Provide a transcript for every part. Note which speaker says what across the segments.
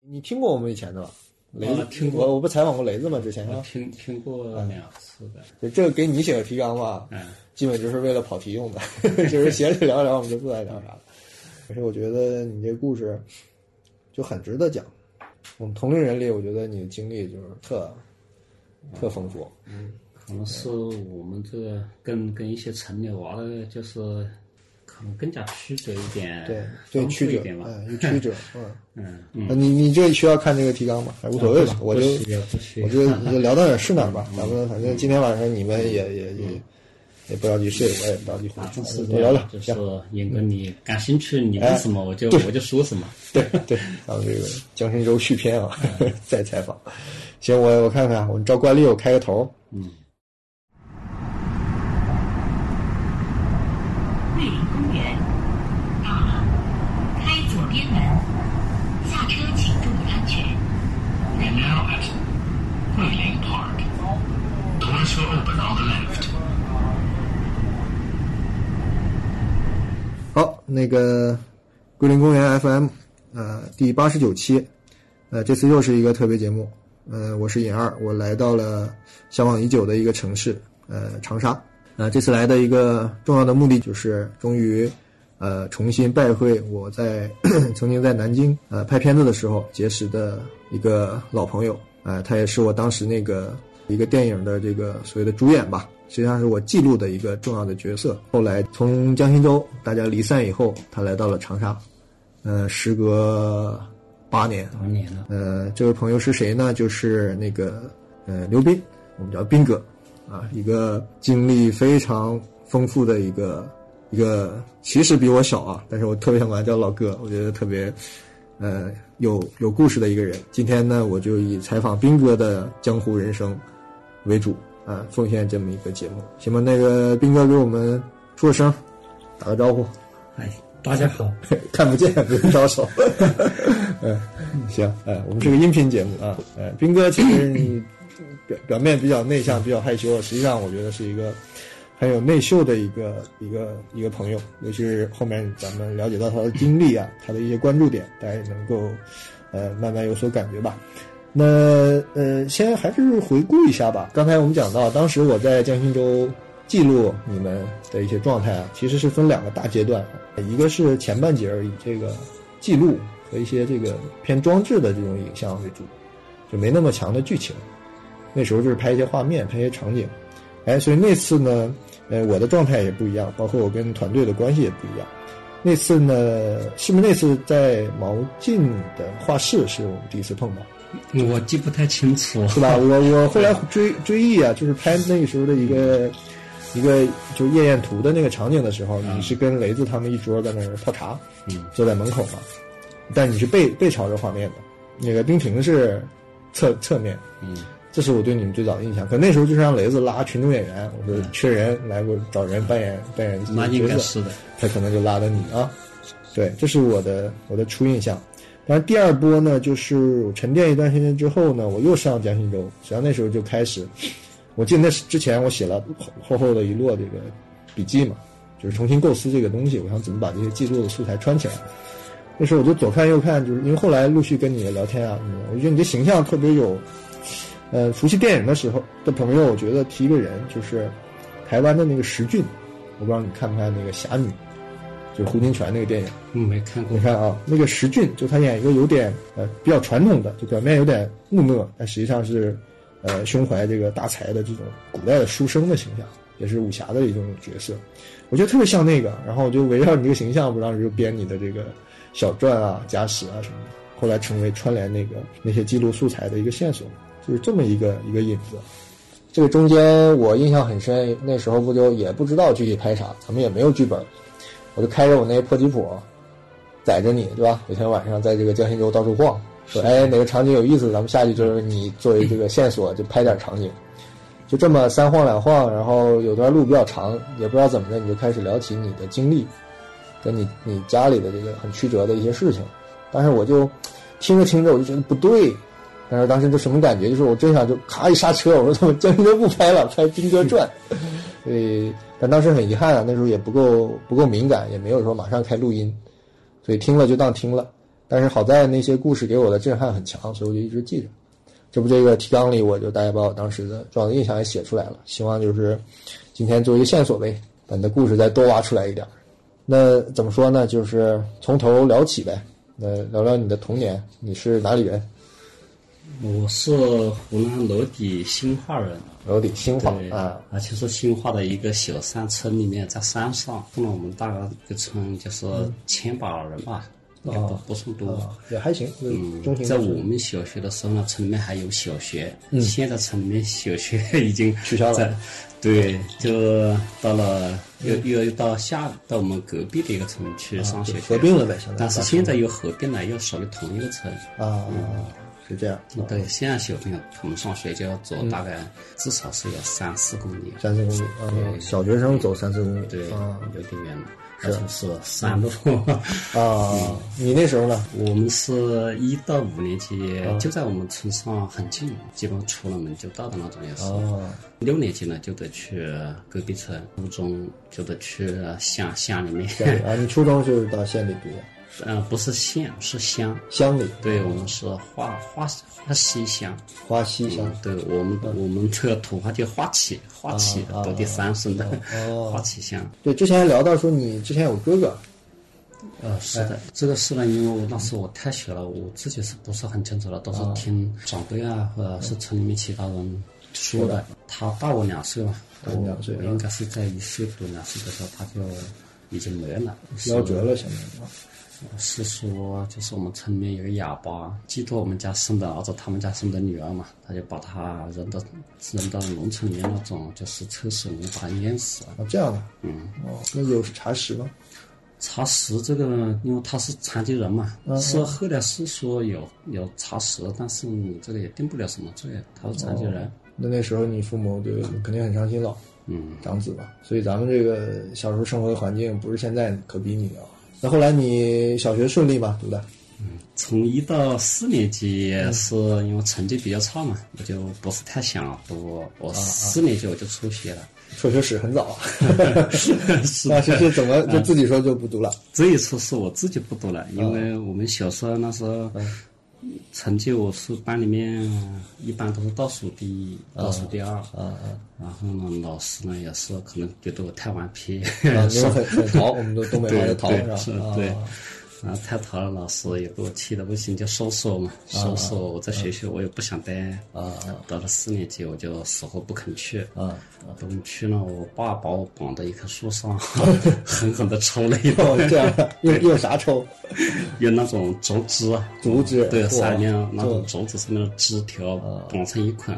Speaker 1: 你听过我们以前的吧？雷子
Speaker 2: 我啊听过
Speaker 1: 我我不采访过雷子吗？之前
Speaker 2: 我听听过两次吧，
Speaker 1: 就这个给你写的提纲吧，
Speaker 2: 嗯，
Speaker 1: 基本就是为了跑题用的， 就是闲着聊聊，我们就不再聊啥了。可是我觉得你这故事就很值得讲。我们同龄人里，我觉得你的经历就是特
Speaker 2: 嗯
Speaker 1: 特丰富。
Speaker 2: 可能是我们这个跟跟一些城里玩的，就是可能更加曲折一点，
Speaker 1: 对，
Speaker 2: 嗯丰
Speaker 1: 对，
Speaker 2: 富
Speaker 1: 曲
Speaker 2: 一
Speaker 1: 折，
Speaker 2: 点吧，
Speaker 1: 嗯，有曲折，嗯，
Speaker 2: 嗯，啊
Speaker 1: 啊你你这需要看这个提纲吗？还无所谓吧，
Speaker 2: 不
Speaker 1: 我就
Speaker 2: 需要不需要
Speaker 1: 我就就聊到哪儿是哪儿
Speaker 2: 嗯
Speaker 1: 吧，咱们反正今天晚上你们也也也也不着急睡，我也不着急回
Speaker 2: 啊，
Speaker 1: 去
Speaker 2: 正，是
Speaker 1: 就聊聊哎
Speaker 2: 就，是
Speaker 1: 行，
Speaker 2: 严哥，你感兴趣，你问什么我就我就说什么。
Speaker 1: 对对，咱们这个《江神州续篇》啊， 再采访，行，我我看看，我照惯例我开个头，
Speaker 3: 桂林公园。到了，开左边门，下车请注意安全。
Speaker 4: We are now at Guilin Park. Doors will open on the left.
Speaker 1: 好，那个桂林公园 FM，呃，第八十九期，呃，这次又是一个特别节目，呃，我是尹二，我来到了向往已久的一个城市，呃，长沙，呃，这次来的一个重要的目的就是终于，呃，重新拜会我在 曾经在南京呃拍片子的时候结识的一个老朋友，呃，他也是我当时那个一个电影的这个所谓的主演吧，实际上是我记录的一个重要的角色。后来从江心洲大家离散以后，他来到了长沙，呃，时隔八年，
Speaker 2: 多少年了？
Speaker 1: 呃，这位朋友是谁呢？就是那个呃刘斌，我们叫斌哥啊，一个经历非常丰富的一个一个，其实比我小啊，但是我特别想管他叫老哥，我觉得特别呃有有故事的一个人。今天呢，我就以采访斌哥的江湖人生为主啊，奉献这么一个节目，行吧？那个斌哥给我们出个声，打个招呼。
Speaker 2: 哎，大家好，
Speaker 1: 看不见，不用招手。嗯，行，哎，我们是个音频节目啊。哎，斌哥，其实你表 表面比较内向，比较害羞，实际上我觉得是一个很有内秀的一个一个一个朋友。尤其是后面咱们了解到他的经历啊，他的一些关注点，大家也能够呃慢慢有所感觉吧。那呃，先还是回顾一下吧。刚才我们讲到，当时我在江心洲记录你们的一些状态啊，其实是分两个大阶段，一个是前半节儿以这个记录和一些这个偏装置的这种影像为主，就没那么强的剧情。那时候就是拍一些画面，拍一些场景。哎，所以那次呢，呃，我的状态也不一样，包括我跟团队的关系也不一样。那次呢，是不是那次在毛晋的画室是我们第一次碰到？
Speaker 2: 我记不太清楚，
Speaker 1: 是吧？我我后来追追忆啊，就是拍那个时候的一个一个就夜宴图的那个场景的时候，你是跟雷子他们一桌在那儿泡茶，
Speaker 2: 嗯，
Speaker 1: 坐在门口嘛，但你是背背朝着画面的，那个冰婷是侧侧面，
Speaker 2: 嗯，
Speaker 1: 这是我对你们最早的印象。可那时候就是让雷子拉群众演员，我说缺人来给我找人扮演扮演
Speaker 2: 那嗯应该
Speaker 1: 角色
Speaker 2: 是的。
Speaker 1: 他可能就拉的你啊。对，这是我的我的初印象。然后第二波呢，就是我沉淀一段时间之后呢，我又上江心洲，实际上那时候就开始，我记得那是之前我写了厚厚厚的一摞这个笔记嘛，就是重新构思这个东西，我想怎么把这些记录的素材穿起来。那时候我就左看右看，就是因为后来陆续跟你聊天啊，嗯我觉得你这形象特别有，呃，熟悉电影的时候的朋友，我觉得提一个人就是台湾的那个石俊，我不知道你看不看那个《侠女》，就是胡金铨那个电影。
Speaker 2: 嗯，没看过
Speaker 1: 你。看啊，那个石俊就他演一个有点呃比较传统的，就表面有点木讷，但实际上是呃胸怀这个大才的这种古代的书生的形象，也是武侠的一种角色。我觉得特别像那个，然后我就围绕你这个形象，我当时就编你的这个小传啊、假史啊什么的，后来成为串联那个那些记录素材的一个线索，就是这么一个一个引子。这个中间我印象很深，那时候不就也不知道具体拍啥，咱们也没有剧本，我就开着我那破吉普，载着你，对吧？每天晚上在这个江心洲到处逛，说哎哪个场景有意思，咱们下去就是你作为这个线索就拍点场景，就这么三晃两晃，然后有段路比较长，也不知道怎么的，你就开始聊起你的经历，跟你你家里的这个很曲折的一些事情。但是我就听着听着我就觉得不对，但是当时就什么感觉，就是我真想就咔一刹车， 我说他们江心洲不拍了，拍《兵哥传》。所以，但当时很遗憾啊，那时候也不够不够敏感，也没有说马上开录音，所以听了就当听了。但是好在那些故事给我的震撼很强，所以我就一直记着。这不，这个提纲里我就大概把我当时的重要的印象也写出来了。希望就是今天作为一个线索呗，把你的故事再多挖出来一点儿。那怎么说呢？就是从头聊起呗。那聊聊你的童年，你是哪里人？
Speaker 2: 我是湖南娄底兴化人，
Speaker 1: 娄底新化
Speaker 2: 对
Speaker 1: 啊，，
Speaker 2: 而且是兴化的一个小山村里面，在山上，那我们大概这个村就是千把人吧，也不不算多。
Speaker 1: 啊也还行，就是
Speaker 2: 嗯
Speaker 1: 嗯中型，
Speaker 2: 在
Speaker 1: 城市
Speaker 2: 我们小学的时候呢，村里面还有小学。现在村里面小学已经
Speaker 1: 嗯取消了
Speaker 2: 在。对，就到了又
Speaker 1: 嗯
Speaker 2: 又又到下到我们隔壁的一个村去上学
Speaker 1: 就
Speaker 2: 去，
Speaker 1: 啊合并了呗，相当于
Speaker 2: 但是现在又合并了，又属于同一个村。
Speaker 1: 啊，
Speaker 2: 嗯
Speaker 1: 是这样，啊
Speaker 2: 对，现在小朋友他们上学就要走大概至少是要三四公里，
Speaker 1: 嗯三四公里啊，小学生走三四公里，
Speaker 2: 对
Speaker 1: 啊，
Speaker 2: 有点远了，而且是山路。嗯
Speaker 1: 啊，你那时候呢？
Speaker 2: 我们是一到五年级，
Speaker 1: 啊
Speaker 2: 就在我们村上很近，基本上出了门就到的那种，也是。
Speaker 1: 啊，
Speaker 2: 六年级呢就得去隔壁村，初中就得去乡乡里面，
Speaker 1: 县里啊，你初中就是到县里读的，
Speaker 2: 嗯、不是县是乡，
Speaker 1: 乡里
Speaker 2: 对我们是化化化溪乡，
Speaker 1: 花溪乡
Speaker 2: 嗯，对我们我们这个土话叫化起，化起
Speaker 1: 啊啊
Speaker 2: 到第三声的
Speaker 1: 哦
Speaker 2: 化起乡。
Speaker 1: 对，之前还聊到说你之前有哥哥，
Speaker 2: 呃，是的，这个事呢，因为我当时我太小了，我自己是不是很清楚了，都是听长辈啊，或者是村里面其他人说的。他大我两岁嘛，
Speaker 1: 大你两岁啊
Speaker 2: 我应该是在一岁多两岁的时候他就已经没了，
Speaker 1: 夭折了，相当于啊
Speaker 2: 是说，就是我们村里面有个哑巴，寄托我们家生的儿子，他们家生的女儿嘛，他就把他扔到扔到农村里面那种就是臭水里面把他淹死了。
Speaker 1: 啊，这样的，
Speaker 2: 嗯，
Speaker 1: 哦，那有查实吗？
Speaker 2: 查实这个，因为他是残疾人嘛，是后来是说有有查实，但是你这个也定不了什么罪，他是残疾人。
Speaker 1: 那那时候你父母就肯定很伤心了，
Speaker 2: 嗯，
Speaker 1: 长子嘛，所以咱们这个小时候生活的环境不是现在可比拟的啊。那后来你小学顺利吗？读的？
Speaker 2: 从一到四年级是因为成绩比较差嘛，我就不是太想读，我四年级我就辍学了。
Speaker 1: 辍学史很早 啊，
Speaker 2: 是
Speaker 1: 那
Speaker 2: 的
Speaker 1: 是是怎么
Speaker 2: 嗯
Speaker 1: 就自己说就不读了？
Speaker 2: 这一次是我自己不读了，因为我们小时候那时候，成绩我是班里面一般都是倒数第一、倒数第二。
Speaker 1: 啊
Speaker 2: 然后呢，老师呢也是可能觉得我太顽皮，
Speaker 1: 啊，你
Speaker 2: 是
Speaker 1: 们很很淘，我们都东北话
Speaker 2: 对
Speaker 1: 叫淘
Speaker 2: 对
Speaker 1: 是
Speaker 2: 是
Speaker 1: 吧？啊
Speaker 2: 对，然后太淘了，老师也给我气的不行，就收拾我嘛，收拾我，我在学校我也不想待。
Speaker 1: 啊
Speaker 2: 到了四年级我就死活不肯去。
Speaker 1: 啊啊！
Speaker 2: 不肯去呢，我爸把我绑到一棵树 上，狠狠的抽了一刀
Speaker 1: 哦，，这样用用啥抽？
Speaker 2: 用那种竹枝，啊
Speaker 1: 竹枝
Speaker 2: 对，
Speaker 1: 哇啊
Speaker 2: 上面啊那种竹子上面的枝条绑成一捆，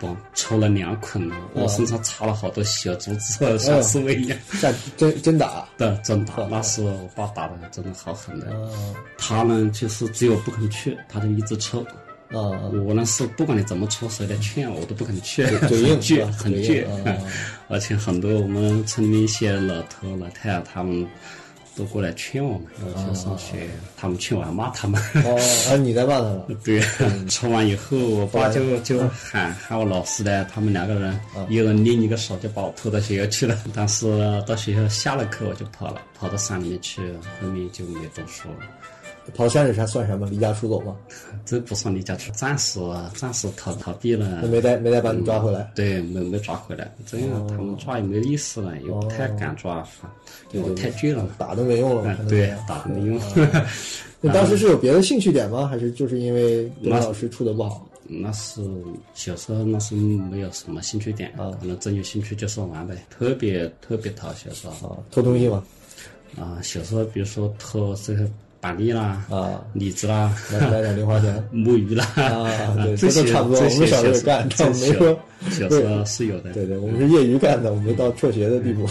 Speaker 2: 绑抽了两捆了，
Speaker 1: 啊
Speaker 2: 我身上插了好多小竹子，像刺猬一样。
Speaker 1: 下真真打
Speaker 2: 对，真打，那时候我爸打的真的好狠的。
Speaker 1: 啊
Speaker 2: 他呢，就是只有不肯去，他就一直抽。
Speaker 1: 啊！
Speaker 2: 我呢是不管你怎么抽，谁来劝我都不肯去，
Speaker 1: 嘴硬
Speaker 2: 很
Speaker 1: 是
Speaker 2: 倔，
Speaker 1: 吧
Speaker 2: 很
Speaker 1: 嘴
Speaker 2: 倔
Speaker 1: 硬啊。
Speaker 2: 而且很多我们村里一些老头老太太他们都过来劝我们要去上学，他们劝我还骂他们。
Speaker 1: 哦，啊，你在骂他了？
Speaker 2: 对，抽完以后，我爸就就喊喊我老师来，他们两个人，一人拎一个手，就把我拖到学校去了。 当时到学校下了课，我就跑了，跑到山里面去，后面就没读书了。
Speaker 1: 跑山里山算什么？离家出走吗？
Speaker 2: 这不算离家出，暂时暂时逃逃避了
Speaker 1: 那。没哦带没带把你抓回来？
Speaker 2: 对，没没抓回来，这样他们抓也没意思了，又不太敢抓，因为我太倔了嘛。
Speaker 1: 哦打都没用了嘛
Speaker 2: 啊，
Speaker 1: 可能
Speaker 2: 对
Speaker 1: 是，哦
Speaker 2: 打没用。
Speaker 1: 那当时是有别的兴趣点吗？还是就是因为跟老师处的不好？
Speaker 2: 那是小时候，那是没有什么兴趣点，
Speaker 1: 哦
Speaker 2: 可能真有兴趣就是玩呗，特别特别淘小时候
Speaker 1: 啊，偷东西吗？
Speaker 2: 啊，小时候比如说偷这个板栗啦、
Speaker 1: 啊
Speaker 2: 李子啦、
Speaker 1: 来来点零花钱
Speaker 2: 木鱼啦，
Speaker 1: 啊，对，
Speaker 2: 这
Speaker 1: 这
Speaker 2: 些
Speaker 1: 都差不多。
Speaker 2: 这
Speaker 1: 我
Speaker 2: 些
Speaker 1: 们小时候
Speaker 2: 小
Speaker 1: 也干，但我
Speaker 2: 这
Speaker 1: 没
Speaker 2: 些
Speaker 1: 说。
Speaker 2: 小时候是有的，
Speaker 1: 对对，我们是业余干的，我们没到辍学的地步。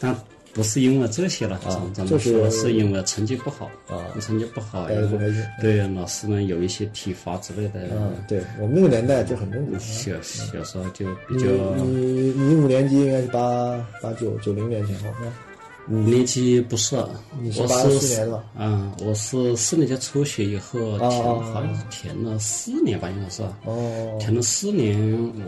Speaker 2: 但不是因为这些了，咱咱
Speaker 1: 啊就
Speaker 2: 们
Speaker 1: 是
Speaker 2: 说是因为成绩不好
Speaker 1: 啊，
Speaker 2: 成绩不好，
Speaker 1: 待着不开心
Speaker 2: 对老师们有一些体罚之类的，
Speaker 1: 啊，对我们那个年代这很正常。
Speaker 2: 小小时候就比
Speaker 1: 你
Speaker 2: 较。
Speaker 1: 你你五年级应该是八八九九零年前后，是吧
Speaker 2: 年纪不是，
Speaker 1: 你是
Speaker 2: 我
Speaker 1: 84
Speaker 2: 是
Speaker 1: 年的吧
Speaker 2: 嗯，我是四年级辍学以后
Speaker 1: 哦
Speaker 2: 填，
Speaker 1: 哦哦
Speaker 2: 好像是填了四年吧，应该是。
Speaker 1: 哦，
Speaker 2: 填了四年，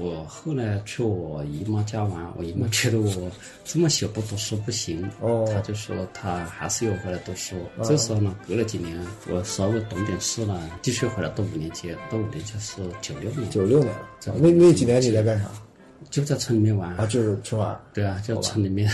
Speaker 2: 我后来去我姨妈家玩，我姨妈觉得我这么小不读书不行，
Speaker 1: 哦
Speaker 2: 她就说她还是要回来读书。这时候呢，隔了几年，我稍微懂点事了，继续回来读五年级，读五年级是九六年，
Speaker 1: 九六年了，那那几年你在干啥
Speaker 2: 就在村里面玩
Speaker 1: 啊？就是春晚。
Speaker 2: 对啊，就村里面，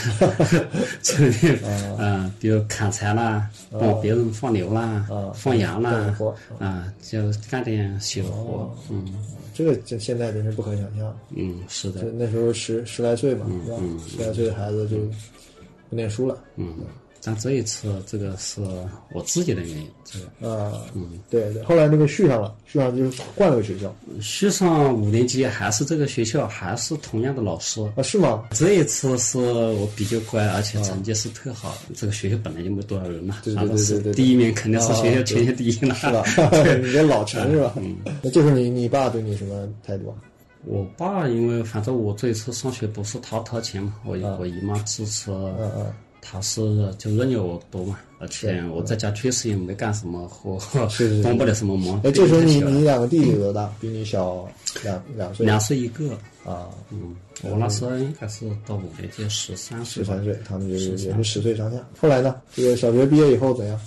Speaker 2: 村里面，
Speaker 1: 哦
Speaker 2: 嗯，比如砍柴啦，帮别人放牛啦
Speaker 1: 啊，
Speaker 2: 放羊
Speaker 1: 哦干
Speaker 2: 啦
Speaker 1: 活，哦
Speaker 2: 啊，就干点小活，嗯
Speaker 1: 这个这现在真是不可想象。
Speaker 2: 嗯，是的
Speaker 1: 就，那时候十十来岁嘛，是吧？十来岁的孩子就不念书了，
Speaker 2: 嗯，但这一次这个是我自己的原因，这个
Speaker 1: 啊，
Speaker 2: 嗯
Speaker 1: 对对。后来那个续上了，续上就是换了个学校
Speaker 2: 续呃上五年级还是这个学校，还是同样的老师。
Speaker 1: 啊，是吗？
Speaker 2: 这一次是我比较乖，而且成绩是特好。这个学校本来就没多少人嘛，
Speaker 1: 对对
Speaker 2: 然后
Speaker 1: 对
Speaker 2: 是
Speaker 1: 对对对
Speaker 2: 第一名，肯定哦是学
Speaker 1: 啊
Speaker 2: 校全校第一了，
Speaker 1: 是吧？ 你这老陈是吧？
Speaker 2: 嗯
Speaker 1: 那这时候你你爸对你什么态度啊？
Speaker 2: 我爸因为反正我这一次上学不是他掏钱嘛，我、我姨妈支持，哦
Speaker 1: 嗯
Speaker 2: 他是就任由我读嘛，而且我在家确实也没干什么活，
Speaker 1: 是是
Speaker 2: 帮不了什么忙。
Speaker 1: 哎，这时候你
Speaker 2: 对不起
Speaker 1: 你两个弟弟多大？比你小两两岁
Speaker 2: 两岁一个，
Speaker 1: 啊，
Speaker 2: 嗯，我那时候应该是到五年级十三岁
Speaker 1: 十
Speaker 2: 吧
Speaker 1: 三，岁，他们就是也是十岁上下。后来呢？这个小学毕业以后怎样？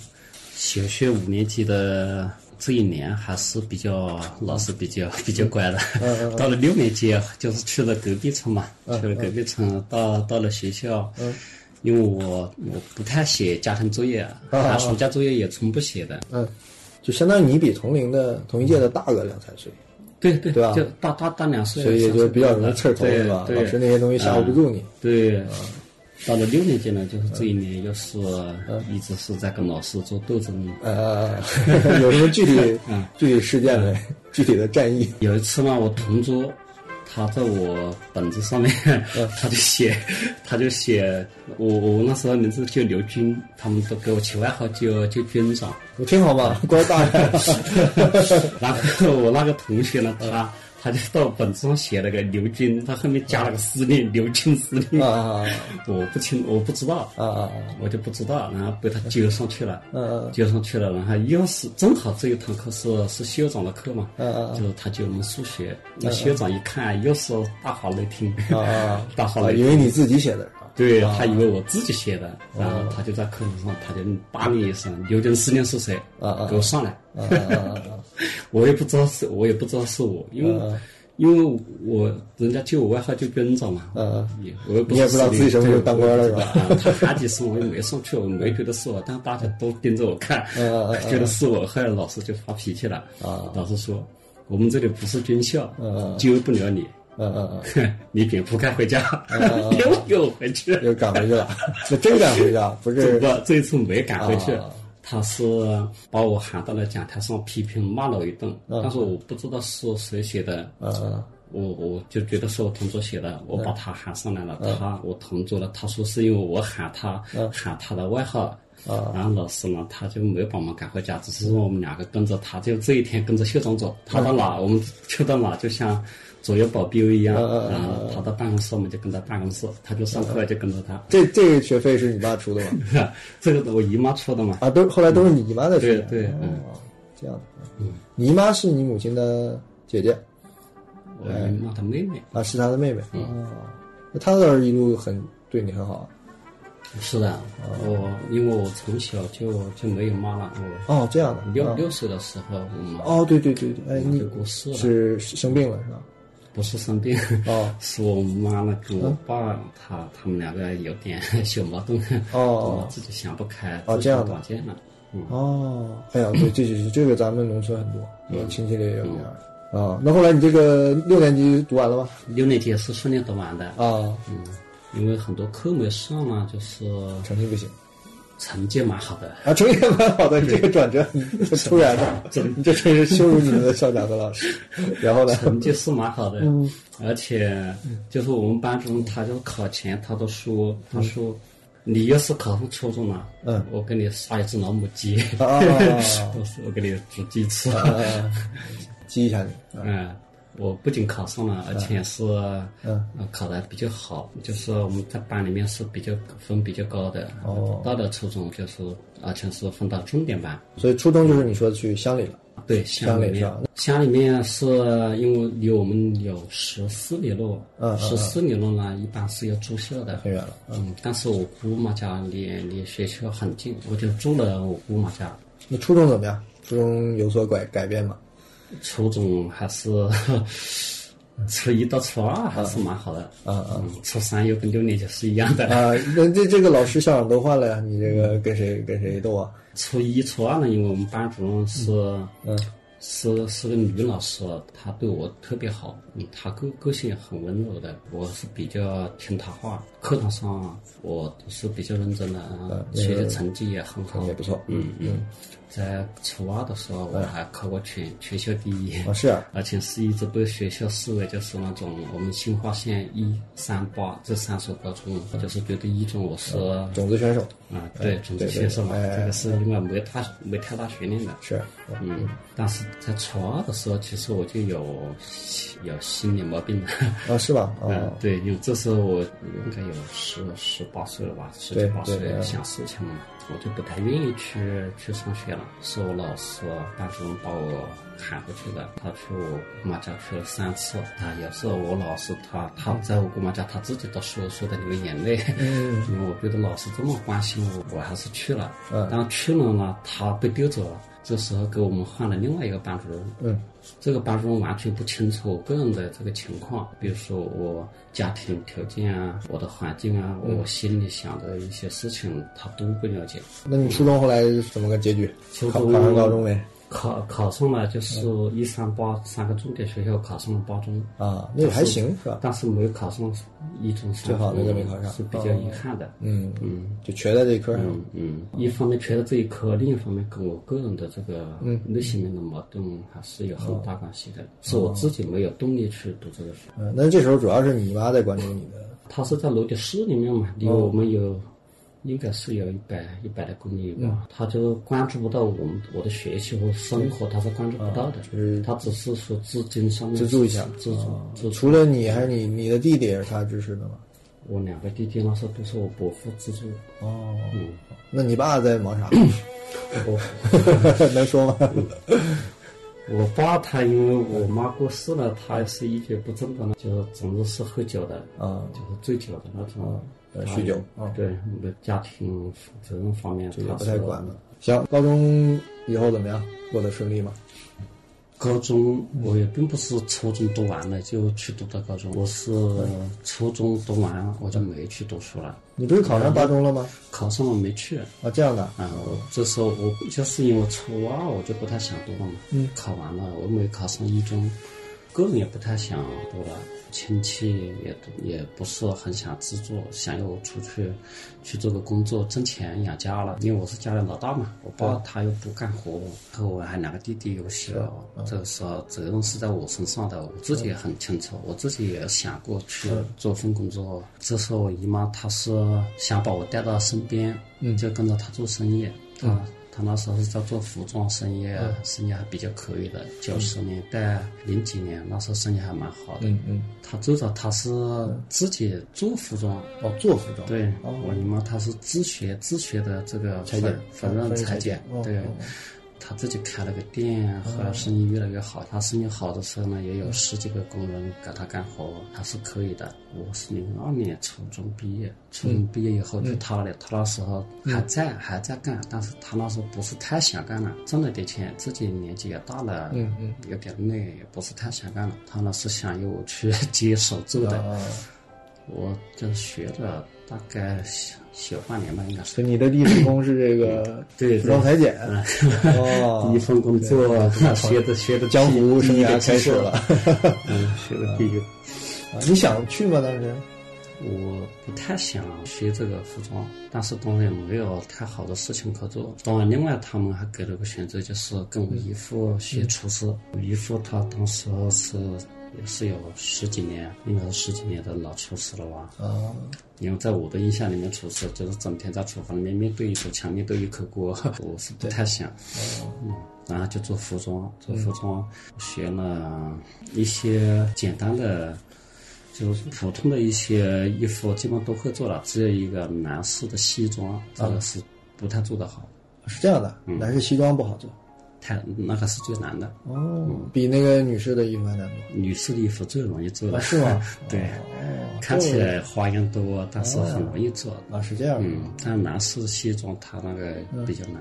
Speaker 2: 小学五年级的这一年还是比较老师比较 比较乖的。
Speaker 1: 嗯
Speaker 2: 到了六年级，啊就是去了隔壁村嘛，去了隔壁村，到到了学校，
Speaker 1: 嗯
Speaker 2: 因为我我不太写家庭作业，啊
Speaker 1: 啊
Speaker 2: 寒暑假作业也从不写的。
Speaker 1: 嗯，就相当于你比同龄的同一届的大个两三岁，
Speaker 2: 对对
Speaker 1: 对吧
Speaker 2: 就大大大两岁，
Speaker 1: 所以就比较容易刺儿头
Speaker 2: 对
Speaker 1: 是吧？
Speaker 2: 对啊
Speaker 1: 老师那些东西吓唬不住你。啊
Speaker 2: 对，到了六年级呢，就是这一年又是
Speaker 1: 嗯
Speaker 2: 一直是在跟老师做斗争。
Speaker 1: 呃， 有什么具体
Speaker 2: 嗯
Speaker 1: 具体事件没？具体的战役？
Speaker 2: 有一次呢，我同桌，他在我本子上面， 他就写，他就写我我那时候名字叫刘军，他们都给我起外号叫叫军长。
Speaker 1: 你听好吗？
Speaker 2: 嗯
Speaker 1: 官大 人，
Speaker 2: 然后我那个同学呢，他他就到本子上写了个刘军，他后面加了个司令，刘军司令。
Speaker 1: 啊
Speaker 2: 我不清，我不知道
Speaker 1: 啊啊！
Speaker 2: 我就不知道，然后被他揪上去了，
Speaker 1: 嗯嗯
Speaker 2: 揪上去了，然后又是正好这一堂课是是校长的课嘛，
Speaker 1: 嗯嗯
Speaker 2: 就是他教我们数学，那校长一看又是大发雷霆，
Speaker 1: 啊啊
Speaker 2: 大发
Speaker 1: 啊！
Speaker 2: 雷霆，
Speaker 1: 因为你自己写的是吧？
Speaker 2: 对他以为我自己写
Speaker 1: 啊
Speaker 2: 的，然后他就在课堂上他就叭你一声，刘军司令是谁？
Speaker 1: 啊啊
Speaker 2: 给我上来！
Speaker 1: 啊啊
Speaker 2: 我也不知道是，我也不知道是我，因为、因为我人家叫我外号叫军长嘛，
Speaker 1: 啊啊！
Speaker 2: 也我也不
Speaker 1: 你也不知道自己什么时候当官了是吧？
Speaker 2: 啊，他喊几声我 也没上去，我没觉得是我，但大家都盯着我看
Speaker 1: 嗯嗯嗯，
Speaker 2: 觉得是我，后来老师就发脾气了，
Speaker 1: 啊
Speaker 2: 老师说我们这里不是军校
Speaker 1: 嗯嗯，
Speaker 2: 救不了你，
Speaker 1: 嗯嗯嗯，
Speaker 2: 你蝙蝠该回家
Speaker 1: 嗯，
Speaker 2: 又给我回去，
Speaker 1: 又赶回去了， 那真赶回去啊？不
Speaker 2: 这
Speaker 1: 是
Speaker 2: 不这一次没赶回去
Speaker 1: 啊。
Speaker 2: 他是把我喊到了讲台上批评骂了我一顿，
Speaker 1: 嗯
Speaker 2: 但是我不知道是谁写的，
Speaker 1: 啊
Speaker 2: 我我就觉得是我同桌写的，
Speaker 1: 嗯
Speaker 2: 我把他喊上来了，他我同桌了，他说是因为我喊他、喊他的外号。
Speaker 1: 嗯啊
Speaker 2: 然后老师呢，他就没有把我们赶回家，只是让我们两个跟着他，就这一天跟着校长
Speaker 1: 嗯
Speaker 2: 走，他到哪、我们去到哪，就像左右保镖一样。
Speaker 1: 嗯嗯嗯
Speaker 2: 然后他到办公室，我们就跟他办公室，他就上课就跟着他。
Speaker 1: 这这个学费是你爸出的吗？
Speaker 2: 这个我姨妈出的嘛，
Speaker 1: 啊，都后来都是你姨妈的事
Speaker 2: 对
Speaker 1: 情。
Speaker 2: 对，嗯，
Speaker 1: 哦，这样的。你姨妈是你母亲的姐姐
Speaker 2: 我姨妈的哎妹妹。
Speaker 1: 啊，是她的妹妹。
Speaker 2: 嗯
Speaker 1: 哦，那她倒是一路很对你很好啊。
Speaker 2: 是的，呃我因为我从小就就没有妈了，我
Speaker 1: 哦，这样的。
Speaker 2: 六
Speaker 1: 啊
Speaker 2: 六岁的时候，嗯我妈
Speaker 1: 哦，对对对对，哎，你
Speaker 2: 就过世了。
Speaker 1: 是生病了是吧？
Speaker 2: 不是生病，
Speaker 1: 哦 嗯
Speaker 2: 是我妈呢跟我爸他他们两个有点 小矛盾，
Speaker 1: 哦
Speaker 2: 我自己想不开，
Speaker 1: 哦
Speaker 2: 自己
Speaker 1: 这样的
Speaker 2: 打架了。嗯，
Speaker 1: 哦，哎呀，对，这就是这个咱们农村很多，我亲戚里也有这样的。啊，那后来你这个六年级读完了吗？
Speaker 2: 六年级也是顺利读完的，
Speaker 1: 啊，
Speaker 2: 嗯，因为很多课没上嘛，就是
Speaker 1: 成绩不行
Speaker 2: 成绩蛮好的，
Speaker 1: 啊，成绩蛮好的，这个转折突然的，你这真是羞辱你们的校长和老 师。然后呢？
Speaker 2: 成绩是蛮好的，
Speaker 1: 嗯
Speaker 2: 而且就是我们班主任他就考前他都说，他说你要是考上初中了，
Speaker 1: 嗯，
Speaker 2: 我给你杀一只老母鸡，
Speaker 1: 啊，
Speaker 2: 我我给你煮鸡吃，
Speaker 1: 激一下你。
Speaker 2: 嗯，我不仅考上了，而且是
Speaker 1: 啊嗯
Speaker 2: 呃考得比较好，就是我们在班里面是比较分比较高的。
Speaker 1: 哦
Speaker 2: 到了初中就是，而且是分到重点班。
Speaker 1: 所以初中就是你说去乡里了，
Speaker 2: 对，
Speaker 1: 乡
Speaker 2: 乡里
Speaker 1: 里是
Speaker 2: 面
Speaker 1: 吧，
Speaker 2: 乡里面啊是因为离我们有十四里路
Speaker 1: 嗯嗯，嗯
Speaker 2: 十四里路呢一般是要住校的，
Speaker 1: 很远了。
Speaker 2: 嗯，但是我姑妈家离离学校很近，我就住了我姑妈家。
Speaker 1: 那初中怎么样？初中有所改改变吗？
Speaker 2: 初中还是 初一到初二还是蛮好的，
Speaker 1: 嗯嗯
Speaker 2: 嗯，初三又跟六年级是一样的。
Speaker 1: 啊，那这这个老师校长都换了呀，你这个跟谁跟谁斗啊？
Speaker 2: 初一、初二呢，因为我们班主任是
Speaker 1: 嗯
Speaker 2: 是是个女老师，她对我特别好，嗯，她个个性很温柔的，我是比较听她话，课堂上啊我都是比较认真的，嗯，
Speaker 1: 嗯
Speaker 2: 学习成绩也很好，
Speaker 1: 也不错
Speaker 2: 嗯嗯，在初二的时候我还考过全全校第一，
Speaker 1: 啊是啊，
Speaker 2: 而且是一直被学校视为就是那种我们新化县一三八这三所高中，
Speaker 1: 嗯
Speaker 2: 就是觉得一中我是啊、
Speaker 1: 种子选手
Speaker 2: 对种子选手嘛，
Speaker 1: 对对对哎
Speaker 2: 这个是因为没太没太大悬念的。
Speaker 1: 是，
Speaker 2: 嗯，但是在初二的时候，其实我就有有心理毛病了。
Speaker 1: 啊是吧？
Speaker 2: 嗯
Speaker 1: 啊，，
Speaker 2: 对，因为这时候我应该有十十八岁了吧，十
Speaker 1: 对
Speaker 2: 七八岁
Speaker 1: 对对
Speaker 2: 想事情了嘛，我就不太愿意去去上学了，是我老师班主任把我喊回去的，他去我姑妈家去了三次，他也是我老师，他他在我姑妈家他自己都说说的流眼泪，
Speaker 1: 嗯
Speaker 2: 因为我觉得老师这么关心我，我还是去了，
Speaker 1: 嗯
Speaker 2: 但去了呢，他被丢走了，这时候给我们换了另外一个班主任，
Speaker 1: 嗯
Speaker 2: 这个班主任完全不清楚我个人的这个情况，比如说我家庭条件啊，我的环境啊，
Speaker 1: 嗯
Speaker 2: 我心里想的一些事情，他都不了解。
Speaker 1: 那你初中后来怎么个结局？
Speaker 2: 初
Speaker 1: 考
Speaker 2: 中
Speaker 1: 考上高中没？
Speaker 2: 考考上了就是一三八三个重点学校考上了八中，
Speaker 1: 啊，那也还行是吧？
Speaker 2: 但是没有考上一中三
Speaker 1: 最好那个没考上
Speaker 2: 是比较遗憾的。
Speaker 1: 嗯
Speaker 2: 嗯。
Speaker 1: 就瘸在这科上。
Speaker 2: 嗯嗯，一方面缺了这一科，另一方面跟我个人的这个
Speaker 1: 嗯
Speaker 2: 内心面的矛盾还是有
Speaker 1: 哦
Speaker 2: 很大关系的，是我自己没有动力去读这个书。
Speaker 1: 嗯，那这时候主要是你妈在关注你的。
Speaker 2: 它是在娄底市里面嘛，
Speaker 1: 哦
Speaker 2: 离我们有、应该是有一百一百来公里
Speaker 1: 嗯
Speaker 2: 吧。他就关注不到我们我的学习和生活，他是关注不到的。
Speaker 1: 是
Speaker 2: 他只是说资金上面
Speaker 1: 嗯资助一下哦
Speaker 2: 资助资助。
Speaker 1: 除了你，还是你你的弟弟也是他支持的吗？
Speaker 2: 我两个弟弟那时候都是我伯父资助。
Speaker 1: 哦，
Speaker 2: 嗯，
Speaker 1: 那你爸在忙啥？
Speaker 2: 我
Speaker 1: 能说吗？
Speaker 2: 嗯我爸他因为我妈过世了，他是一蹶不振的呢，就是总是是喝酒的，
Speaker 1: 啊
Speaker 2: 就是醉酒的那种。
Speaker 1: 呃酗酒啊
Speaker 2: 对，我的家庭责任方面
Speaker 1: 也
Speaker 2: 他
Speaker 1: 不
Speaker 2: 是
Speaker 1: 太管了。行，高中以后怎么样？过得顺利吗？
Speaker 2: 高中我也并不是初中读完了就去读的高中，我是初中读完我就没去读书了，
Speaker 1: 你不是考上八中了吗？
Speaker 2: 考上了没去。
Speaker 1: 啊，这样的，
Speaker 2: 啊，我这时候我就是因为初二我就不太想读了嘛，嗯，考完了我没考上一中，个人也不太想读了，亲戚也都也不是很想资助，想要我出去去做个工作挣钱养家了，因为我是家里老大嘛，我爸他又不干活，然后我还两个弟弟有小，这个时候责任是在我身上的，我自己也很清楚，我自己也想过去做份工作，这时候我姨妈她是想把我带到身边，嗯，就跟着她做生意，她、他那时候是在做服装生意，啊生意还比较可以的。九十年代、零几年那时候生意还蛮好的。
Speaker 1: 嗯，
Speaker 2: 他最早他是自己做服装，
Speaker 1: 哦，做服装，
Speaker 2: 对，
Speaker 1: 哦
Speaker 2: 我姨妈她是自学自学的这个
Speaker 1: 裁
Speaker 2: 缝
Speaker 1: 剪
Speaker 2: 缝
Speaker 1: 缝纫
Speaker 2: 纫
Speaker 1: 裁
Speaker 2: 裁
Speaker 1: 剪
Speaker 2: 剪
Speaker 1: 哦，嗯
Speaker 2: 对
Speaker 1: 哦哦。
Speaker 2: 她自己开了个店，后来生意越来越好。她生意好的时候呢，也有
Speaker 1: 嗯
Speaker 2: 十几个工人给她干活，还是可以的。我是零二年初中毕业，初
Speaker 1: 嗯
Speaker 2: 中毕业以后就她了。她那时候还在还在干，但是她那时候不是太想干了，挣了点钱，自己年纪也大了，
Speaker 1: 嗯嗯，
Speaker 2: 有点累，也不是太想干了。她呢是想要我去 接手做的，
Speaker 1: 啊，
Speaker 2: 我就学了大概小小半年吧，应该是
Speaker 1: 所。以你的第一份工是这个
Speaker 2: 对
Speaker 1: 服装裁剪，哦，
Speaker 2: 第一份工作，学的学的
Speaker 1: 江湖生
Speaker 2: 第一
Speaker 1: 涯
Speaker 2: 个
Speaker 1: 开始了。
Speaker 2: 技术。嗯，学的第一个，
Speaker 1: 啊你想去吗？当时
Speaker 2: 我不太想学这个服装，但是当然没有太好的事情可做。当然，另外他们还给了个选择，就是跟我姨父学厨师。我姨父他当时是也是有十几年，应该是十几年的老厨师了吧？
Speaker 1: 啊，
Speaker 2: 因为在我的印象里面，厨师就是整天在厨房里面面对一堵墙，面对一口锅， 我是不太想。
Speaker 1: 哦
Speaker 2: 嗯，然后就做服装，做服装、学了一些简单的，就是普通的一些衣服，基本都会做了，只有一个男士的西装，这个是不太做得好，
Speaker 1: 是这样的，
Speaker 2: 嗯
Speaker 1: 男士西装不好做，
Speaker 2: 太那个是最难的。嗯
Speaker 1: 哦，比那个女士的衣服还难做，
Speaker 2: 女士的衣服最容易做的，
Speaker 1: 啊是 吗
Speaker 2: 对，
Speaker 1: 哦，
Speaker 2: 看起来花样多，但是很容易做。
Speaker 1: 啊是这样的，
Speaker 2: 嗯，但男士西装它那个
Speaker 1: 嗯
Speaker 2: 比较难，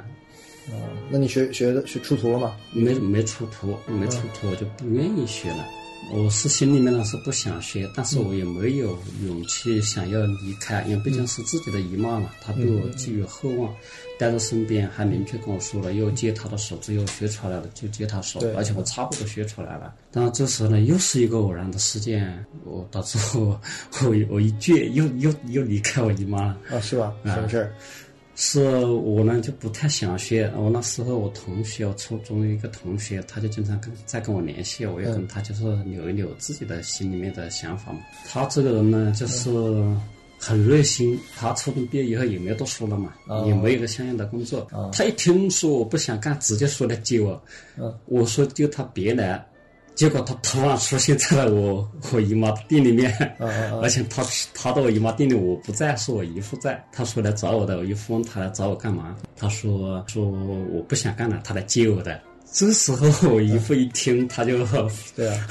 Speaker 2: 嗯
Speaker 1: 啊，那你学学的学出图了吗？
Speaker 2: 没没出图，没出图我就不愿意学了。我是心里面呢是不想学，但是我也没有勇气想要离开，因为毕竟是自己的姨妈嘛，她对我寄予厚望，带在身边，还明确跟我说了要接她的手，只有学出来了就接她手
Speaker 1: 对，
Speaker 2: 而且我差不多学出来了。但这时候呢，又是一个偶然的事件，我导致我我我一倔，又又又离开我姨妈了。
Speaker 1: 啊是吧？
Speaker 2: 嗯
Speaker 1: 什么事儿？
Speaker 2: 是我呢就不太想学，我那时候我同学，我初中的一个同学，他就经常跟在跟我联系，我也跟他就是扭一扭自己的心里面的想法嘛。他这个人呢就是很热心，他初中毕业以后也没读书了嘛，
Speaker 1: 哦
Speaker 2: 也没有一个相应的工作，
Speaker 1: 哦
Speaker 2: 他一听说我不想干，直接说来接我，
Speaker 1: 嗯
Speaker 2: 我说叫他别来。结果他突然出现在了我 我姨妈店里面，
Speaker 1: 嗯嗯嗯
Speaker 2: 而且他他到我姨妈店里，我不在，是我姨夫在。他说来找我的，我姨夫问他来找我干嘛？他说说我不想干了，他来接我的。这时候 我姨夫一听，他就
Speaker 1: 对啊，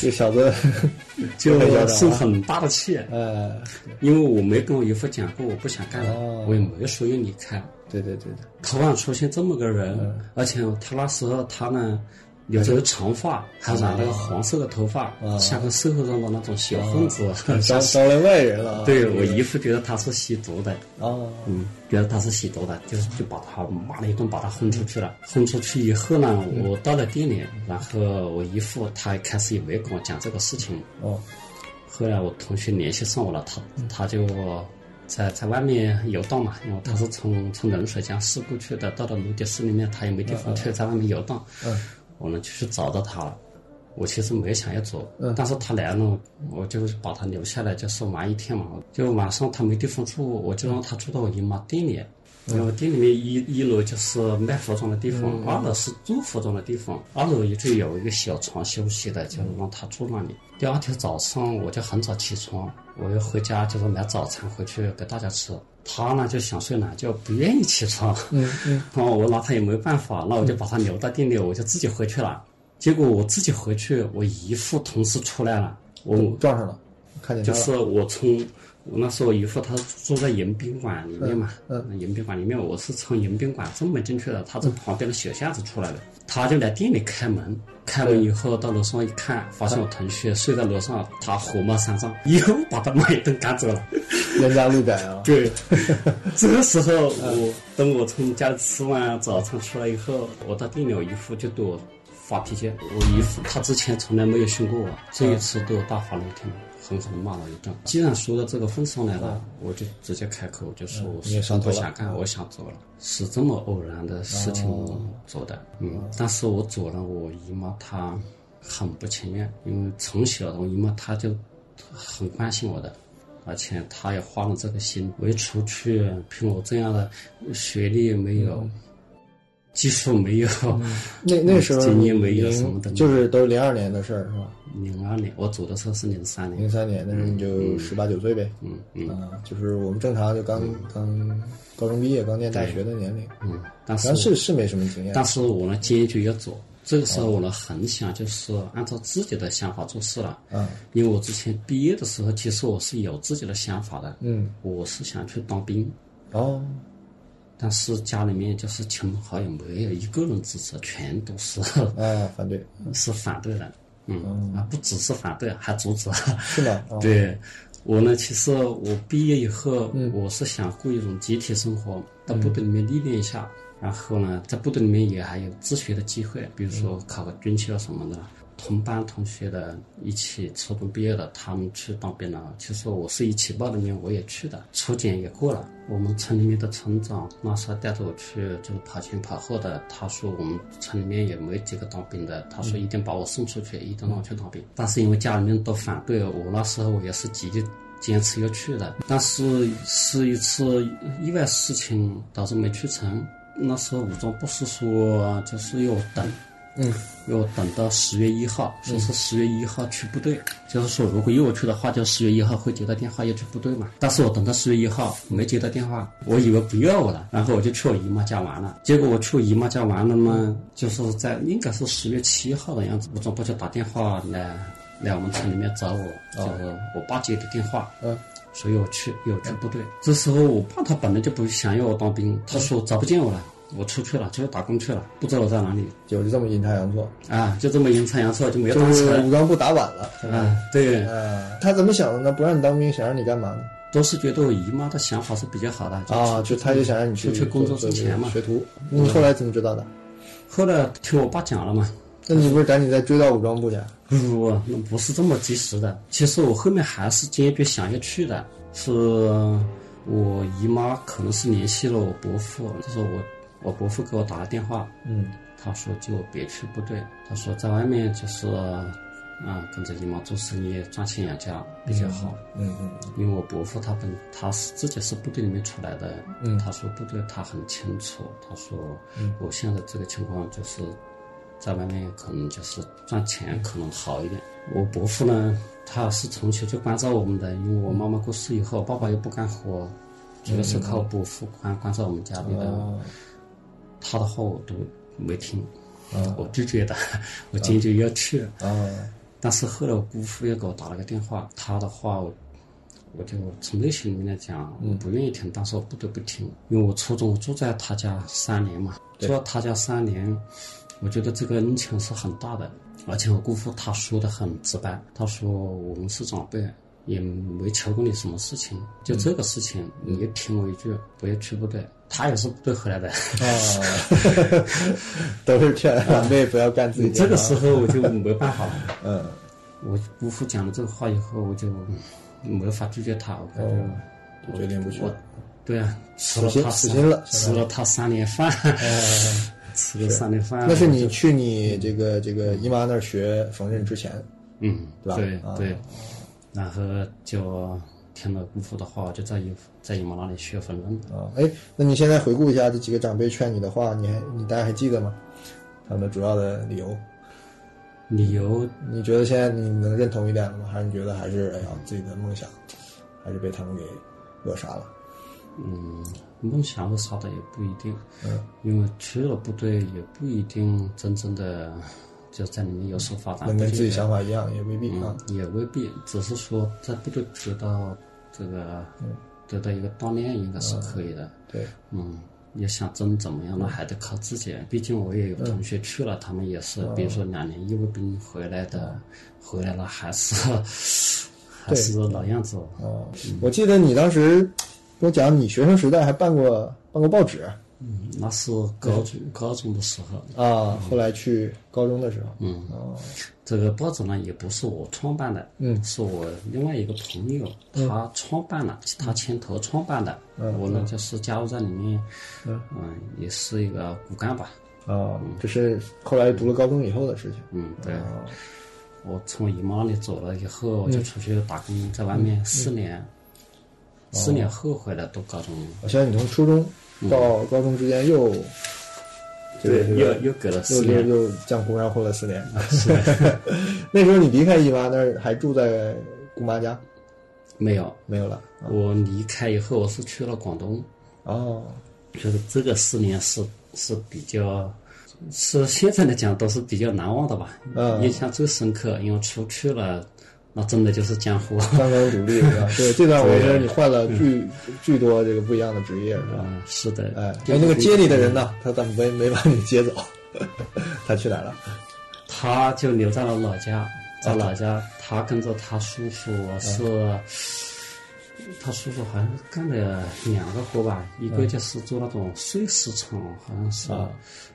Speaker 1: 这小子，
Speaker 2: 就
Speaker 1: 太嚣张了啊
Speaker 2: 生很大的气，
Speaker 1: 呃，
Speaker 2: 因为我没跟我姨夫讲过我不想干了
Speaker 1: 哦，
Speaker 2: 我也没说要离开。
Speaker 1: 对对对对，
Speaker 2: 突然出现这么个人，而且他那时候他呢留着个长发，还染了个黄色的头发，
Speaker 1: 嗯
Speaker 2: 像个社会上的那种小混子。
Speaker 1: 啊招招来外人了啊，
Speaker 2: 嗯啊 对我姨夫觉得他是吸毒的，
Speaker 1: 啊，
Speaker 2: 嗯，觉得他是吸毒的，就是就把他骂了一顿，把他轰出去了。嗯轰出去以后呢，我到了店里，然后我姨父他开始也没跟我讲这个事情。
Speaker 1: 哦，
Speaker 2: 后来我同学联系上我了，他他就在在外面游荡嘛，因为他是从从冷水江市过去的，到了卢迪市里面，他也没地方去，在外面游荡。
Speaker 1: 嗯
Speaker 2: 我呢就去找到他了。我其实没想要走，
Speaker 1: 嗯
Speaker 2: 但是他来了，我就把他留下来，就是玩一天嘛。就晚上他没地方住，我就让他住到我姨妈店里。然后店里面一一楼就是卖服装的地方，二楼是做服装的地方，二楼也就有一个小床休息的，就让他住那里。第二天早上我就很早起床，我要回家就是买早餐回去给大家吃。他呢就想睡懒觉，不愿意起床。
Speaker 1: 嗯嗯，
Speaker 2: 然后我拿他也没办法，那我就把他留到店里，我就自己回去了。结果我自己回去，我姨父同事出来了，我
Speaker 1: 撞上了，看见他
Speaker 2: 就
Speaker 1: 了，
Speaker 2: 是我从我那时候姨父他住在迎宾馆里面嘛，
Speaker 1: 嗯
Speaker 2: 迎宾馆里面我是从迎宾馆正门进去的，他从旁边的小巷子出来的，他就来店里开
Speaker 1: 嗯
Speaker 2: 门，开门以后到楼上一看，发现我同学睡在楼上，他火冒三丈，又把他骂一顿赶走了。
Speaker 1: 人家路窄 啊，
Speaker 2: 对，这个时候我等我从家里吃完早餐出来以后，我到店里，我姨父就对我发脾气。我姨父他之前从来没有凶过我，这
Speaker 1: 嗯
Speaker 2: 一次对我大发雷霆，狠狠的骂了我一顿。既然说到这个份上来了，我就直接开口，就说我
Speaker 1: 嗯你也
Speaker 2: 是
Speaker 1: 上头
Speaker 2: 不
Speaker 1: 了
Speaker 2: 想干，哎我想走了，是这么偶然的事情走的。嗯，但是我走了，我姨妈她很不情愿，因为从小我姨妈她就很关心我的。而且他也花了这个心。我一出去，凭我这样的学历没有，技术没有，
Speaker 1: 那那时候
Speaker 2: 今
Speaker 1: 你
Speaker 2: 年没有什么的
Speaker 1: 就是都是零二年的事儿是吧？
Speaker 2: 零二年我走的时候是零三
Speaker 1: 零
Speaker 2: 年，
Speaker 1: 三年那时候你就十八九岁呗，
Speaker 2: 嗯嗯
Speaker 1: 啊，就是我们正常就刚刚高中毕业，刚念大学的年龄，
Speaker 2: 嗯，但是
Speaker 1: 咱是是没什么经验，
Speaker 2: 但是我呢坚决要走。这个时候我呢很想就是按照自己的想法做事了，
Speaker 1: 嗯
Speaker 2: 因为我之前毕业的时候其实我是有自己的想法的，
Speaker 1: 嗯，
Speaker 2: 我是想去当兵，
Speaker 1: 哦，
Speaker 2: 但是家里面就是亲朋好友没有一个人支持，全都是
Speaker 1: 哎，反对
Speaker 2: 是反对的，嗯，啊，不只是反对，还阻止。
Speaker 1: 是吗？哦，
Speaker 2: 对我呢，其实我毕业以后，我是想过一种集体生活，到部队里面历练一下，啊然后呢，在部队里面也还有自学的机会，比如说考个军校什么的。同班同学的，一起初中毕业的，他们去当兵了。其实我是一起报的名，我也去的，初检也过了。我们村里面的村长那时候带着我去，就是跑前跑后的。他说我们村里面也没几个当兵的，他说一定把我送出去，一定让我去当兵。但是因为家里面都反对，我那时候我也是极力坚持要去的，但是是一次意外事情导致没去成。那时候武装部是说就是要等，
Speaker 1: 嗯，
Speaker 2: 要等到十月一号，说是十月一号去部队，就是说如果要我去的话，就十月一号会接到电话要去部队嘛。但是我等到十月一号没接到电话，我以为不要我了，然后我就去我姨妈家玩了。结果我去我姨妈家玩了嘛，就是在应该是十月七号的样子，武装部就打电话来来我们村里面找我，就是我爸接的电话，
Speaker 1: 嗯，
Speaker 2: 所以我去有去部队。这时候我爸他本来就不想要我当兵，他说找不见我了，我出去了，出去打工去了，不知道我在哪里
Speaker 1: 就是这么阴差阳错，
Speaker 2: 啊，就这么阴差阳错就没有
Speaker 1: 就
Speaker 2: 当
Speaker 1: 是
Speaker 2: 成
Speaker 1: 武装部打晚了。
Speaker 2: 啊。对，
Speaker 1: 呃，他怎么想的呢？不让你当兵，想让你干嘛呢？
Speaker 2: 都是觉得我姨妈的想法是比较好的
Speaker 1: 啊，就他就想让你去
Speaker 2: 出去工作之前嘛嗯
Speaker 1: 做这个学徒。你后来怎么知道的？
Speaker 2: 后来听我爸讲了嘛，
Speaker 1: 那你不是赶紧再追到武装部去？啊
Speaker 2: 不不，那不是这么及时的。其实我后面还是坚决想要去的，是呃我姨妈可能是联系了我伯父，就是我我伯父给我打了电话，
Speaker 1: 嗯，
Speaker 2: 他说就别去部队，他说在外面就是，啊、跟着姨妈做生意赚钱养家比较好。
Speaker 1: 嗯嗯
Speaker 2: 因为我伯父他本他是自己是部队里面出来的，
Speaker 1: 嗯
Speaker 2: 他说部队他很清楚，他说，我现在这个情况就是，在外面可能就是赚钱可能好一点。我伯父呢，他是从小就关照我们的，因为我妈妈过世以后，爸爸又不干活，主要是靠伯父关关照我们家里的。
Speaker 1: 嗯哦
Speaker 2: 他的话我都没听，
Speaker 1: 啊
Speaker 2: 我拒绝的， 我坚
Speaker 1: 哦
Speaker 2: 决要去。
Speaker 1: 啊
Speaker 2: 但是后来我姑父又给我打了个电话，他的话我，我就从内心里面来讲，我不愿意听，但是我不得不听，因为我初中我住在他家三年嘛，住在他家三年，我觉得这个恩情是很大的，而且我姑父他说的很直白，他说我们是长辈。也没求过你什么事情，就这个事情，你就听我一句，不要去部队。他也是部队回来的，
Speaker 1: 啊！ 都是劝晚辈不要干自己的
Speaker 2: 这个
Speaker 1: 行
Speaker 2: 时候我就没办法了。
Speaker 1: 嗯
Speaker 2: 我姑父讲了这个话以后，我就没法拒绝他，我感觉、
Speaker 1: 哦就决定不去了
Speaker 2: 我对啊，
Speaker 1: 死
Speaker 2: 吃了
Speaker 1: 心
Speaker 2: 他
Speaker 1: 死
Speaker 2: 三
Speaker 1: 心了哎
Speaker 2: 吃了他三年饭， 吃了三年饭。
Speaker 1: 那是你去你这个这个姨妈那儿学缝纫之前，
Speaker 2: 嗯，
Speaker 1: 对吧
Speaker 2: 对
Speaker 1: 啊
Speaker 2: 对然后就听了姑父的话，就在姨在姨妈那里学缝纫。
Speaker 1: 啊，哎，那你现在回顾一下这几个长辈劝你的话，你还你大家还记得吗？他们的主要的理由，
Speaker 2: 理由
Speaker 1: 你觉得现在你能认同一点了吗？还是你觉得还是哎呀自己的梦想还是被他们给扼杀了？
Speaker 2: 嗯，梦想扼杀的也不一定，
Speaker 1: 嗯
Speaker 2: 因为去了部队也不一定真正的就在里面有所发展，
Speaker 1: 能跟自己
Speaker 2: 啊不一定
Speaker 1: 想法一样也未必啊
Speaker 2: 嗯。，也未必，只是说在部队得到这个、得到一个锻炼，应该是可以的。
Speaker 1: 对，
Speaker 2: 嗯，也想真怎么样呢，还得靠自己。毕竟我也有同学去了，他们也是，比如说两年义务兵回来的，回来了还是还是老样子。
Speaker 1: 哦，我记得你当时跟我讲，你学生时代还办过办过报纸
Speaker 2: 嗯，那是高中高中的时候。
Speaker 1: 啊，后来去高中的时候，
Speaker 2: 嗯，
Speaker 1: 哦，
Speaker 2: 这个报纸呢也不是我创办的，
Speaker 1: 嗯
Speaker 2: 是我另外一个朋友他创办了，他牵头创办的，
Speaker 1: 嗯
Speaker 2: 我呢就是加入在里面，
Speaker 1: 嗯
Speaker 2: 也是一个骨干吧，
Speaker 1: 哦，这是后来读了高中以后的事情。
Speaker 2: 嗯，对，
Speaker 1: 哦，
Speaker 2: 我从姨妈那里走了以后，我就出去打工，在外
Speaker 1: 嗯
Speaker 2: 面四年，
Speaker 1: 哦
Speaker 2: 四年后回来读高中，
Speaker 1: 好像你从初中到高中之间又这个这
Speaker 2: 嗯又
Speaker 1: 个
Speaker 2: 又隔了
Speaker 1: 又
Speaker 2: 四
Speaker 1: 又
Speaker 2: 年，
Speaker 1: 又酱姑然混了四 年。 那时候你离开姨妈那儿，还住在姑妈家
Speaker 2: 没有，
Speaker 1: 没有了？
Speaker 2: 我离开以后我是去了广东，
Speaker 1: 哦，
Speaker 2: 就是这个四年是是比较，是现在来讲都是比较难忘的吧。
Speaker 1: 嗯
Speaker 2: 印象最深刻，因为出去了，那真的就是江湖。
Speaker 1: 刚刚独立是吧？对，这段我觉得你换了巨巨多这个不一样的职业是吧？
Speaker 2: 嗯，是的。
Speaker 1: 哎，
Speaker 2: 就
Speaker 1: 哎，
Speaker 2: 是
Speaker 1: 那个接你的人呢？他怎么没没把你接走？ 他去哪儿了？
Speaker 2: 他就留在了老家，
Speaker 1: 啊
Speaker 2: 在老家，他跟着他叔叔是，他叔叔好像是干了两个活吧，一
Speaker 1: 啊
Speaker 2: 个就是做那种碎石厂，好像是，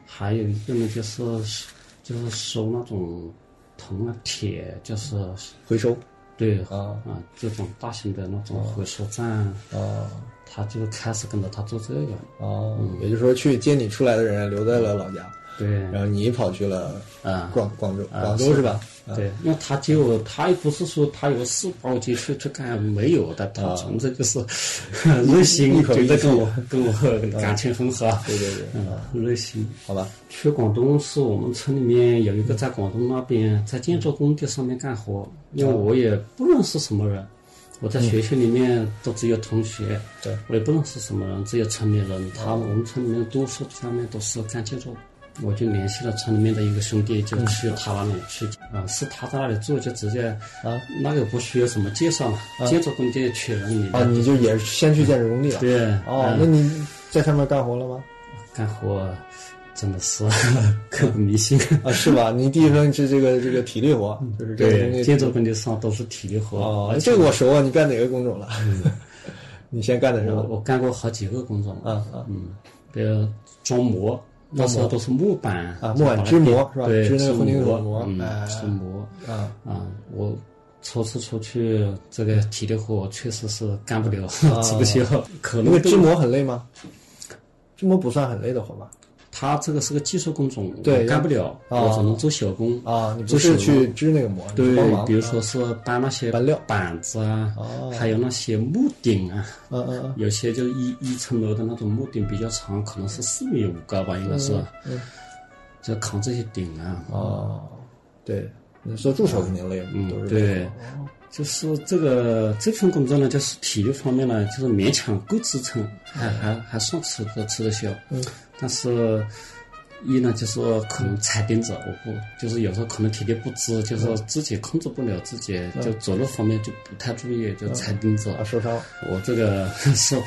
Speaker 2: 还有一个呢就是就是收那种铜啊、铁，就是
Speaker 1: 回收
Speaker 2: 对
Speaker 1: 啊
Speaker 2: 啊这种大型的那种回收站，
Speaker 1: 啊
Speaker 2: 他就开始跟着他做这个。
Speaker 1: 啊，
Speaker 2: 嗯
Speaker 1: 也就是说，去接你出来的人留在了老家，
Speaker 2: 对，
Speaker 1: 然后你跑去了
Speaker 2: 啊
Speaker 1: 广广州，
Speaker 2: 啊
Speaker 1: 广州是吧？嗯啊
Speaker 2: 对，因为他就他也不是说他有事把我接去去干，没有的，他纯粹就是 热
Speaker 1: 一
Speaker 2: 心，
Speaker 1: 口
Speaker 2: 觉得
Speaker 1: 一
Speaker 2: 跟我跟我感情很好，
Speaker 1: 啊对对对，
Speaker 2: 嗯，热心。
Speaker 1: 好吧，
Speaker 2: 去广东是我们村里面有一个在广东那边在建筑工地上面干活，因为我也不认识什么人，我在学校里面都只有同学，
Speaker 1: 对
Speaker 2: 我也不认识什么人，只有村里人。他们我们村里面多数上面都是干建筑，我就联系了村里面的一个兄弟，就去他那里去，啊、是他在那里做，就直接
Speaker 1: 啊
Speaker 2: 那个不需要什么介绍了，建筑工地缺人你
Speaker 1: 啊，你就也是先去建筑工地了，
Speaker 2: 对，
Speaker 1: 哦，
Speaker 2: 嗯
Speaker 1: 那你在上面干活了吗？
Speaker 2: 干活真的是 刻骨铭心。
Speaker 1: 啊，是吧？你第一份是这个这个体力活，就是这个
Speaker 2: 对，
Speaker 1: 东
Speaker 2: 建
Speaker 1: 西。
Speaker 2: 筑工地上都是体力活，
Speaker 1: 哦，嗯
Speaker 2: 而且
Speaker 1: 这个我熟啊，你干哪个工种了？ 你先干的什
Speaker 2: 我
Speaker 1: 么？
Speaker 2: 我干过好几个工种，
Speaker 1: 啊啊
Speaker 2: 嗯，比如装模，那时候都是木板
Speaker 1: 啊木板织模是吧
Speaker 2: 对，
Speaker 1: 织那个混凝土
Speaker 2: 模，
Speaker 1: 模
Speaker 2: 嗯
Speaker 1: 哎，
Speaker 2: 织模
Speaker 1: 啊
Speaker 2: 啊，我初次出去这个体力活确实是干不了，
Speaker 1: 啊
Speaker 2: 吃不消，可
Speaker 1: 那
Speaker 2: 能
Speaker 1: 个
Speaker 2: 对
Speaker 1: 织模很累吗？织模不算很累的活吧？
Speaker 2: 它这个是个技术工种，
Speaker 1: 对
Speaker 2: 我干不了，
Speaker 1: 啊
Speaker 2: 我只能做手工
Speaker 1: 啊，你不
Speaker 2: 做手
Speaker 1: 是
Speaker 2: 工
Speaker 1: 去织那个模，你是
Speaker 2: 对
Speaker 1: 帮，忙嗯
Speaker 2: 比。如说是搬那些
Speaker 1: 搬料
Speaker 2: 板子啊
Speaker 1: 哦，
Speaker 2: 还有那些木顶啊，
Speaker 1: 嗯嗯嗯，
Speaker 2: 有些就是一一层楼的那种木顶比较长，可能是四米五高吧，应该是，
Speaker 1: 嗯
Speaker 2: 就扛这些顶啊，
Speaker 1: 哦，对，你说助手肯定累嘛，
Speaker 2: 嗯
Speaker 1: 都是
Speaker 2: 对就是这个这份工作呢，就是体力方面呢，就是勉强够支撑，还还还算吃得吃得消，
Speaker 1: 嗯
Speaker 2: 但是。一呢，就是可能踩钉子，我不就是有时候可能体力不支，就是自己控制不了自己，
Speaker 1: 嗯
Speaker 2: 就走路方面就不太注意，就踩钉子。
Speaker 1: 啊，受伤了。
Speaker 2: 我这个 受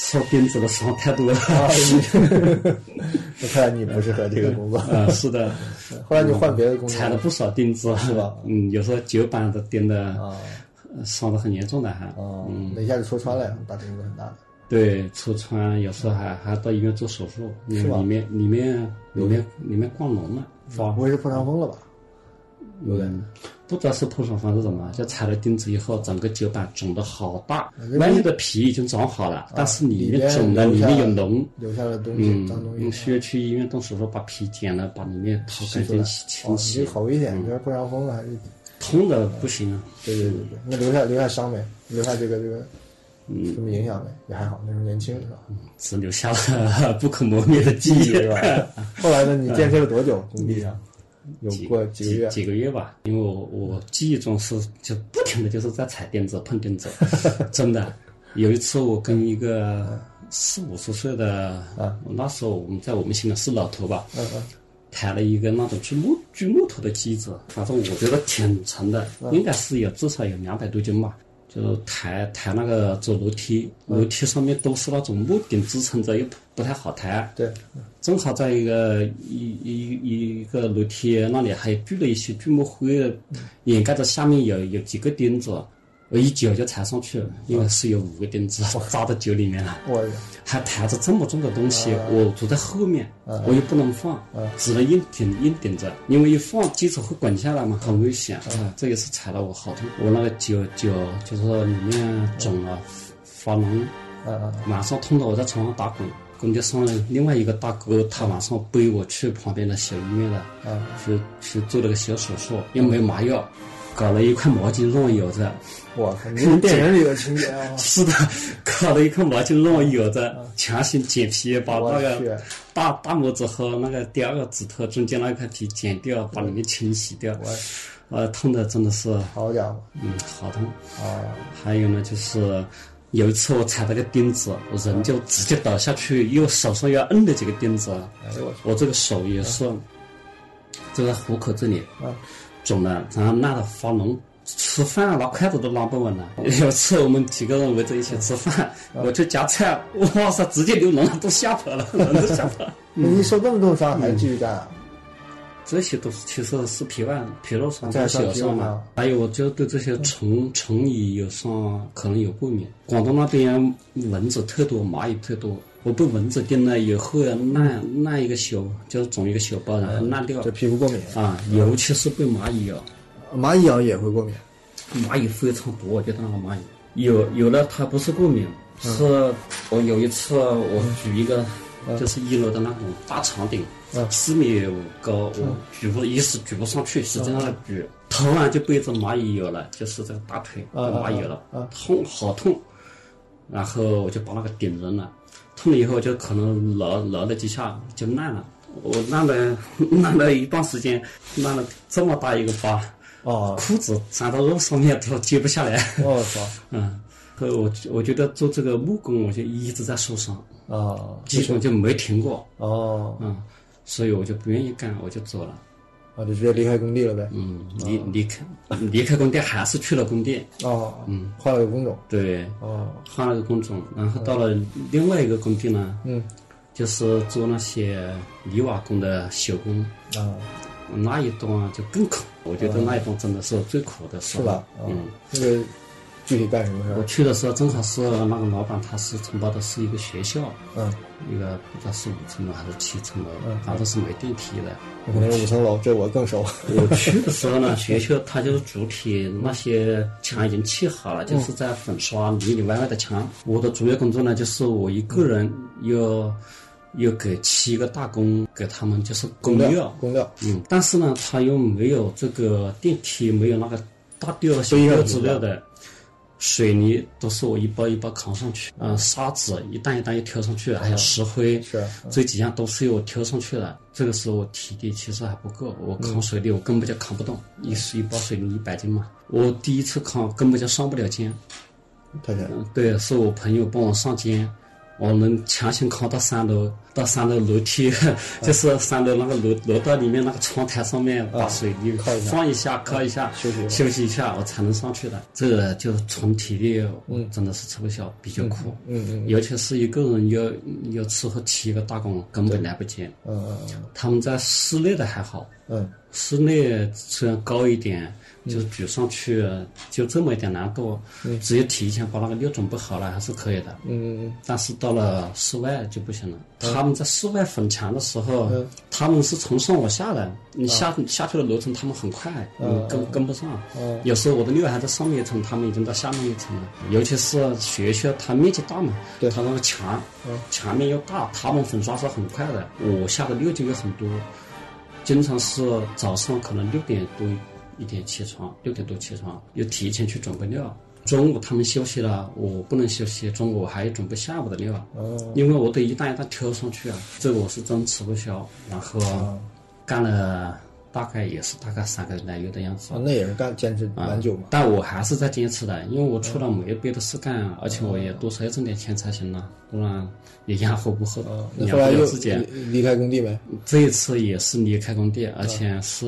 Speaker 2: 受钉子的伤太多了。
Speaker 1: 啊，你 我看来你不适合这个工作。
Speaker 2: 啊，是的，
Speaker 1: 后来你换别的工作
Speaker 2: 踩了不少钉子，是
Speaker 1: 吧
Speaker 2: 嗯，有时候脚板都钉的，
Speaker 1: 啊
Speaker 2: 呃伤的很严重的还。
Speaker 1: 啊，
Speaker 2: 嗯，
Speaker 1: 那一下就戳穿了呀，打钉子很大的。
Speaker 2: 对，戳穿，有时候还还到医院做手术，
Speaker 1: 是吧
Speaker 2: 里面里面里面里面灌脓了，
Speaker 1: 不会是破伤风了吧？有点
Speaker 2: 嗯，不知道是破伤风是什么，就踩了钉子以后，整个脚板肿的好大
Speaker 1: 啊这，
Speaker 2: 外面的皮已经长好了，但是里
Speaker 1: 里
Speaker 2: 面
Speaker 1: 面
Speaker 2: 肿的，
Speaker 1: 留
Speaker 2: 里
Speaker 1: 下
Speaker 2: 面有脓。
Speaker 1: 留下了东西，啊
Speaker 2: 嗯
Speaker 1: 脏东，
Speaker 2: 你需
Speaker 1: 西
Speaker 2: 要去医院动手术把皮剪了，把里面掏
Speaker 1: 吸
Speaker 2: 干
Speaker 1: 出来
Speaker 2: 净洗。
Speaker 1: 哦
Speaker 2: 清
Speaker 1: 你这
Speaker 2: 洗
Speaker 1: 个，好危
Speaker 2: 嗯
Speaker 1: 险，你这破伤风了还是？
Speaker 2: 痛的不行啊。
Speaker 1: 对对对对，那留下留下伤没？留下这个这个
Speaker 2: 嗯
Speaker 1: 什么影响没？也还好，那时候年轻是吧？
Speaker 2: 只留下了 不可磨灭的记 忆，
Speaker 1: 是吧？后来呢？你坚持了多久？工地上有
Speaker 2: 几
Speaker 1: 过嗯几个月？
Speaker 2: 几个月吧，因为我我记忆中是就不停的就是在踩钉子、碰 钉子，真的。有一次我跟一个四五十岁的，
Speaker 1: 啊
Speaker 2: 那时候我们在我们心里是老头吧，
Speaker 1: 嗯嗯
Speaker 2: 抬了一个那种锯木锯木头的机子，反正我觉得挺沉的，
Speaker 1: 啊
Speaker 2: 应该是有至少有两百多斤吧。就抬抬那个走楼梯，
Speaker 1: 啊
Speaker 2: 楼梯上面都是那种木顶支撑着，又不不太好抬。
Speaker 1: 对，嗯
Speaker 2: 正好在一个一一一一个楼梯那里还聚了一些锯木灰，掩盖着下面有有几个钉子，我一脚就踩上去了，因为是有五个钉子扎到脚里面了。
Speaker 1: 我的
Speaker 2: 还抬着这么重的东西，我坐在后面，我又不能放，只能硬顶硬顶着，因为一放机子会滚下来嘛，很危险啊！这也是踩了我好痛，我那个脚脚就是里面肿了，发脓，
Speaker 1: 嗯嗯
Speaker 2: 晚上痛的我在床上打滚。工地上另外一个大哥，他晚上背我去旁边的小医院了，
Speaker 1: 嗯
Speaker 2: 去去做了个小手术，又没麻药，搞了一块毛巾让我咬着，
Speaker 1: 我 靠，你这是电影里的情节啊！
Speaker 2: 是的， 搞了一块毛巾让我咬着，强行剪皮，把
Speaker 1: 我
Speaker 2: 那
Speaker 1: 去
Speaker 2: 个大大拇指和那个第二个指头中间那块皮剪掉，把里面清洗掉。呃，痛的真的是，
Speaker 1: 好家伙
Speaker 2: 嗯，好痛。
Speaker 1: 啊！
Speaker 2: 还有呢，就是有一次我踩了个钉子，我人就直接倒下去，又手上要摁了几个钉子，啊
Speaker 1: 哎呦我去
Speaker 2: 我这个手也是，就在虎口这里
Speaker 1: 啊
Speaker 2: 肿了，然后辣的发脓。吃饭拿筷子都拿不稳了。
Speaker 1: 啊
Speaker 2: 有次我们几个人围着一起吃饭，我去夹菜，哇塞，直接流脓了，都吓跑了， 人都吓跑了。
Speaker 1: 那你受这么重伤还继续干啊？
Speaker 2: 这些都是其实是皮外皮肉伤
Speaker 1: 这
Speaker 2: 在
Speaker 1: 还算
Speaker 2: 小
Speaker 1: 皮肉嗯伤
Speaker 2: 伤嘛，还有就对这些虫虫蚁有伤，可能有过敏。广东那边蚊子特多，蚂蚁特多，我被蚊子叮了以后呀，烂烂一个小，就是肿一个小包，然后烂掉
Speaker 1: 这皮肤过敏，
Speaker 2: 啊，尤其是被蚂蚁咬，
Speaker 1: 蚂蚁咬也会过敏。
Speaker 2: 蚂蚁非常毒，我觉得那个蚂蚁嗯有有的它不是过敏，是我有一次我举一个。就是一楼的那种大长顶，
Speaker 1: 嗯
Speaker 2: 四米五高，我举不一时举不上去，是在那举，突然就被一只蚂蚁咬了，就是这个大腿被
Speaker 1: 啊
Speaker 2: 蚂蚁咬了
Speaker 1: 啊啊，
Speaker 2: 痛好痛，然后我就把那个顶扔了，痛了以后就可能挠挠了几下就烂了，我烂了 烂了一段时间，烂了这么大一个疤，
Speaker 1: 哦，
Speaker 2: 裤子粘到肉上面都揭不下来，
Speaker 1: 我操
Speaker 2: 嗯，所以我我觉得做这个木工，我就一直在受伤，
Speaker 1: 啊！
Speaker 2: 基本就没停过。
Speaker 1: 哦，
Speaker 2: 嗯，所以我就不愿意干，我就走了。
Speaker 1: 啊，就直接离开工地了呗。
Speaker 2: 嗯，离离开离开工地，还是去了工地。
Speaker 1: 哦，嗯，换了个工种。
Speaker 2: 对，
Speaker 1: 哦，
Speaker 2: 换了个工种，然后到了另外一个工地呢，
Speaker 1: 嗯，
Speaker 2: 就是做那些泥瓦工的手工，
Speaker 1: 啊，
Speaker 2: 那一段就更苦。我觉得那一段真的是我最苦的时
Speaker 1: 是
Speaker 2: 候。
Speaker 1: 吧？啊
Speaker 2: 嗯，，
Speaker 1: 那个具体干什么事
Speaker 2: 我
Speaker 1: 儿？
Speaker 2: 去的时候正好是那个老板，他是承包的是一个学校，
Speaker 1: 嗯，
Speaker 2: 一个不知道是五层楼还是七层楼，反正是没电梯的。
Speaker 1: 那可能是五层楼，这我更 熟。
Speaker 2: 我去的时候呢， 学校它就是主体那些墙已经砌好了，就是在粉刷里里外外的墙。我的主要工作呢，就是我一个人要要给七个大工给他们就是工料，
Speaker 1: 工料，
Speaker 2: 嗯，但是呢，他又没有这个电梯，没有那个大吊小吊之类的。水泥都是我一包一包扛上去，啊嗯、沙子一担一担一挑上去，还有石灰，
Speaker 1: 是
Speaker 2: 这几样都是由我挑上去的。这个时候我体力其实还不够，我扛水泥我根本就扛不动，一一包水泥一百斤嘛，我第一次扛根本就上不了肩。
Speaker 1: 太钱。
Speaker 2: 嗯，对，是我朋友帮我上肩，我能强行扛到三楼，到三楼楼梯， 就是
Speaker 1: 嗯
Speaker 2: 三楼那个楼楼道里面那个窗台上面，把水泥
Speaker 1: 啊靠一下啊
Speaker 2: 放一下，靠一下，
Speaker 1: 休息一会儿
Speaker 2: 休息一下，我才能上去的。这个就纯体力，嗯，真的是吃不消，比较苦，
Speaker 1: 嗯嗯
Speaker 2: 尤其是一个人要要伺候七个大工，根本来不及。
Speaker 1: 嗯嗯
Speaker 2: 他们在室内的还好，
Speaker 1: 嗯
Speaker 2: 室内虽然高一点，就是举上去就这么一点难度，只要提前把那个料准备好了还是可以的。
Speaker 1: 嗯
Speaker 2: 但是到了室外就不行了。他们在室外粉墙的时候，他们是从上往下的，你下、下去的楼层他们很快，你跟跟不上。
Speaker 1: 嗯
Speaker 2: 有时候我的料还在上面一层，他们已经到下面一层了。尤其是学校，它面积大嘛，
Speaker 1: 对嗯
Speaker 2: 它那个墙，墙面又大，他们粉刷是很快的，我下的料就有很多。经常是早上可能六点多一点起床，六点多起床，又提前去准备料。中午他们休息了，我不能休息，中午我还要准备下午的料，
Speaker 1: 哦
Speaker 2: 因为我得一担一担挑上去啊，这个我是真吃不消。然后
Speaker 1: 嗯
Speaker 2: 干了大概也是大概三个来月的样子
Speaker 1: 啊，，那也是干坚持蛮久嘛。
Speaker 2: 但我还是在坚持的，因为我除了没别的事干，而且我也多少要挣点钱才行呢，不然也养活不活
Speaker 1: 啊，，那
Speaker 2: 养
Speaker 1: 后
Speaker 2: 不
Speaker 1: 来又
Speaker 2: 了自己。
Speaker 1: 离开工地呗。
Speaker 2: 这一次也是离开工地，而且是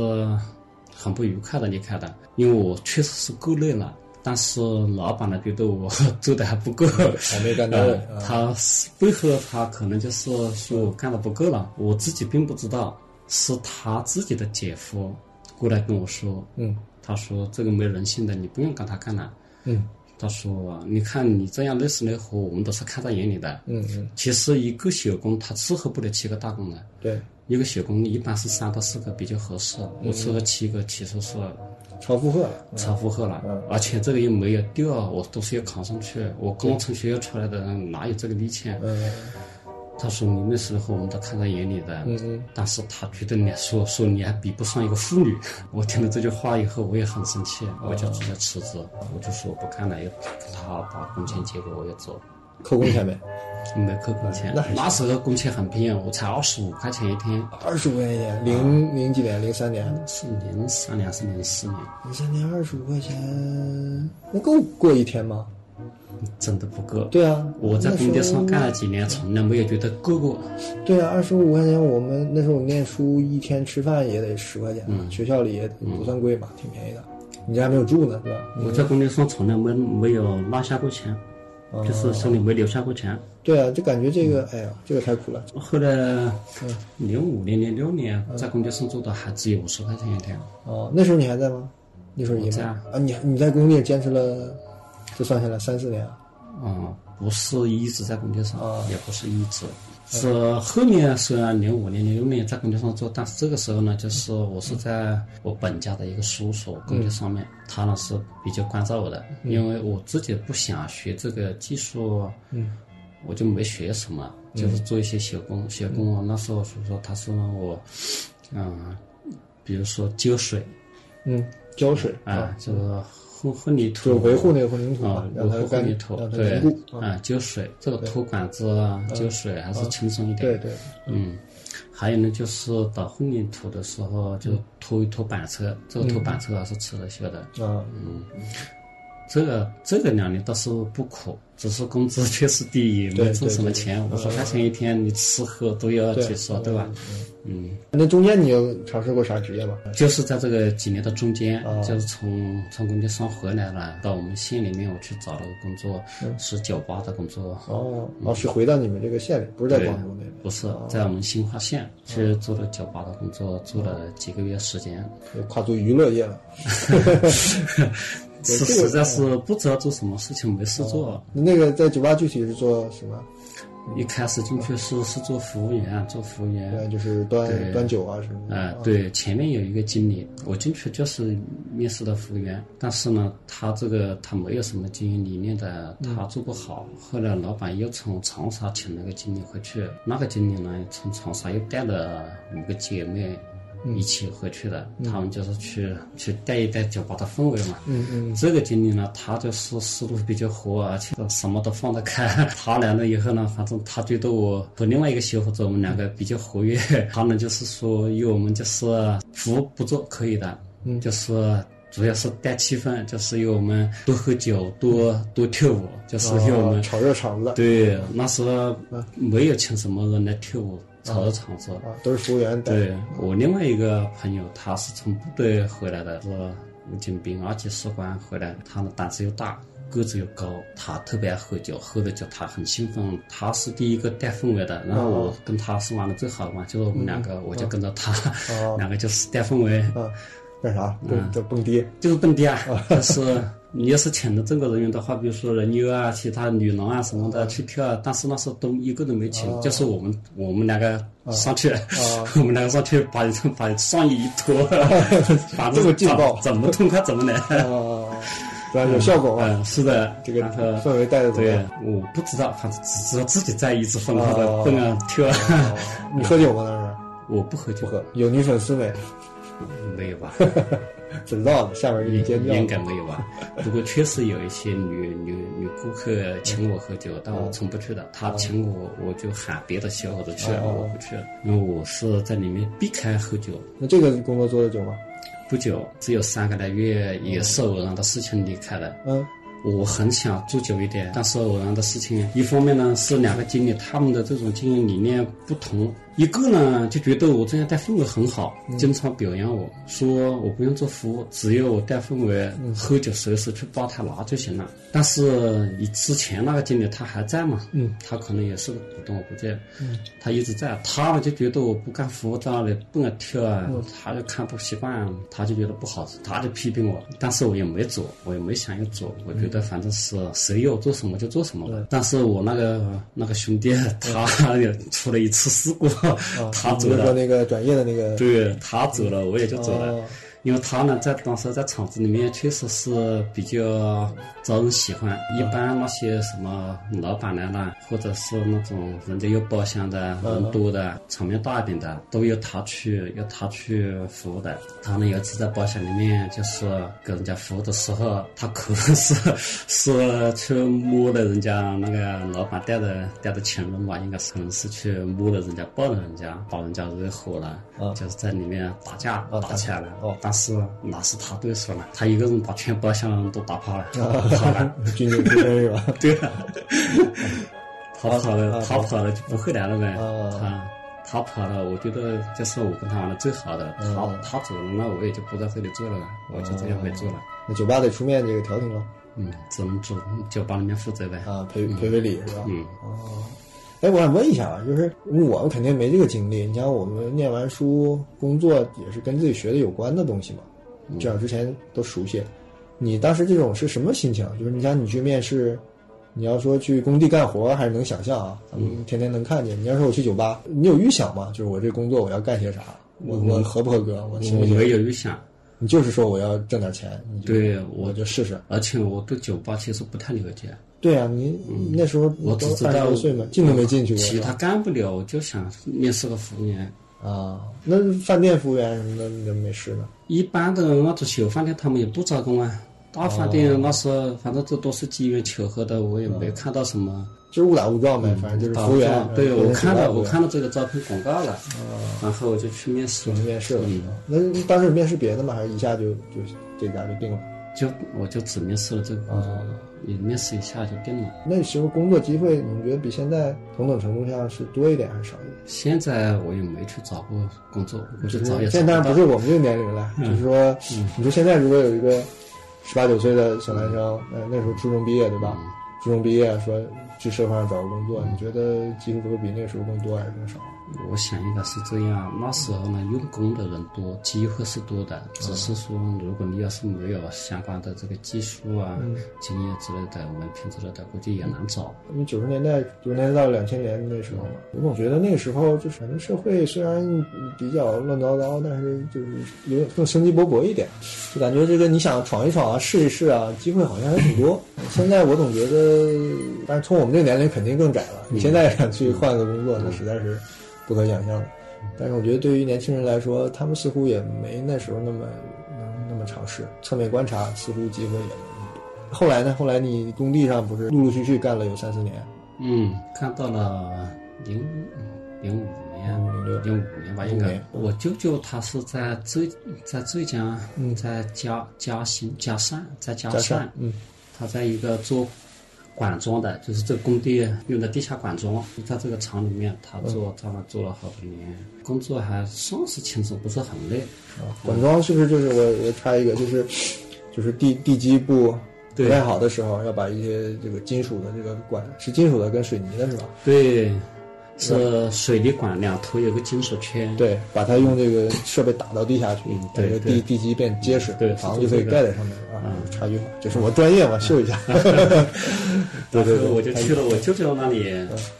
Speaker 2: 很不愉快的离开的，因为我确实是够累了，但是老板呢觉得我 做的还不够，还
Speaker 1: 没嗯干到位啊
Speaker 2: 他是背后他可能就是说我干的不够了，我自己并不知道，是他自己的姐夫过来跟我说，
Speaker 1: 嗯
Speaker 2: 他说这个没人性的，你不用跟他干了。
Speaker 1: 嗯
Speaker 2: 他说，你看你这样累死累活，我们都是看在眼里的。
Speaker 1: 嗯嗯，
Speaker 2: 其实一个小工他伺候不了七个大工的。
Speaker 1: 对，
Speaker 2: 一个小工一般是三到四个比较合适，我吃了七个其实是
Speaker 1: 超负荷了。
Speaker 2: 超负荷了，而且这个又没有掉，我都是要扛上去。我工程学校出来的人哪有这个力气？啊
Speaker 1: 嗯
Speaker 2: 他说你那时候我们都看在眼里的，
Speaker 1: 嗯
Speaker 2: 但是他觉得你说说你还比不上一个妇女。 我听了这句话以后，我也很生气，
Speaker 1: 啊
Speaker 2: 我就直接辞职，我就说我不干了，要给他把工钱结给我，我要走。
Speaker 1: 扣工钱呗，
Speaker 2: 没扣工钱
Speaker 1: 那还，
Speaker 2: 那时候工钱很便宜，我才二十五块钱一天，
Speaker 1: 二十五块钱，零零几年，零三年，
Speaker 2: 是零三年还是零四年？
Speaker 1: 零三年二十五块钱，那够过一天吗？
Speaker 2: 真的不够。
Speaker 1: 对啊，
Speaker 2: 我在工地上干
Speaker 1: 那时
Speaker 2: 了几年，从来没有觉得够过。
Speaker 1: 候。对啊，二十五块钱，我们那时候我念书一天吃饭也得十块钱嘛，学校里也不算贵嘛，挺便宜的。你这还没有住呢，是吧？
Speaker 2: 我在工地上从来没没有落下过钱，
Speaker 1: 哦
Speaker 2: 就是手里没留下过钱。
Speaker 1: 对啊，就感觉这
Speaker 2: 嗯
Speaker 1: 个，哎呀，这个太苦了。嗯
Speaker 2: 后来零五年、零六年在工地上做的还只有五十块钱一天，
Speaker 1: 哦，那时候你还在吗？那时候已经
Speaker 2: 我在
Speaker 1: 啊，你你在工地坚持了，这算下来三四年啊，
Speaker 2: 嗯，不是一直在工地上，
Speaker 1: 啊嗯
Speaker 2: 也不是一直。是后面虽然零五年、零六年在工地上做，但是这个时候呢，
Speaker 1: 嗯
Speaker 2: 就是我是在我本家的一个叔叔工地上面，
Speaker 1: 嗯
Speaker 2: 他呢是比较关照我的，因为我自己不想学这个技术，
Speaker 1: 嗯，
Speaker 2: 我就没学什么，就是做一些手工。手工啊，那时候叔叔他是让我，嗯，比如说浇水
Speaker 1: 嗯，浇水
Speaker 2: 啊，，就是混混凝土，
Speaker 1: 就维护那个混凝土
Speaker 2: 啊
Speaker 1: 嘛，，
Speaker 2: 维
Speaker 1: 让它
Speaker 2: 护
Speaker 1: 干
Speaker 2: 混凝土，
Speaker 1: 让它
Speaker 2: 对
Speaker 1: 凝固，啊
Speaker 2: 啊，浇水这个土管子啊，浇水还是轻松一点，
Speaker 1: 对对，
Speaker 2: 嗯，还有呢，就是倒混凝土的时候，就
Speaker 1: 嗯
Speaker 2: 拖一拖板车，这个拖板车还是吃得消的。
Speaker 1: 啊，
Speaker 2: 嗯这个这个两年倒是不苦，只是工资 确实低，也
Speaker 1: 对
Speaker 2: 没挣
Speaker 1: 对
Speaker 2: 什么
Speaker 1: 对嗯
Speaker 2: 钱，五十块钱一天，你吃喝都要
Speaker 1: 对
Speaker 2: 解说，对吧？嗯，
Speaker 1: 那中间你有尝试过啥职业吗？
Speaker 2: 就是在这个几年的中间，
Speaker 1: 哦
Speaker 2: 就是从从工地上回来了，到我们县里面我去找了个工作，是酒吧的工作。
Speaker 1: 嗯哦，
Speaker 2: 嗯
Speaker 1: 哦，是回到你们这个县里，不是在广州那边，
Speaker 2: 不是在我们新化
Speaker 1: 哦
Speaker 2: 县去做了酒吧的工作，做了几个月时间，
Speaker 1: 就跨足娱乐业了。这个哦
Speaker 2: 是实在是不知道做什么事情，没事做。
Speaker 1: 你那个在酒吧具体是做什么？嗯
Speaker 2: 一开始进去是是做服务员，做服务
Speaker 1: 呃，
Speaker 2: 员。
Speaker 1: 就是端
Speaker 2: 对
Speaker 1: 端酒啊什么的。
Speaker 2: 呃
Speaker 1: 啊，
Speaker 2: 对，前面有一个经理，我进去就是面试的服务员，但是呢，他这个他没有什么经营理念的，他做不好。后来老板又从长沙请了个经理回去，那个经理呢从长沙又带了五个姐妹一起回去的，他们就是去去带一带酒吧的氛围嘛。
Speaker 1: 嗯嗯
Speaker 2: 这个经理呢，他就是思路比较活，而且什么都放得开。他来了以后呢，反正他对待我和另外一个小伙子，我们两个比较活跃。他呢就是说，因为我们就是服务不做可以的，
Speaker 1: 嗯
Speaker 2: 就是主要是带气氛，就是要我们多喝酒，多多跳舞，就是要我
Speaker 1: 哦
Speaker 2: 们
Speaker 1: 炒热场子。
Speaker 2: 对那时候
Speaker 1: 嗯
Speaker 2: 没有请什么人来跳舞，炒热场子。
Speaker 1: 啊，都是服务员带。
Speaker 2: 对我另外一个朋友，他是从部队回来的，是武警兵，二级士官回来，呃他的胆子又大。个子又高，他特别爱喝酒，喝了酒他很兴奋，他是第一个带氛围的。然后我跟他是玩的最好的嘛，就是我们两个，我就跟着他，
Speaker 1: 哦
Speaker 2: 两个就是带氛围，
Speaker 1: 啊，干啥？
Speaker 2: 嗯
Speaker 1: 蹦叫蹦迪。
Speaker 2: 就是蹦迪啊。
Speaker 1: 哦
Speaker 2: 但是你要是请的中国人员的话，比如说人妖啊、其他女郎啊什么的去跳，但是那时候都一个都没请，
Speaker 1: 哦
Speaker 2: 就是我们我们两个上去， 我们两个上去把把上衣一 脱，反
Speaker 1: 这
Speaker 2: 正
Speaker 1: 么劲爆
Speaker 2: 怎么痛快怎么 来。
Speaker 1: 啊，对吧？有效果吗？
Speaker 2: 嗯，是的，
Speaker 1: 哦这个
Speaker 2: 然后
Speaker 1: 氛围带的怎么
Speaker 2: 对
Speaker 1: 样？，
Speaker 2: 我不知道，反正只知道自己在一直疯狂
Speaker 1: 哦
Speaker 2: 的蹦啊跳啊。
Speaker 1: 哦你喝酒吗？当时
Speaker 2: 我不喝酒，
Speaker 1: 不喝。有女粉丝没？
Speaker 2: 没有吧？
Speaker 1: 不知道的，下面给你尖
Speaker 2: 应
Speaker 1: 叫。
Speaker 2: 应该没有吧？不过确实有一些女女女顾客请我喝酒，但我从不去的。她请我，我就喊别的小伙子去，
Speaker 1: 哦
Speaker 2: 我不去，因为我是在里面避开喝酒。
Speaker 1: 那这个工作做的久吗？
Speaker 2: 不久，只有三个来月，也是偶然的事情离开了。
Speaker 1: 嗯，
Speaker 2: 我很想做久一点，但是偶然的事情，啊一方面呢是两个经理他们的这种经营理念不同，一个呢就觉得我这样带氛围很好，经常表扬我说我不用做服务，只要我带氛围，喝酒随时去吧台拿就行了。但是以之前那个经理他还在嘛，
Speaker 1: 嗯，
Speaker 2: 他可能也是个股东，我估计，嗯，他一直在，他呢就觉得我不干服务在那里蹦啊跳啊，他就看不习惯，他就觉得不好，他就批评我，但是我也没走，我也没想要走，我觉得反正是谁要做什么就做什么吧。但是我那个那个兄弟他也出了一次事故，他走
Speaker 1: 你就说
Speaker 2: 了，
Speaker 1: 那个转业的那个。
Speaker 2: 对他走了，我也就走了。
Speaker 1: 嗯哦
Speaker 2: 因为他呢，在当时在厂子里面确实是比较招人喜欢。一般那些什么老板来了，或者是那种人家有包厢的、人多的、场面大一点的，都由他去由他去服务的。他呢有一次在包厢里面，就是给人家服务的时候，他可能是是去摸了人家那个老板带的带的情人吧，应该是可能是去摸了人家，抱了人家，把人家惹火了，
Speaker 1: 嗯
Speaker 2: 就是在里面打架
Speaker 1: 哦
Speaker 2: 打起来了。
Speaker 1: 哦
Speaker 2: 但是哪是他对手呢？他一个人把全包厢人都打跑了，
Speaker 1: 啊
Speaker 2: 跑 了，
Speaker 1: 军警出身是吧？
Speaker 2: 对啊，他跑
Speaker 1: 啊
Speaker 2: 了，他跑了就不会来了呗
Speaker 1: 啊。
Speaker 2: 他他跑了，我觉得就是我跟他玩的最好的。他
Speaker 1: 嗯
Speaker 2: 他走了，那我也就不在这里做了，我就这样没做了。
Speaker 1: 那酒吧得出面这个调停了
Speaker 2: 嗯，只能做酒吧里面负责呗。
Speaker 1: 啊，陪陪陪理是吧？
Speaker 2: 嗯，
Speaker 1: 哦，哎，我想问一下啊，就是我们肯定没这个经历。你像我们念完书，工作也是跟自己学的有关的东西嘛，
Speaker 2: 嗯
Speaker 1: 啊至少之前都熟悉。你当时这种是什么心情？就是你想你去面试，你要说去工地干活，还是能想象啊，咱
Speaker 2: 嗯
Speaker 1: 们天天能看见。你要说我去酒吧，你有预想吗？就是我这工作我要干些啥？我
Speaker 2: 嗯
Speaker 1: 我合不合格？我行不
Speaker 2: 我
Speaker 1: 行？
Speaker 2: 没有预想，
Speaker 1: 你就是说我要挣点钱，你就
Speaker 2: 对
Speaker 1: 我
Speaker 2: 我
Speaker 1: 就试试。
Speaker 2: 而且我对酒吧其实不太了解，
Speaker 1: 对啊，你你那时候
Speaker 2: 嗯我只
Speaker 1: 都
Speaker 2: 知
Speaker 1: 二十
Speaker 2: 道
Speaker 1: 多岁嘛，进都没进去过
Speaker 2: 其
Speaker 1: 是
Speaker 2: 他
Speaker 1: 吧。
Speaker 2: 干不了，我就想面试个服务员。
Speaker 1: 啊，那饭店服务员什么的你怎么没试呢？
Speaker 2: 一般的那种小饭店他们也不招工啊，大饭店
Speaker 1: 哦
Speaker 2: 那时候反正这都是机缘巧合的，我也没看到什么。
Speaker 1: 就是误打误撞
Speaker 2: 嗯
Speaker 1: 呗，反正就是
Speaker 2: 打
Speaker 1: 服务员
Speaker 2: 仗。啊对，我看到我
Speaker 1: 到
Speaker 2: 看到这个招聘广告了，然后我就去面试了。
Speaker 1: 面试了
Speaker 2: 嗯。
Speaker 1: 那你当时面试别的吗？还是一下就就这家就定了？
Speaker 2: 就我就只面试了这个工
Speaker 1: 哦
Speaker 2: 作，也面试一下就定了。
Speaker 1: 那时候工作机会，你觉得比现在同等程度上是多一点还是少一点？
Speaker 2: 现在我也没去找过工作，我去找也嗯
Speaker 1: 现在当
Speaker 2: 找
Speaker 1: 然不
Speaker 2: 不到。
Speaker 1: 是我们这个年龄了，就是说，你说现在如果有一个十八九岁的小男生，呃，那时候初中毕业对
Speaker 2: 嗯
Speaker 1: 吧？初中毕业说去社会上找个工作，你觉得机会会比那个时候更多还是更少？
Speaker 2: 我想应该是这样，那时候呢，用工的人多，机会是多的，只是说如果你要是没有相关的这个技术啊、经验之类的、文凭之类的，估计也难找。
Speaker 1: 因为九十年代、九十年代到两千年那时候嘛，我总觉得那个时候就是反正社会虽然比较乱糟糟，但是就是有点更生机勃勃一点，就感觉这个你想闯一闯啊、试一试啊，机会好像还挺多。现在我总觉得，但是从我们这个年龄肯定更窄了。你现在想去换个工作，那实在是不可想象的。但是我觉得对于年轻人来说，他们似乎也没那时候那么能那么尝试，侧面观察似乎机会也没那么多。后来呢？后来你工地上不是陆陆续续干了有三四年，
Speaker 2: 嗯，看到了零零五年，零五年吧，应
Speaker 1: 05
Speaker 2: 该
Speaker 1: 年。
Speaker 2: 我舅舅他是在浙在浙江，在嘉嘉兴嘉善，在嗯嘉
Speaker 1: 加
Speaker 2: 善
Speaker 1: 上，嗯，
Speaker 2: 他在一个做管装的，就是这个工地用的地下管装，在这个厂里面，他做在那做了好多年，工作还算是轻松，不是很累。
Speaker 1: 啊管装是不是就是我我插一个，就是就是地地基部不
Speaker 2: 对
Speaker 1: 太好的时候，要把一些这个金属的这个管是金属的跟水泥的是吧？
Speaker 2: 对，是水泥管两头有个金属圈，
Speaker 1: 对，把它用这个设备打到地下去，
Speaker 2: 嗯
Speaker 1: 把这个
Speaker 2: 对
Speaker 1: 地
Speaker 2: 对
Speaker 1: 地基变结实，
Speaker 2: 对
Speaker 1: 房
Speaker 2: 是
Speaker 1: 子就可以
Speaker 2: 这个嗯
Speaker 1: 盖在上面啊。插一句话，这是我专业嘛，秀一 下。对对
Speaker 2: 然
Speaker 1: 对，
Speaker 2: 后我就去了我舅舅那里，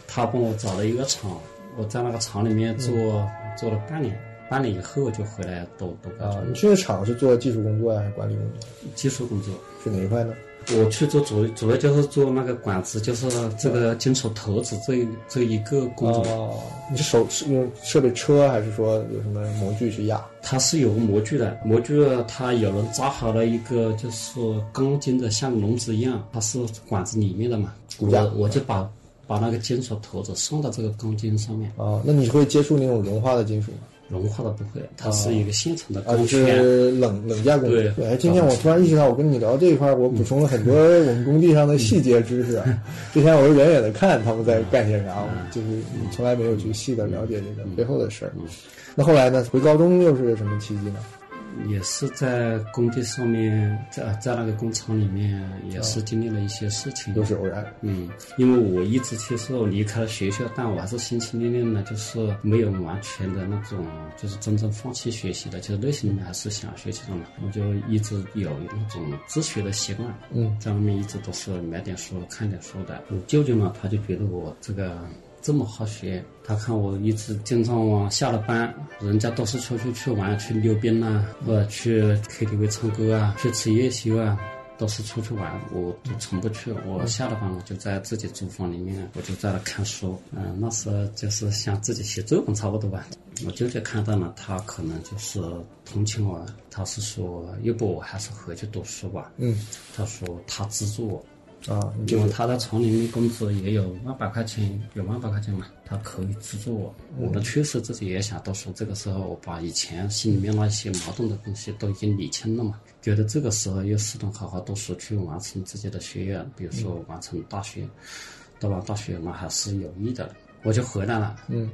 Speaker 2: 他帮我找了一个厂，我在那个厂里面做、
Speaker 1: 嗯
Speaker 2: 做了半年，半年以后我就回来都都干
Speaker 1: 啊，你去的厂是做技术工作呀，还是管理工作？
Speaker 2: 技术工作。
Speaker 1: 是哪一块呢？
Speaker 2: 我去做主主要就是做那个管子，就是这个金属头子这一这一个工种，
Speaker 1: 哦，你是手是用设备车，还是说有什么模具去压？
Speaker 2: 它是有个模具的，模具它有人扎好了一个就是钢筋的像笼子一样，它是管子里面的嘛，
Speaker 1: 骨架
Speaker 2: 我我就把把那个金属头子送到这个钢筋上面，
Speaker 1: 啊，那你会接触那种融化的金属吗？
Speaker 2: 融化的不会，它是一个现成的
Speaker 1: 啊，就
Speaker 2: 钢圈。
Speaker 1: 是冷冷架工
Speaker 2: 对
Speaker 1: 对，哎今天我突然意识到，我跟你聊这一块儿，我补充了很多我们工地上的细节知识。啊之前我是远远的看他们在干些啥，我就是从来没有去细的了解这个背后的事儿。那后来呢？回高中又是个什么契机呢？
Speaker 2: 也是在工地上面，在在那个工厂里面，也是经历了一些事情。
Speaker 1: 又是偶然。
Speaker 2: 嗯，因为我一直其实我离开了学校，但我还是心心念念的，就是没有完全的那种，就是真正放弃学习的，就是内心里面还是想学习的嘛。我就一直有那种自学的习惯，
Speaker 1: 嗯，
Speaker 2: 在外面一直都是买点书、看点书的。我舅舅呢，他就觉得我这个。这么好学，他看我一直经常往下了班，人家都是出去去玩，去溜冰啊，或者去 KTV 唱歌啊，去吃夜宵啊，都是出去玩，我都从不去。我下了班我就在自己租房里面，我就在那看书。嗯、那时候就是像自己写作文差不多吧。我舅舅看到了，他可能就是同情我，他是说，要不我还是回去读书吧。
Speaker 1: 嗯，
Speaker 2: 他说他资助我，
Speaker 1: 啊，你就
Speaker 2: 因为他在厂里面工资也有万把块钱，有万把块钱嘛，他可以资助我。
Speaker 1: 嗯
Speaker 2: 我呢，确实自己也想读书，这个时候我把以前心里面那些矛盾的东西都已经理清了嘛，觉得这个时候要适当好好读书，去完成自己的学业，比如说完成大学，读完大学那还是有益的。我就回来了，
Speaker 1: 嗯，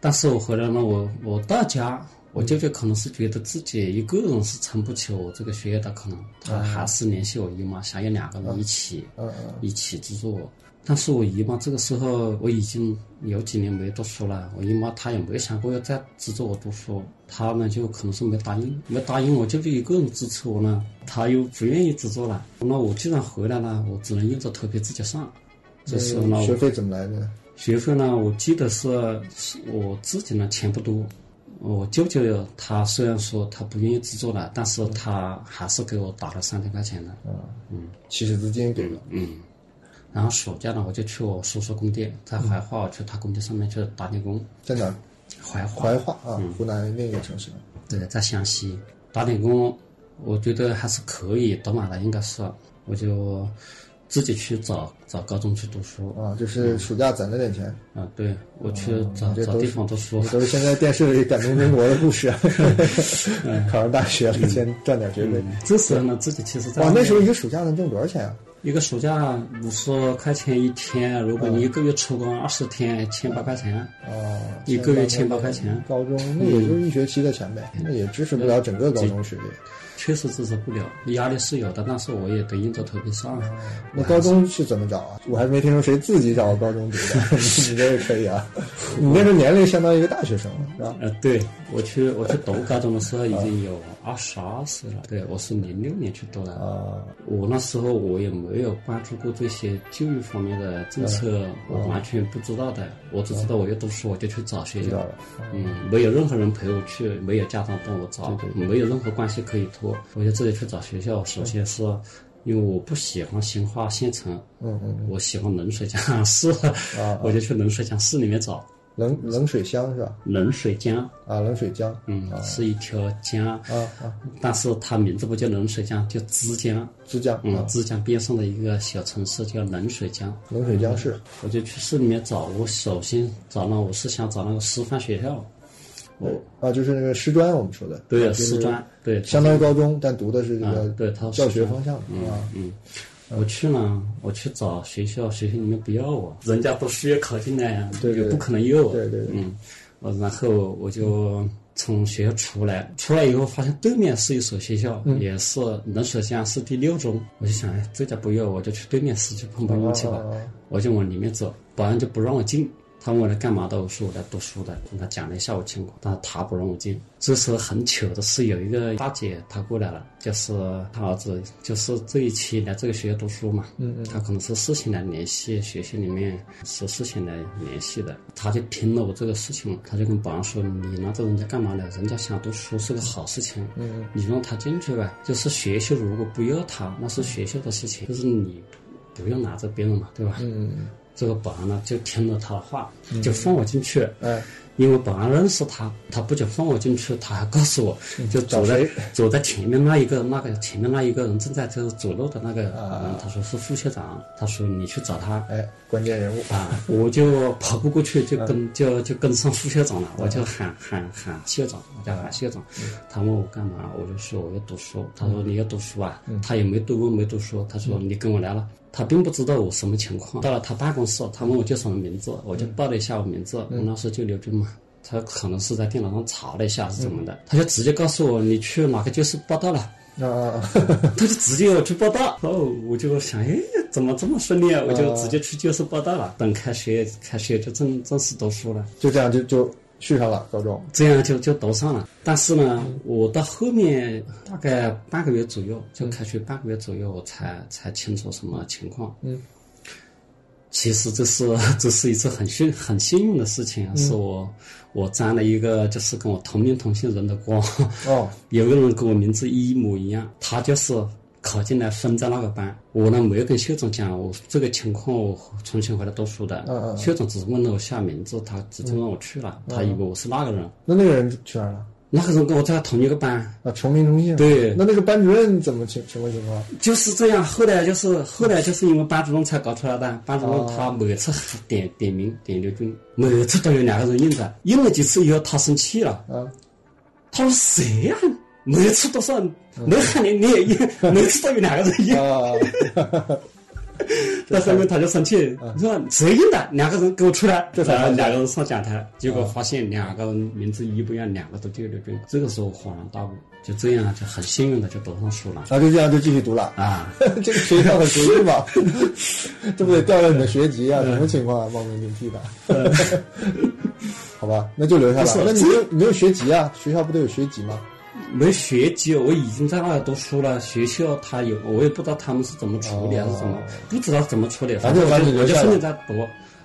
Speaker 2: 但是我回来呢，我我到家，我舅舅可能是觉得自己一个人是撑不起我这个学业的，可能他还是联系我姨妈，想要两个人一起，
Speaker 1: 嗯嗯
Speaker 2: 一起资助我。但是我姨妈这个时候我已经有几年没读书了，我姨妈她也没想过要再资助我读书，她呢就可能是没答应，没答应我舅舅一个人支持我呢，她又不愿意资助了。那我既然回来了，我只能硬着头皮自己上。这是呢，
Speaker 1: 嗯学费怎么来的？
Speaker 2: 学费呢，我记得是我自己呢钱不多，我舅舅他虽然说他不愿意资助了，但是他还是给我打了三千块钱的。嗯，
Speaker 1: 起始资金给的。
Speaker 2: 嗯，然后暑假呢，我就去我叔叔工地，在怀化去他工地上面去打点工。
Speaker 1: 在哪儿？
Speaker 2: 怀化，
Speaker 1: 怀化啊，湖南另一个城市。
Speaker 2: 对，在湘西打点工，我觉得还是可以，打满了应该是，我就自己去找找高中去读书。
Speaker 1: 啊，就是暑假攒了点钱。
Speaker 2: 啊，对，我去找
Speaker 1: 你这
Speaker 2: 找
Speaker 1: 都
Speaker 2: 地
Speaker 1: 是
Speaker 2: 方读书
Speaker 1: 你。都是现在电视里感动中国的故事 啊！
Speaker 2: 嗯
Speaker 1: 考上大学了，先赚点学费。
Speaker 2: 这时候呢，自己其实在
Speaker 1: 哇，那时候一个暑假能挣多少钱啊？
Speaker 2: 哦一个暑假五十块钱一天，如果你一个月抽光二十天，千八块钱。
Speaker 1: 啊，
Speaker 2: 一个月1800块钱
Speaker 1: 高中那也就是一学期的钱呗，那也支持不了整个高中学业。
Speaker 2: 确实支持不了，压力是有的，但是我也得硬着头皮上。嗯
Speaker 1: 那高中是怎么找啊？我还没听说谁自己找高中读的， 你这也可以啊。
Speaker 2: 嗯
Speaker 1: 你那时候年龄相当于一个大学生了，是吧？
Speaker 2: 呃，对我去我去读高中的时候已经有二十二岁了，对我是零六年去读的。
Speaker 1: 啊，
Speaker 2: 我那时候我也没有关注过这些教育方面的政策，
Speaker 1: 嗯
Speaker 2: 我完全不知道的。我只知道我要读书，我就去找学
Speaker 1: 知道
Speaker 2: 校
Speaker 1: 了。
Speaker 2: 嗯，没有任何人陪我去，没有家长帮我找，没有任何关系可以托，我就自己去找学校。
Speaker 1: 嗯
Speaker 2: 首先是因为我不喜欢新化县城，
Speaker 1: 嗯嗯，啊
Speaker 2: 我喜欢冷水江市， 我就去冷水江市里面找
Speaker 1: 冷冷水乡是吧？
Speaker 2: 冷水江。
Speaker 1: 啊，冷水江。
Speaker 2: 嗯，是一条江，
Speaker 1: 啊啊，
Speaker 2: 但是它名字不叫冷水江，叫枝江。
Speaker 1: 珠江
Speaker 2: 嗯
Speaker 1: 啊，，
Speaker 2: 枝江边上的一个小城市叫冷水江，
Speaker 1: 冷水江市。
Speaker 2: 我就去市里面找。我首先找了，我是想找那个师范学校，
Speaker 1: 啊，就是那个师专，我们说的，
Speaker 2: 嗯对，
Speaker 1: 就是
Speaker 2: 师专，对，
Speaker 1: 相当于高中，但读的是这
Speaker 2: 啊
Speaker 1: 个，
Speaker 2: 对，他
Speaker 1: 教学方向的
Speaker 2: 嗯
Speaker 1: 啊。
Speaker 2: 嗯，我去呢，我去找学校，学校里面不要我，人家都需要考进来呀，
Speaker 1: 对对
Speaker 2: 也不可能要我。
Speaker 1: 对对对
Speaker 2: 嗯，呃然后我就从学校出来，出来以后发现对面是一所学校，
Speaker 1: 嗯
Speaker 2: 也是冷水江市第六中，我就想，哎，这家不要我，就去对面市去碰碰运气吧。
Speaker 1: 哦
Speaker 2: 我就往里面走，保安就不让我进。他问我来干嘛的，我说我来读书的，跟他讲了一下我情况，但是他不让我进。这时候很巧的是，有一个大姐她过来了，就是她儿子，就是这一期来这个学校读书嘛，嗯嗯，她可能是事情来联系学校里面是事情来联系的，她就听了我这个事情，她就跟保安说：“你拿着人家干嘛呢？人家想读书是个好事情，嗯，你让他进去吧。就是学校如果不要他，那是学校的事情，就是你不要拿着别人嘛，对吧？
Speaker 1: 嗯，
Speaker 2: 这个保安呢就听了他的话，就放我进去。
Speaker 1: 哎，
Speaker 2: 因为保安认识他，他不仅放我进去，他还告诉我，就
Speaker 1: 嗯找
Speaker 2: 走在
Speaker 1: 谁
Speaker 2: 走在前面那一个那个前面那一个人正在就是走路的那个人，
Speaker 1: 啊
Speaker 2: 他说是副校长，他说你去找他。
Speaker 1: 哎，关键人物
Speaker 2: 啊，我就跑不过去，就跟就就跟上副校长了，我就喊喊喊校长，我就喊校长。他问我干嘛，我就说我要读书。啊他说你要读书啊？他也没多问没多说，他说你跟我来了。他并不知道我什么情况。到了他办公室，他问我叫什么名字，我就报了一下我名字，我那时候就刘军嘛。他可能是在电脑上查了一下是怎么的，他就直接告诉我你去哪个教室报道了。
Speaker 1: 啊啊，
Speaker 2: 他就直接要去报道，然后我就想，哎，怎么这么顺利啊？我就直接去教室报道了。等开学，开学就正正式读书了，
Speaker 1: 就这样就就续上了高中。
Speaker 2: 这样就就读上了。但是呢，我到后面大概半个月左右，就开学半个月左右，我才才清楚什么情况。
Speaker 1: 嗯，
Speaker 2: 其实这是 这是一次很幸很幸运的事情啊，是我我沾了一个就是跟我同龄同姓人的光。
Speaker 1: 哦，
Speaker 2: 有个人跟我名字一模一样，他就是考进来分在那个班。我呢没有跟校长讲我这个情况，我重新回来读书的。
Speaker 1: 嗯嗯嗯
Speaker 2: 校长只是问了我下名字，他直接让我去了，他以为我是那个人。
Speaker 1: 那那个人去哪儿了？
Speaker 2: 那个人跟我在同一个班，
Speaker 1: 啊，崇明中心。
Speaker 2: 对
Speaker 1: 那那个班主任怎么情什么情况？
Speaker 2: 就是这样。后来就是后来就是因为班主任才搞出来的，班主任
Speaker 1: 哦
Speaker 2: 他每次点点名点刘军，每次都有两个人应着，应了几次以后他生气了。
Speaker 1: 啊，
Speaker 2: 他说谁呀、每次都是
Speaker 1: 嗯
Speaker 2: 没 喊你，你也应，每次都有两个人 应。
Speaker 1: 啊，
Speaker 2: 那后面他就生气，
Speaker 1: 嗯
Speaker 2: 说谁应的？两个人给我出来，
Speaker 1: 这才
Speaker 2: 然
Speaker 1: 发
Speaker 2: 后
Speaker 1: 现
Speaker 2: 两个人上讲
Speaker 1: 啊
Speaker 2: 台，结果发现两个人名字一不一样，两个都叫刘军。这个时候我恍然大悟，就这样就很幸运的就读上书了
Speaker 1: 然后就这样就继续读了。
Speaker 2: 啊。
Speaker 1: 这个学校很熟悉吧？ 这不得掉了你的学籍
Speaker 2: 嗯
Speaker 1: 啊？什么情况啊？冒名顶替的， 好吧，那就留下
Speaker 2: 不
Speaker 1: 了。那
Speaker 2: 嗯是
Speaker 1: 你
Speaker 2: 这
Speaker 1: 没有你没有学籍啊？学校不都有学籍吗？
Speaker 2: 没学籍，我已经在那读书了。学校他有，我也不知道他们是怎么处理还是怎么，不知道怎么处理。
Speaker 1: 反正
Speaker 2: 我
Speaker 1: 哦反正哦
Speaker 2: 就我就
Speaker 1: 留下
Speaker 2: 顺
Speaker 1: 了
Speaker 2: 利在读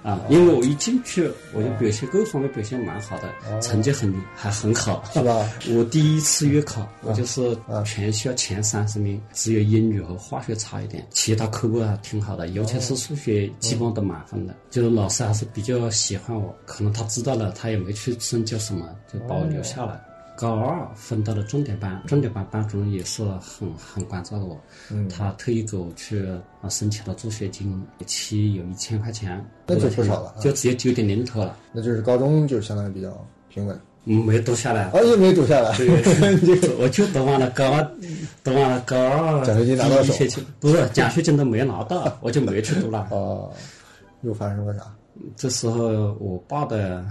Speaker 2: 啊，因为我一进去我就表现各方面表现蛮好的，成绩很还很好，
Speaker 1: 哦是吧？
Speaker 2: 我第一次月考，
Speaker 1: 啊
Speaker 2: 我就是全校前三十名，只有英语和化学差一点，其他科目还挺好的，尤其是数学基本都满分
Speaker 1: 哦
Speaker 2: 的。就是老师还是比较喜欢我，可能他知道了，他也没去深究什么，就把我留下
Speaker 1: 哦
Speaker 2: 了。高二分到了重点班，重点班班主任也是很很关照我，
Speaker 1: 嗯
Speaker 2: 他特意给我去啊申请了助学金，每期有一千块钱，
Speaker 1: 那就不少了啊
Speaker 2: 就只有九点零头了，
Speaker 1: 那就是高中就是相当于比较平稳，
Speaker 2: 没读下来。
Speaker 1: 啊，又没读下来，你这个
Speaker 2: 我就读完了高二，读完了高二，
Speaker 1: 奖学金拿到手
Speaker 2: 第一学期不是奖学金都没拿 到，我就没去读了。
Speaker 1: 啊，又发生了啥？
Speaker 2: 这时候我爸的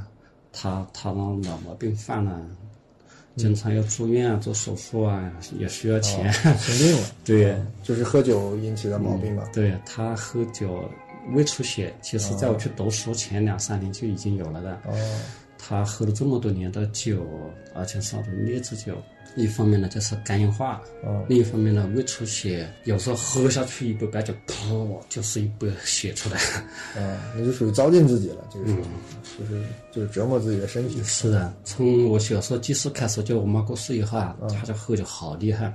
Speaker 2: 他他那老毛病犯了，经常要住院啊，做手术啊，也需要钱。
Speaker 1: 生病了，
Speaker 2: 对
Speaker 1: 就是喝酒引起的毛病吧？
Speaker 2: 对，他喝酒胃出血，其实在我去读书前两三年就已经有了的。
Speaker 1: 哦，
Speaker 2: 他喝了这么多年的酒，而且是那种劣质酒。一方面呢，就是肝硬化；
Speaker 1: 嗯
Speaker 2: 另一方面呢，胃出血。有时候喝下去一杯白酒，砰，哦就是一杯血出来。
Speaker 1: 啊，那就属于糟践自己了，这个属于就是就是折磨自己的身体。
Speaker 2: 是的，从我小时候记事开始，就我妈过世以后
Speaker 1: 嗯
Speaker 2: 啊，她就喝酒好厉害。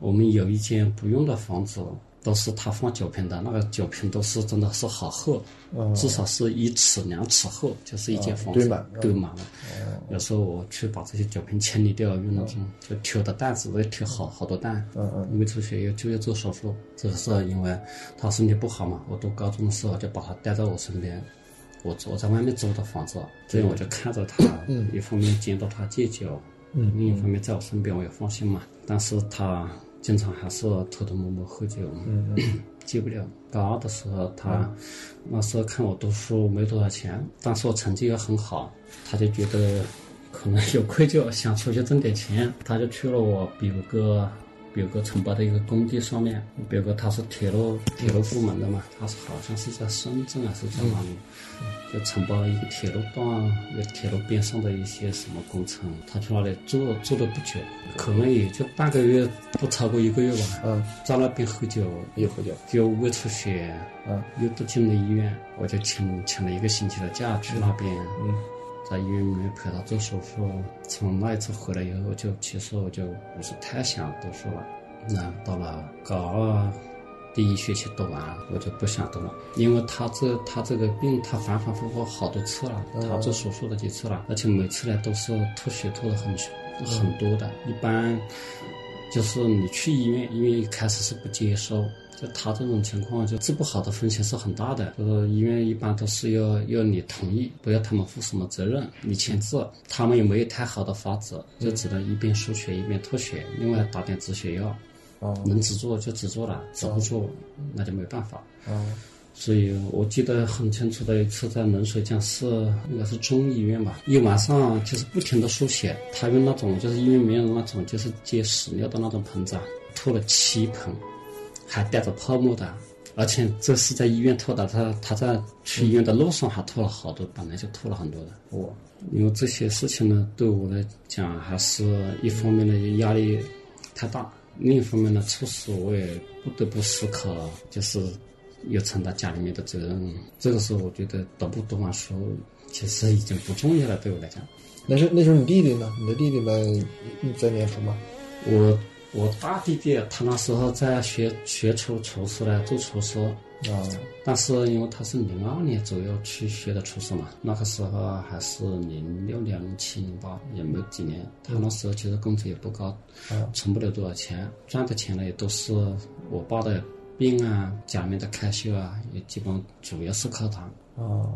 Speaker 2: 我们有一间不用的房子，都是她放酒瓶的，那个酒瓶都是真的是好厚，
Speaker 1: 嗯
Speaker 2: 至少是一尺两尺厚，就是一间房
Speaker 1: 堆
Speaker 2: 子、
Speaker 1: 满了嗯
Speaker 2: 堆满了。有时候我去把这些酒瓶清理掉，用那种就挑的担子，我也挑好好多担。
Speaker 1: 嗯嗯
Speaker 2: 因为出血要就要做手术，这个时候因为他身体不好嘛，我读高中的时候就把他带到我身边，我住我在外面租的房子，这样我就看着他，一方面监督他戒酒，
Speaker 1: 嗯
Speaker 2: 另一方面在我身边我也放心嘛。但是他经常还是偷偷摸摸喝酒，
Speaker 1: 嗯嗯，
Speaker 2: 戒不了。高二的时候，他那时候看我读书没多少钱，但是我成绩也很好，他就觉得可能有愧疚，想出去挣点钱，他就去了我表哥表哥承包的一个工地上面。表哥他是铁路铁路部门的嘛，他是好像是在深圳还是在哪里，就承包了一个铁路段、一个铁路边上的一些什么工程，他去那里做做了不久，可能也就半个月，不超过一个月吧。
Speaker 1: 嗯，
Speaker 2: 在那边喝酒，
Speaker 1: 又喝酒，
Speaker 2: 就胃出血，
Speaker 1: 嗯，
Speaker 2: 又都进了医院，我就请请了一个星期的假去那边，
Speaker 1: 嗯，
Speaker 2: 在医院里面陪他做手术。从那一次回来以后，就其实我就不是太想读书了。那到了高二第一学期读完，我就不想读了，因为他这他这个病，他反反复复好多次了，他做手术的几次了，而且每次来都是吐血吐的很很多的，一般。就是你去医院，医院一开始是不接收，就他这种情况就治不好的风险是很大的。就是医院一般都是要要你同意，不要他们负什么责任，你签字，他们也没有太好的法子，就只能一边输血一边吐血，另外打点止血药，
Speaker 1: 哦
Speaker 2: 能止住就止住了，止不住那就没办法。
Speaker 1: 哦，
Speaker 2: 所以我记得很清楚的一次在冷水江市，应该是中医院吧，一晚上就是不停的输血，他用那种就是医院没有那种就是接屎尿的那种盆子啊，吐了七盆，还带着泡沫的，而且这是在医院吐的，他他在去医院的路上还吐了好多，本来就吐了很多的。
Speaker 1: 我
Speaker 2: 因为这些事情呢，对我来讲还是一方面的压力太大，另一方面呢，促使我也不得不思考，就是要承担家里面的责任。这个时候，我觉得读不读完书，其实已经不重要了，对我来讲。
Speaker 1: 那是那时候你弟弟呢？你的弟弟们在念书吗？
Speaker 2: 我我大弟弟他那时候在学学厨厨师来做厨师，
Speaker 1: 啊，
Speaker 2: 但是因为他是零二年左右去学的厨师嘛，那个时候还是零六年、零七、零八，也没几年。他那时候其实工资也不高，
Speaker 1: 嗯
Speaker 2: 存不了多少钱，赚的钱呢也都是我爸的病啊、家里面的开销啊，也基本主要是靠他。
Speaker 1: 啊，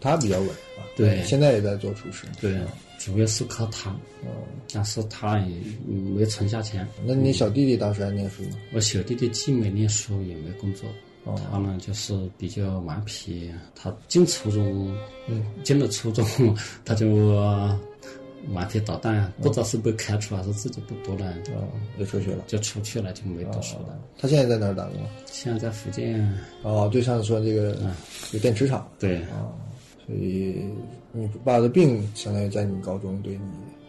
Speaker 1: 他比较稳啊。
Speaker 2: 对
Speaker 1: 现在也在做厨师。
Speaker 2: 对，主要是靠他，
Speaker 1: 嗯，
Speaker 2: 但是他也没存下钱。
Speaker 1: 那你小弟弟当时还念书吗？
Speaker 2: 我小弟弟既没念书也没工作，
Speaker 1: 哦
Speaker 2: 他呢就是比较顽皮，他进初中，
Speaker 1: 嗯，
Speaker 2: 进了初中他就顽皮捣
Speaker 1: 嗯
Speaker 2: 蛋，不知道是被开除还是自己不读了，
Speaker 1: 啊，就出去了。
Speaker 2: 就出去了就没读书了。
Speaker 1: 他现在在哪儿打工啊？
Speaker 2: 现在在福建，
Speaker 1: 哦，就像说这个有电池厂，哦
Speaker 2: 对，
Speaker 1: 所以你爸的病相当于在你高中对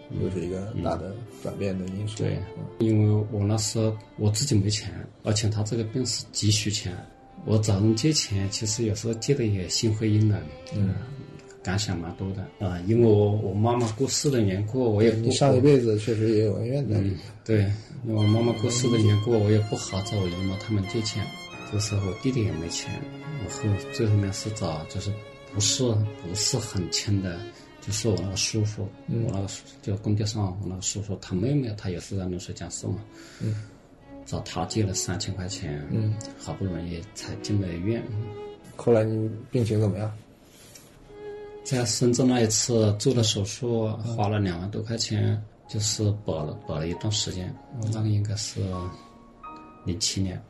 Speaker 1: 你又是一个大的转变的因素。
Speaker 2: 对
Speaker 1: 嗯，
Speaker 2: 因为我那时候我自己没钱，而且他这个病是急需钱。我找人借钱，其实有时候借的也心灰意冷，嗯，感想蛮多的啊、因为我我妈妈过世的缘故，我也不
Speaker 1: 你上一辈子确实也有恩怨在里面。
Speaker 2: 对，因为我妈妈过世的缘故，我也不好找我姨妈他们借钱。这时候我弟弟也没钱，我后最后面是找就是不是不是很亲的，就是我那个叔父，我那个叔就工地上我那个叔父，他妹妹他也是在流水讲师嘛，找他借了三千块钱，嗯，好不容易才进了医院。
Speaker 1: 后来你病情怎么样？
Speaker 2: 在深圳那一次做了手术，花了两万多块钱，就是保了保了一段时间，那个应该是零七年。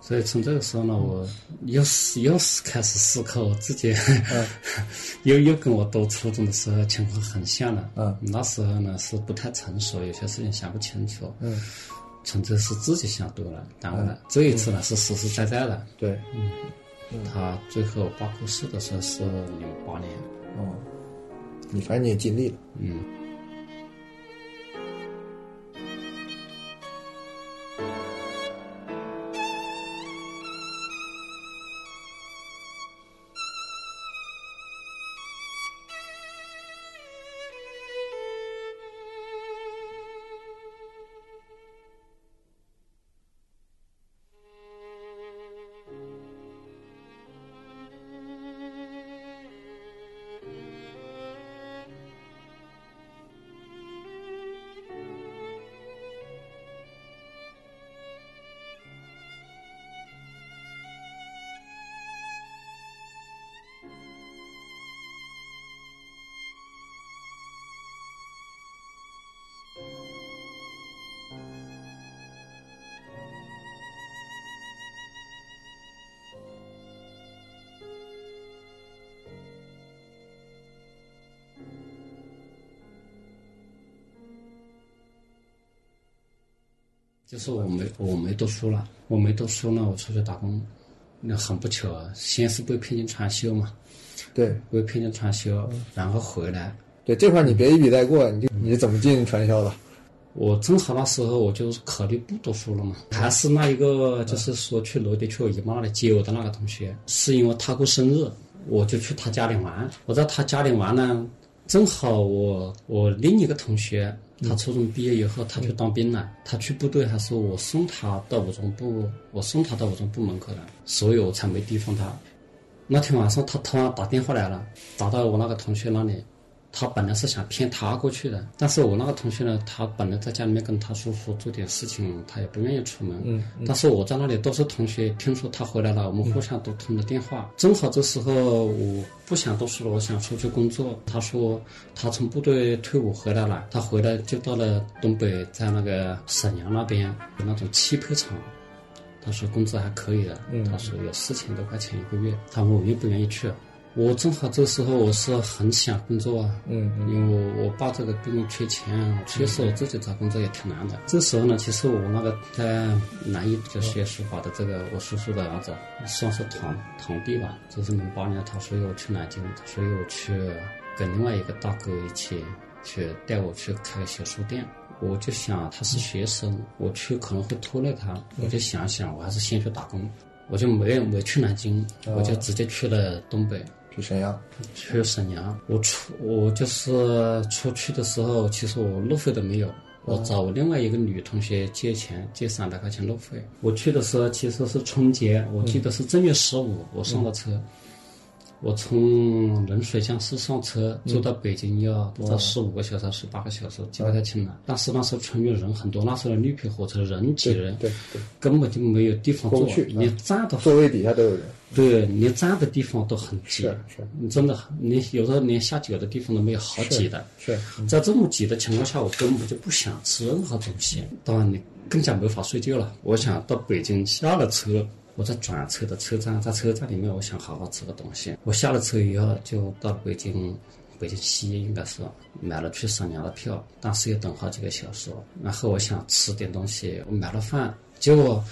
Speaker 2: 所以从这个时候呢，我又是又是开始思考我自己，
Speaker 1: 嗯
Speaker 2: 又又跟我读初中的时候情况很像了。
Speaker 1: 嗯，
Speaker 2: 那时候呢是不太成熟，有些事情想不清楚。
Speaker 1: 嗯，
Speaker 2: 纯粹是自己想多了，耽误了。这一
Speaker 1: 嗯
Speaker 2: 次呢是实实在在的。
Speaker 1: 对，嗯
Speaker 2: 他最后爸过世的时候是零八年。
Speaker 1: 哦，你反正你也尽力了。
Speaker 2: 就是我没我没读书了，我没读书呢，我出去打工，那很不巧啊，先是被骗进传销嘛，
Speaker 1: 对
Speaker 2: 被骗进传销，然后回来，
Speaker 1: 对，这块儿你别一笔带过，你就你是怎么进传销的？
Speaker 2: 我正好那时候我就考虑不读书了嘛，还是那一个就是说去楼底去我姨妈那里接我的那个同学，是因为他过生日，我就去他家里玩。我在他家里玩呢，正好我我另一个同学，他初中毕业以后他去当兵了，他去部队还是我送他到武装部，我送他到武装部门口的，所以我才没地方他。那天晚上他突然打电话来了，打到我那个同学那里，他本来是想骗他过去的，但是我那个同学呢，他本来在家里面跟他叔父做点事情，他也不愿意出门。嗯，但是我在那里都是同学，听说他回来了，我们互相都通了电话。正好这时候我不想读书了，我想出去工作。他说他从部队退伍回来了，他回来就到了东北，在那个沈阳那边有那种汽配厂。他说工资还可以的，他说有四千多块钱一个月，他问我愿不愿意去。我正好这时候我是很想工作啊，
Speaker 1: 嗯
Speaker 2: 因为我我爸这个病缺钱啊，确实我自己找工作也挺难的。这时候呢，其实我那个呃在南艺就学书法的这个我叔叔的儿子，算是堂堂弟吧，就是零八年他说要去南京，他说要去跟另外一个大哥一起去带我去开个小书店。我就想他是学生，我去可能会拖累他，我就想想我还是先去打工，我就没有没去南京，我就直接去了东北。
Speaker 1: 去沈阳，
Speaker 2: 去沈阳，我出我就是出去的时候，其实我路费都没有，
Speaker 1: 哦
Speaker 2: 我找我另外一个女同学借钱，借三百块钱路费。我去的时候其实是春节，我记得是正月十五，
Speaker 1: 嗯
Speaker 2: 我上的车，我从冷水江市上车，
Speaker 1: 嗯
Speaker 2: 坐到北京要坐到十五个小时、十八个小时，记不太清了。但是那时候春运人很多，那时候的绿皮火车人挤人，
Speaker 1: 对对，
Speaker 2: 根本就没有地方
Speaker 1: 过不
Speaker 2: 坐
Speaker 1: 去，啊
Speaker 2: 你站都
Speaker 1: 座位底下都有人。
Speaker 2: 对，连站的地方都很挤，
Speaker 1: 是是
Speaker 2: 你真的很，你有时候连下脚的地方都没有，好挤的。
Speaker 1: 是，
Speaker 2: 在这么挤的情况下，我根本就不想吃任何东西。当然，你更加没法睡觉了。我想到北京下了车，我在转车的车站，在车站里面，我想好好吃个东西。我下了车以后，就到了北京，北京西应该是买了去沈阳的票，但是要等好几个小时。然后我想吃点东西，我买了饭，结果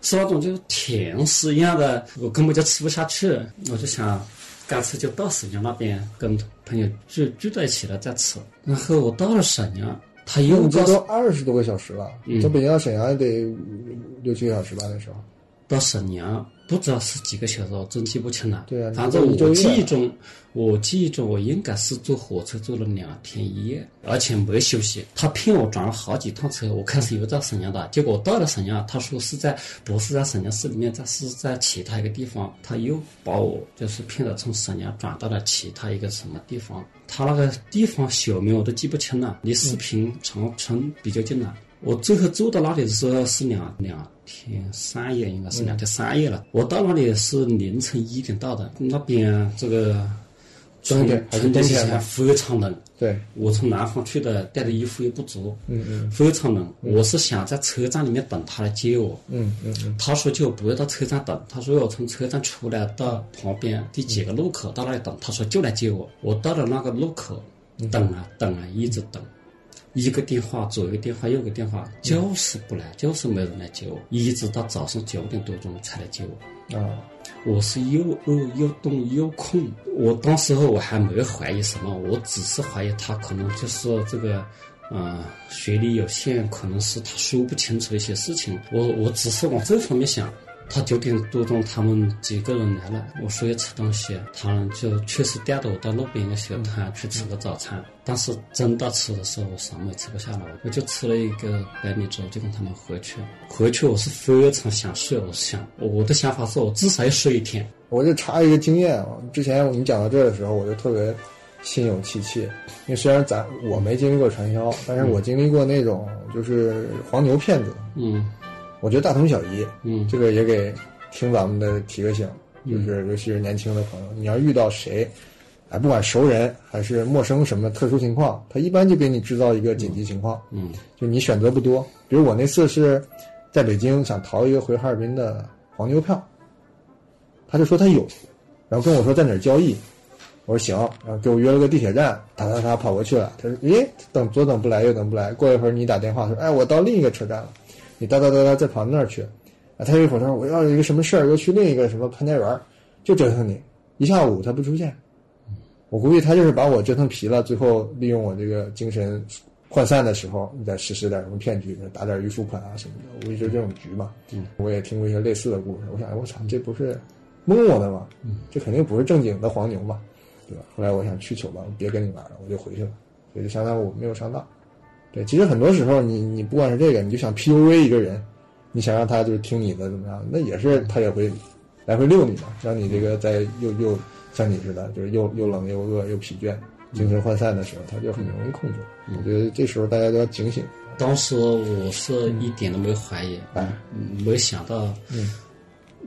Speaker 2: 是那种就是甜食一样的，我根本就吃不下去。我就想，干脆就到沈阳那边跟朋友聚聚在一起了再吃。然后我到了沈阳，他又
Speaker 1: 这
Speaker 2: 告
Speaker 1: 都
Speaker 2: 诉
Speaker 1: 二十多个小时了，
Speaker 2: 嗯
Speaker 1: 从北京到沈阳得六七个小时吧，那时候。
Speaker 2: 到沈阳不知道是几个小时，我真记不清了。
Speaker 1: 对啊
Speaker 2: 反正
Speaker 1: 你都
Speaker 2: 我
Speaker 1: 一周
Speaker 2: 记
Speaker 1: 一
Speaker 2: 忆中，我记忆中我应该是坐火车坐了两天一夜，而且没休息。他骗我转了好几趟车，我开始以为在沈阳的，结果到了沈阳，他说是在不是在沈阳市里面，在是在其他一个地方，他又把我就是骗的从沈阳转到了其他一个什么地方。他那个地方小名我都记不清了，离四平长城比较近了。我最后住到那里的时候是两两天三夜，应该
Speaker 1: 嗯
Speaker 2: 是两天三夜了。我到那里是凌晨一点到的，那边这个
Speaker 1: 冬天还是
Speaker 2: 春节
Speaker 1: 冬
Speaker 2: 期
Speaker 1: 天啊
Speaker 2: 间
Speaker 1: 吗
Speaker 2: 非常冷。
Speaker 1: 对，
Speaker 2: 我从南方去的，带的衣服又不足，
Speaker 1: 嗯嗯
Speaker 2: 非常冷。我是想在车站里面等他来接我，
Speaker 1: 嗯嗯嗯，
Speaker 2: 他说就不要到车站等，他说要从车站出来到旁边第几个路口到那里等，他说就来接我。我到了那个路口，等啊等啊，一直等，一个电话左一个电话右一个电话，就是不来，就是没有人来接我，一直到早上九点多钟才来接我。
Speaker 1: 啊，
Speaker 2: 我是又饿又冻又困，我当时候我还没有怀疑什么，我只是怀疑他可能就是这个，呃，学历有限，可能是他说不清楚一些事情。我我只是往这方面想。他九点多钟，他们几个人来了，我说要吃东西，他们就确实带着我到路边一个小摊去吃个早餐。但是真到吃的时候，我什么也吃不下来，我就吃了一个白米粥，就跟他们回去。回去我是非常想睡，我想我的想法是我至少要睡一天。
Speaker 1: 我就插一个经验啊，之前你讲到这儿的时候，我就特别心有戚戚，因为虽然咱我没经历过传销，但是我经历过那种就是黄牛骗子，
Speaker 2: 嗯
Speaker 1: 我觉得大同小异。
Speaker 2: 嗯
Speaker 1: 这个也给听咱们的提个醒，就是尤其是年轻的朋友，你要遇到谁，哎，不管熟人还是陌生什么特殊情况，他一般就给你制造一个紧急情况，
Speaker 2: 嗯
Speaker 1: 就你选择不多。比如我那次是在北京想淘一个回哈尔滨的黄牛票，他就说他有，然后跟我说在哪儿交易，我说行，然后给我约了个地铁站，他他他跑过去了，他说咦，等左等不来右等不来，过一会儿你打电话说哎我到另一个车站了，你哒哒哒哒再跑到那儿去，啊他又一会儿他说我要有一个什么事儿又去另一个什么潘家园儿，就折腾你一下午他不出现，我估计他就是把我折腾疲了，最后利用我这个精神涣散的时候，你再实施点什么骗局，打点预付款啊什么的。我一直这种局嘛，
Speaker 2: 嗯
Speaker 1: 我也听过一些类似的故事。我想，哎我操，这不是蒙我的吗？这肯定不是正经的黄牛嘛，对吧？后来我想去球吧，我别跟你玩了，我就回去了，所以就相当于我没有上当。对，其实很多时候你你不管是这个，你就想 PUA 一个人，你想让他就是听你的怎么样，那也是他也会来回溜你嘛，让你这个在又又像你似的，就是又又冷又饿又疲倦、精神涣散的时候，他就很容易控制。
Speaker 2: 嗯
Speaker 1: 我觉得这时候大家都要警醒，
Speaker 2: 当时我是一点都没有怀疑，
Speaker 1: 哎，
Speaker 2: 没想到，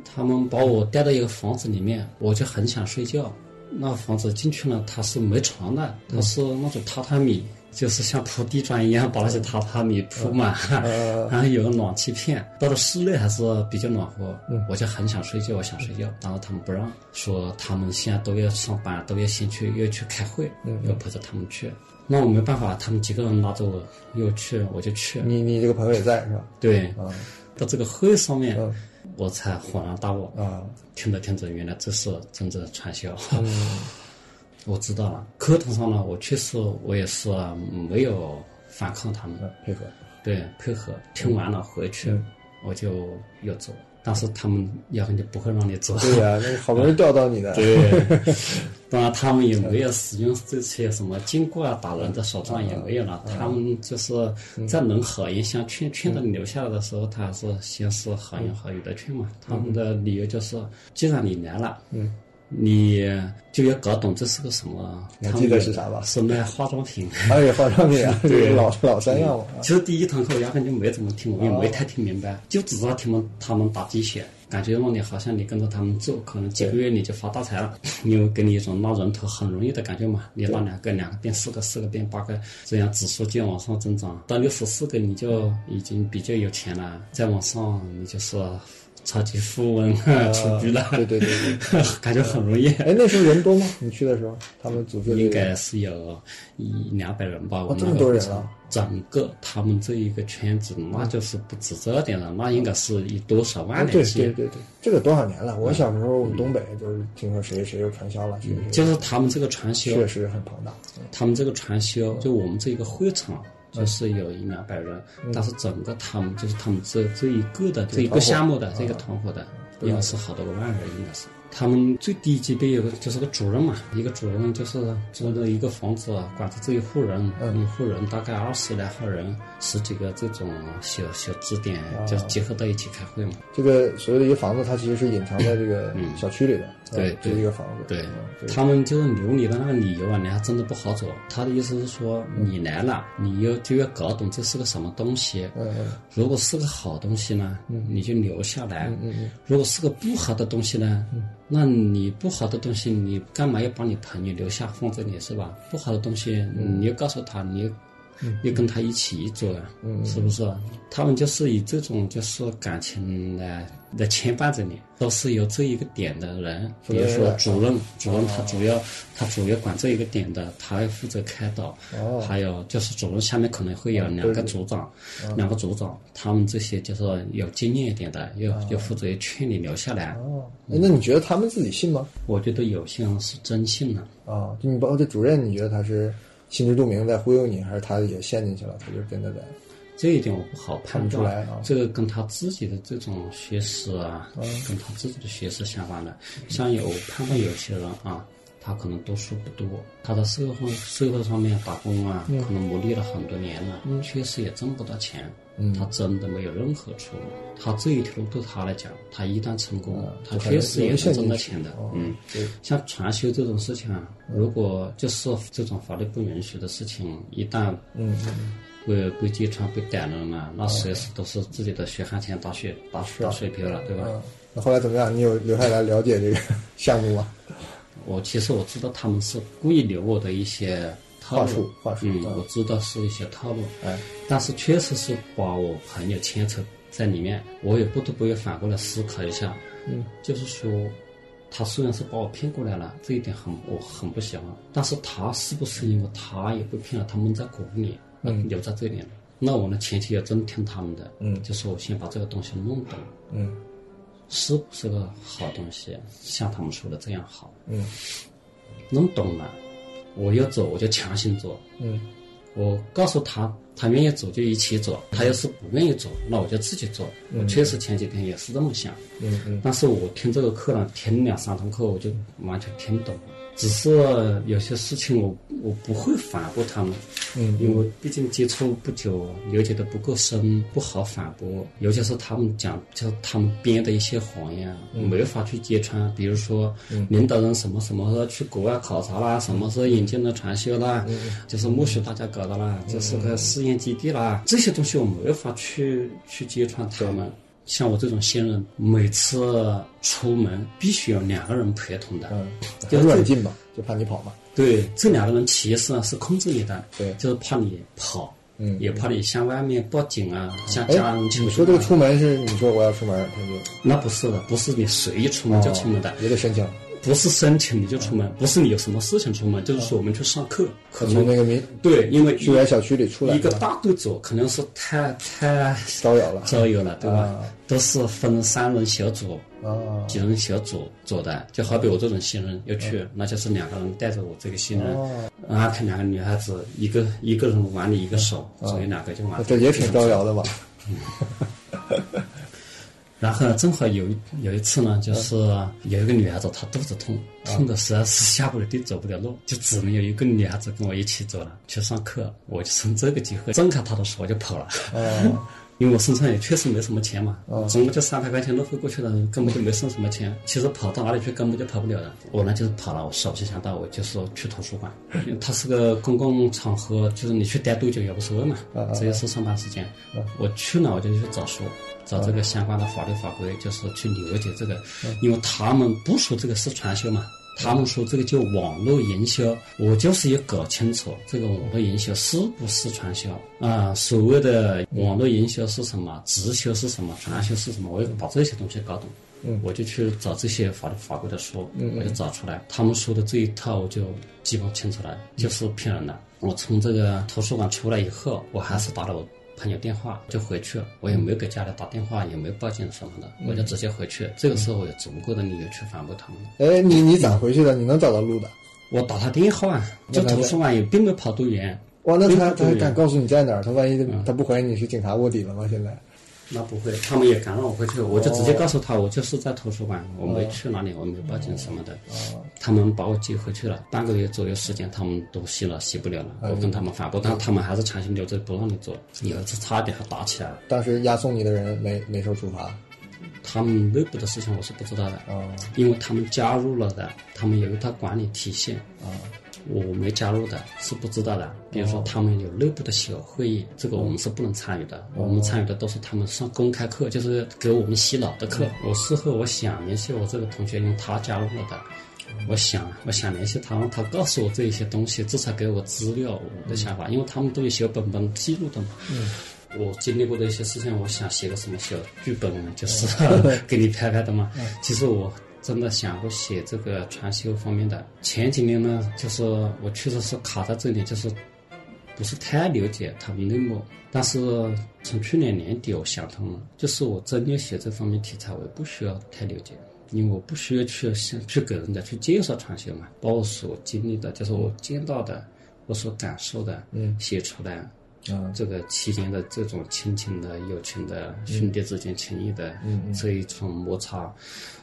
Speaker 2: 他们把我带到一个房子里面，我就很想睡觉。那房子进去了，它是没床的，它是那种榻榻米，就是像铺地砖一样把那些榻榻米铺满，
Speaker 1: 呃
Speaker 2: 然后有个暖气片。到了室内还是比较暖和，我就很想睡觉，我想睡觉，然后他们不让，说他们现在都要上班，都要先去要去开会，要陪着他们去。那我没办法，他们几个人拉着我又去，我就去。
Speaker 1: 你你这个朋友也在是吧？
Speaker 2: 对，
Speaker 1: 嗯啊
Speaker 2: 到这个会上面，
Speaker 1: 嗯
Speaker 2: 我才恍然大悟，
Speaker 1: 啊，
Speaker 2: 听着听着，原来这是真正的传销。
Speaker 1: 嗯
Speaker 2: 我知道了，课堂上呢，我确实我也是没有反抗他们，
Speaker 1: 嗯配合，
Speaker 2: 对配合。听完了回去，我就要走，但是他们压根就不会让你走。
Speaker 1: 对呀、那好不容易钓到你的，
Speaker 2: 嗯 对，当然他们也没有使用这些什么经过啊、打人的手段也没有了，他们就是在能好言相劝，劝到你留下来的时候，他还是先是好言好语的劝嘛。他们的理由就是，既然你来了，
Speaker 1: 嗯。
Speaker 2: 你就要搞懂这是个什么？
Speaker 1: 你还
Speaker 2: 他们
Speaker 1: 记得
Speaker 2: 有
Speaker 1: 是啥吧
Speaker 2: 是卖化妆品。
Speaker 1: 还有化妆品啊，
Speaker 2: 对
Speaker 1: 老老三样啊嘛。
Speaker 2: 其实第一堂课我压根就没怎么听，我也
Speaker 1: 哦
Speaker 2: 没太听明白，就只知道听们他们打鸡血，感觉让你好像你跟着他们做，可能几个月你就发大财了，因为给你一种拉人头很容易的感觉嘛，你拉两个，两个变四个，四个变八个，这样指数就往上增长，到六十四个你就已经比较有钱了，再往上你就是。超级富翁 出局了，
Speaker 1: 哦对对对
Speaker 2: 感觉很容易。
Speaker 1: 哎，那时候人多吗？你去的时候，他们组织
Speaker 2: 应该是有一两百人吧。我
Speaker 1: 这么多人
Speaker 2: 啊
Speaker 1: 啊！
Speaker 2: 整个他们这一个圈子，那就是不止这点了，那应该是以多少万
Speaker 1: 哎哦对对
Speaker 2: 来计。
Speaker 1: 对对，这个多少年了？
Speaker 2: 嗯
Speaker 1: 我小时候我们东北就是听说谁谁又传销了，谁谁
Speaker 2: 就是他们这个传销，
Speaker 1: 确实很庞大。
Speaker 2: 他们这个传销，就我们这个会场，呃就是有一两百人，但是整个他们就是他们这这一个啊的嗯这一个项目的这个团伙的，应该是好多个万人，应该是。他们最低级别有个就是个主任嘛，一个主任就是租了一个房子，管着这一户人，一户人大概二十来号人，十几个这种小小支点，就结合到一起开会嘛。
Speaker 1: 这个所谓的一个房子，它其实是隐藏在这个小区里的，
Speaker 2: 对
Speaker 1: 这
Speaker 2: 对
Speaker 1: 一个房子。
Speaker 2: 对
Speaker 1: 嗯这个
Speaker 2: 他们就是留你的那个理由啊，你还真的不好找。他的意思是说，你来了，你要就要搞懂这是个什么东西。
Speaker 1: 嗯嗯
Speaker 2: 如果是个好东西呢，你就留下来；如果是个不好的东西呢，那你不好的东西，你干嘛要把你朋友留下放这里是吧？不好的东西，你要告诉他，你要要跟他一起做啊，是不是？他们就是以这种就是感情来来牵绊着你，都是有这一个点的人，比如说主
Speaker 1: 哦
Speaker 2: 任，主任他主要他主要管这一个点的，他会负责开导，
Speaker 1: 哦
Speaker 2: 还有就是主任下面可能会有两个组长，
Speaker 1: 哦
Speaker 2: 两个组长，他们这些就是有经验一点的，要要负责劝你留下来。
Speaker 1: 哦，哎那你觉得他们自己信吗？
Speaker 2: 我觉得有些人是真信了。
Speaker 1: 啊，就你包括这主任，你觉得他是心知肚明在忽悠你，还是他也陷进去了？他就真的在
Speaker 2: 这一点我不好判
Speaker 1: 看不出
Speaker 2: 断，
Speaker 1: 来啊嗯
Speaker 2: 这个跟他自己的这种学识啊，跟他自己的学识相关的。像有判断有些人啊，他可能读书不多，他在社会社会上面打工啊，
Speaker 1: 嗯
Speaker 2: 可能磨砺了很多年了，确实也挣不到钱，
Speaker 1: 嗯
Speaker 2: 他真的没有任何出路。他这一条路对他来讲，他一旦成功，
Speaker 1: 嗯
Speaker 2: 他确实也能挣到钱的，
Speaker 1: 哦
Speaker 2: 嗯。
Speaker 1: 对
Speaker 2: 像传销这种事情啊，
Speaker 1: 嗯
Speaker 2: 如果就是这种法律不允许的事情，一旦嗯被被揭穿、被逮了嘛，那随时都是自己的血汗钱打水打打水漂了，对吧？
Speaker 1: 嗯，那后来怎么样？你有留下来了解这个项目吗？
Speaker 2: 我其实我知道他们是故意留我的一些套
Speaker 1: 话术
Speaker 2: 路，
Speaker 1: 话术
Speaker 2: 嗯，
Speaker 1: 嗯
Speaker 2: 我知道是一些套路，
Speaker 1: 哎，
Speaker 2: 但是确实是把我朋友牵扯在里面，我也不得不要反过来思考一下，嗯，就是说。他虽然是把我骗过来了，这一点很我很不喜欢，但是他是不是因为他也被骗了，他蒙在鼓里，嗯，留在这里了？那我呢前期也真听他们的，
Speaker 1: 嗯
Speaker 2: 就是我先把这个东西弄懂，
Speaker 1: 嗯
Speaker 2: 是不是个好东西？啊像他们说的这样好，
Speaker 1: 嗯
Speaker 2: 能懂了，我要走我就强行走，
Speaker 1: 嗯
Speaker 2: 我告诉他，他愿意走就一起走，他要是不愿意走，那我就自己走。我确实前几天也是这么想，
Speaker 1: 嗯嗯，
Speaker 2: 但是我听这个课呢，听两三堂课我就完全听不懂了。只是有些事情我我不会反驳他们，
Speaker 1: 嗯，
Speaker 2: 因为毕竟接触不久，了解的不够深，不好反驳。尤其是他们讲，就是他们编的一些谎言，啊
Speaker 1: 嗯
Speaker 2: 没法去揭穿。比如说，领导人什么什么时候去国外考察啦，什么时候引进了传销啦，
Speaker 1: 嗯
Speaker 2: 就是默许大家搞的啦，这是个试验基地啦，这些东西我没法去去揭穿他们。像我这种新人，每次出门必须有两个人陪同的。
Speaker 1: 嗯，
Speaker 2: 就
Speaker 1: 很
Speaker 2: 是
Speaker 1: 软禁吧，就怕你跑嘛。
Speaker 2: 对，这两个人其实啊呢是控制你的，
Speaker 1: 对
Speaker 2: 就是怕你跑，
Speaker 1: 嗯
Speaker 2: 也怕你向外面报警啊，向
Speaker 1: 哎
Speaker 2: 家人，求
Speaker 1: 你
Speaker 2: 助
Speaker 1: 说这个
Speaker 2: 啊
Speaker 1: 出门是你说我要出门，他就
Speaker 2: 那不是的，不是你随意出门就出门的，
Speaker 1: 哦也得申请。
Speaker 2: 不是申请你就出门，不是你有什么事情出门，就是说我们去上课，可
Speaker 1: 从哦那
Speaker 2: 能
Speaker 1: 个民
Speaker 2: 对，因为
Speaker 1: 住宅小区里出来
Speaker 2: 一个
Speaker 1: 是吧
Speaker 2: 大队走可能是太太
Speaker 1: 招摇了
Speaker 2: 招摇了，对吧
Speaker 1: 啊？
Speaker 2: 都是分三人小组，
Speaker 1: 啊，
Speaker 2: 几人小组做的，就好比我这种新人要
Speaker 1: 哦
Speaker 2: 去，那就是两个人带着我这个新人，安排两个女孩子，一个一个人玩你一个手，所以两个就玩。
Speaker 1: 哦这也挺招摇的吧？
Speaker 2: 然后正好有一有一次呢，就是有一个女孩子她肚子痛，痛的实在是下不了地，走不了路，就只能有一个女孩子跟我一起走了去上课。我就趁这个机会挣开她的手，我就跑了。
Speaker 1: 啊，
Speaker 2: 因为我身上也确实没什么钱嘛，总共就三百块钱路费过去了，根本就没剩什么钱。其实跑到哪里去根本就跑不了的。我呢就是跑了，我首先想到我就是去图书馆，因为它是个公共场合，就是你去待多久也无所谓嘛，只要是上班时间。我去了我就去找书，找这个相关的法律法规，就是去了解这个，因为他们不说这个是传销嘛，他们说这个叫网络营销，我就是也搞清楚这个网络营销是不是传销啊？所谓的网络营销是什么，直销是什么，传销是什么？我要把这些东西搞懂。
Speaker 1: 嗯
Speaker 2: 我就去找这些法律法规的书，
Speaker 1: 嗯嗯
Speaker 2: 我就找出来，他们说的这一套我就基本清楚了，
Speaker 1: 嗯
Speaker 2: 就是骗人的。我从这个图书馆出来以后，我还是打了我朋友电话就回去了，我也没有给家里打电话，也没有报警什么
Speaker 1: 嗯
Speaker 2: 的，我就直接回去。这个时候我有足够的理由去反驳他们了。
Speaker 1: 哎，你你咋回去的？你能找到路的？
Speaker 2: 我打他电话，
Speaker 1: 那
Speaker 2: 就
Speaker 1: 他
Speaker 2: 图书馆也并没有跑多远，
Speaker 1: 哇，那他
Speaker 2: 对
Speaker 1: 他还
Speaker 2: 对
Speaker 1: 敢告诉你在哪儿？他万一
Speaker 2: 嗯
Speaker 1: 他不怀疑你是警察卧底了吗？现在
Speaker 2: 那不会，他们也敢让我回去，我就直接告诉他，我就是在图书馆，我没去哪里，我没报警什么的。他们把我接回去了，半个月左右时间，他们都吸了，吸不了了。我跟他们反驳，但他们还是强行留着不让你走。有一次差点还打起来了，
Speaker 1: 当时押送你的人没没受处罚？
Speaker 2: 他们内部的事情我是不知道的，
Speaker 1: 啊
Speaker 2: 因为他们加入了的，他们有一套管理体系。
Speaker 1: 啊
Speaker 2: 我没加入的是不知道的，比如说他们有内部的小会议，这个我们是不能参与的。我们参与的都是他们上公开课，就是给我们洗脑的课。我事后我想联系我这个同学，因为他加入了的，我想我想联系他，让他告诉我这一些东西，至少给我资料我的想法，因为他们都有小本本记录的嘛。我经历过的一些事情，我想写个什么小剧本，就是 给你拍拍的嘛。其实我真的想过写这个传销方面的。前几年呢，就是我确实是卡在这里，就是不是太了解他们内幕。但是从去年年底，我想通了，就是我真要写这方面题材，我也不需要太了解。因为我不需要去向去给人家去介绍传销嘛，把我所经历的，就是我见到的，我所感受的，
Speaker 1: 嗯
Speaker 2: 写出来，
Speaker 1: 啊！
Speaker 2: 这个期间的这种亲情的、友情的、兄弟之间情谊的
Speaker 1: 嗯嗯
Speaker 2: 这一种摩擦，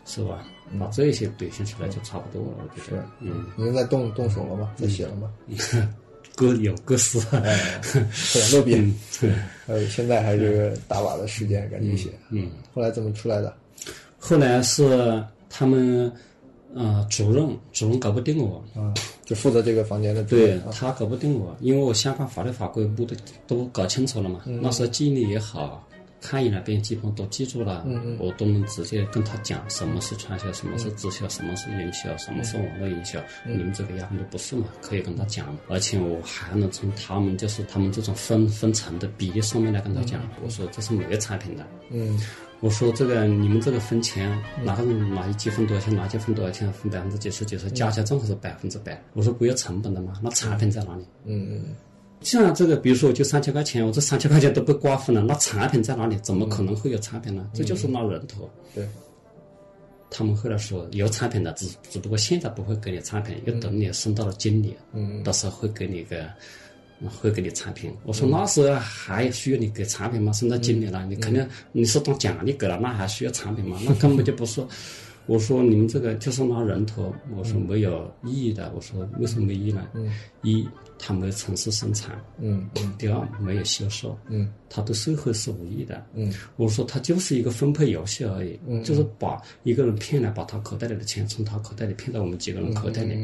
Speaker 2: 是吧？把这些表现出来就差不多了，我觉
Speaker 1: 是
Speaker 2: 得。嗯，
Speaker 1: 你现在动动手了吗？在写了吗？
Speaker 2: 各有各私。
Speaker 1: 哎特别逗逼。
Speaker 2: 嗯，对，
Speaker 1: 呃，现在还是打靶的时间，赶紧写。
Speaker 2: 嗯。
Speaker 1: 后来怎么出来的？
Speaker 2: 后来是他们，呃，主任主任搞不定我，
Speaker 1: 啊，就负责这个房间的主
Speaker 2: 对
Speaker 1: 任啊。
Speaker 2: 他搞不定我，因为我相关法律法规不都都搞清楚了嘛。那时候记忆力也好，看一两遍基本都记住了，我都能直接跟他讲什么是传销，什么是直销，什么是营销，什么是网络营销。你们这个压根就不是嘛，可以跟他讲。而且我还能从他们就是他们这种分分层的比例上面来跟他讲，我说这是每个产品的，
Speaker 1: 嗯
Speaker 2: 我说这个你们这个分钱，啊哪个哪一级分多少钱，哪一级分多少钱，分百分之几十几十，加起来正好是百分之百。我说不要成本的嘛，那产品在哪里？
Speaker 1: 嗯嗯
Speaker 2: 像这个，比如说我就三千块钱，我这三千块钱都被瓜分了，那产品在哪里？怎么可能会有产品呢？这就是拉人头。
Speaker 1: 对。
Speaker 2: 他们后来说有产品的，只只不过现在不会给你产品，要等你升到了经理，
Speaker 1: 嗯
Speaker 2: 到时候会给你个，嗯会给你产品。我说那时候还需要你给产品吗？升到经理了，你肯定你是当奖励给了，那还需要产品吗？那根本就不是。我说 你们这个就是拿人头，我说没有意义的。我说为什么没意义呢？一，它没有城市生产；
Speaker 1: 嗯
Speaker 2: 第二，没有销售。
Speaker 1: 嗯
Speaker 2: 它对社会是无益的。
Speaker 1: 嗯，
Speaker 2: 我说它就是一个分配游戏而已，就是把一个人骗来，把他口袋里的钱从他口袋里骗到我们几个人口袋里，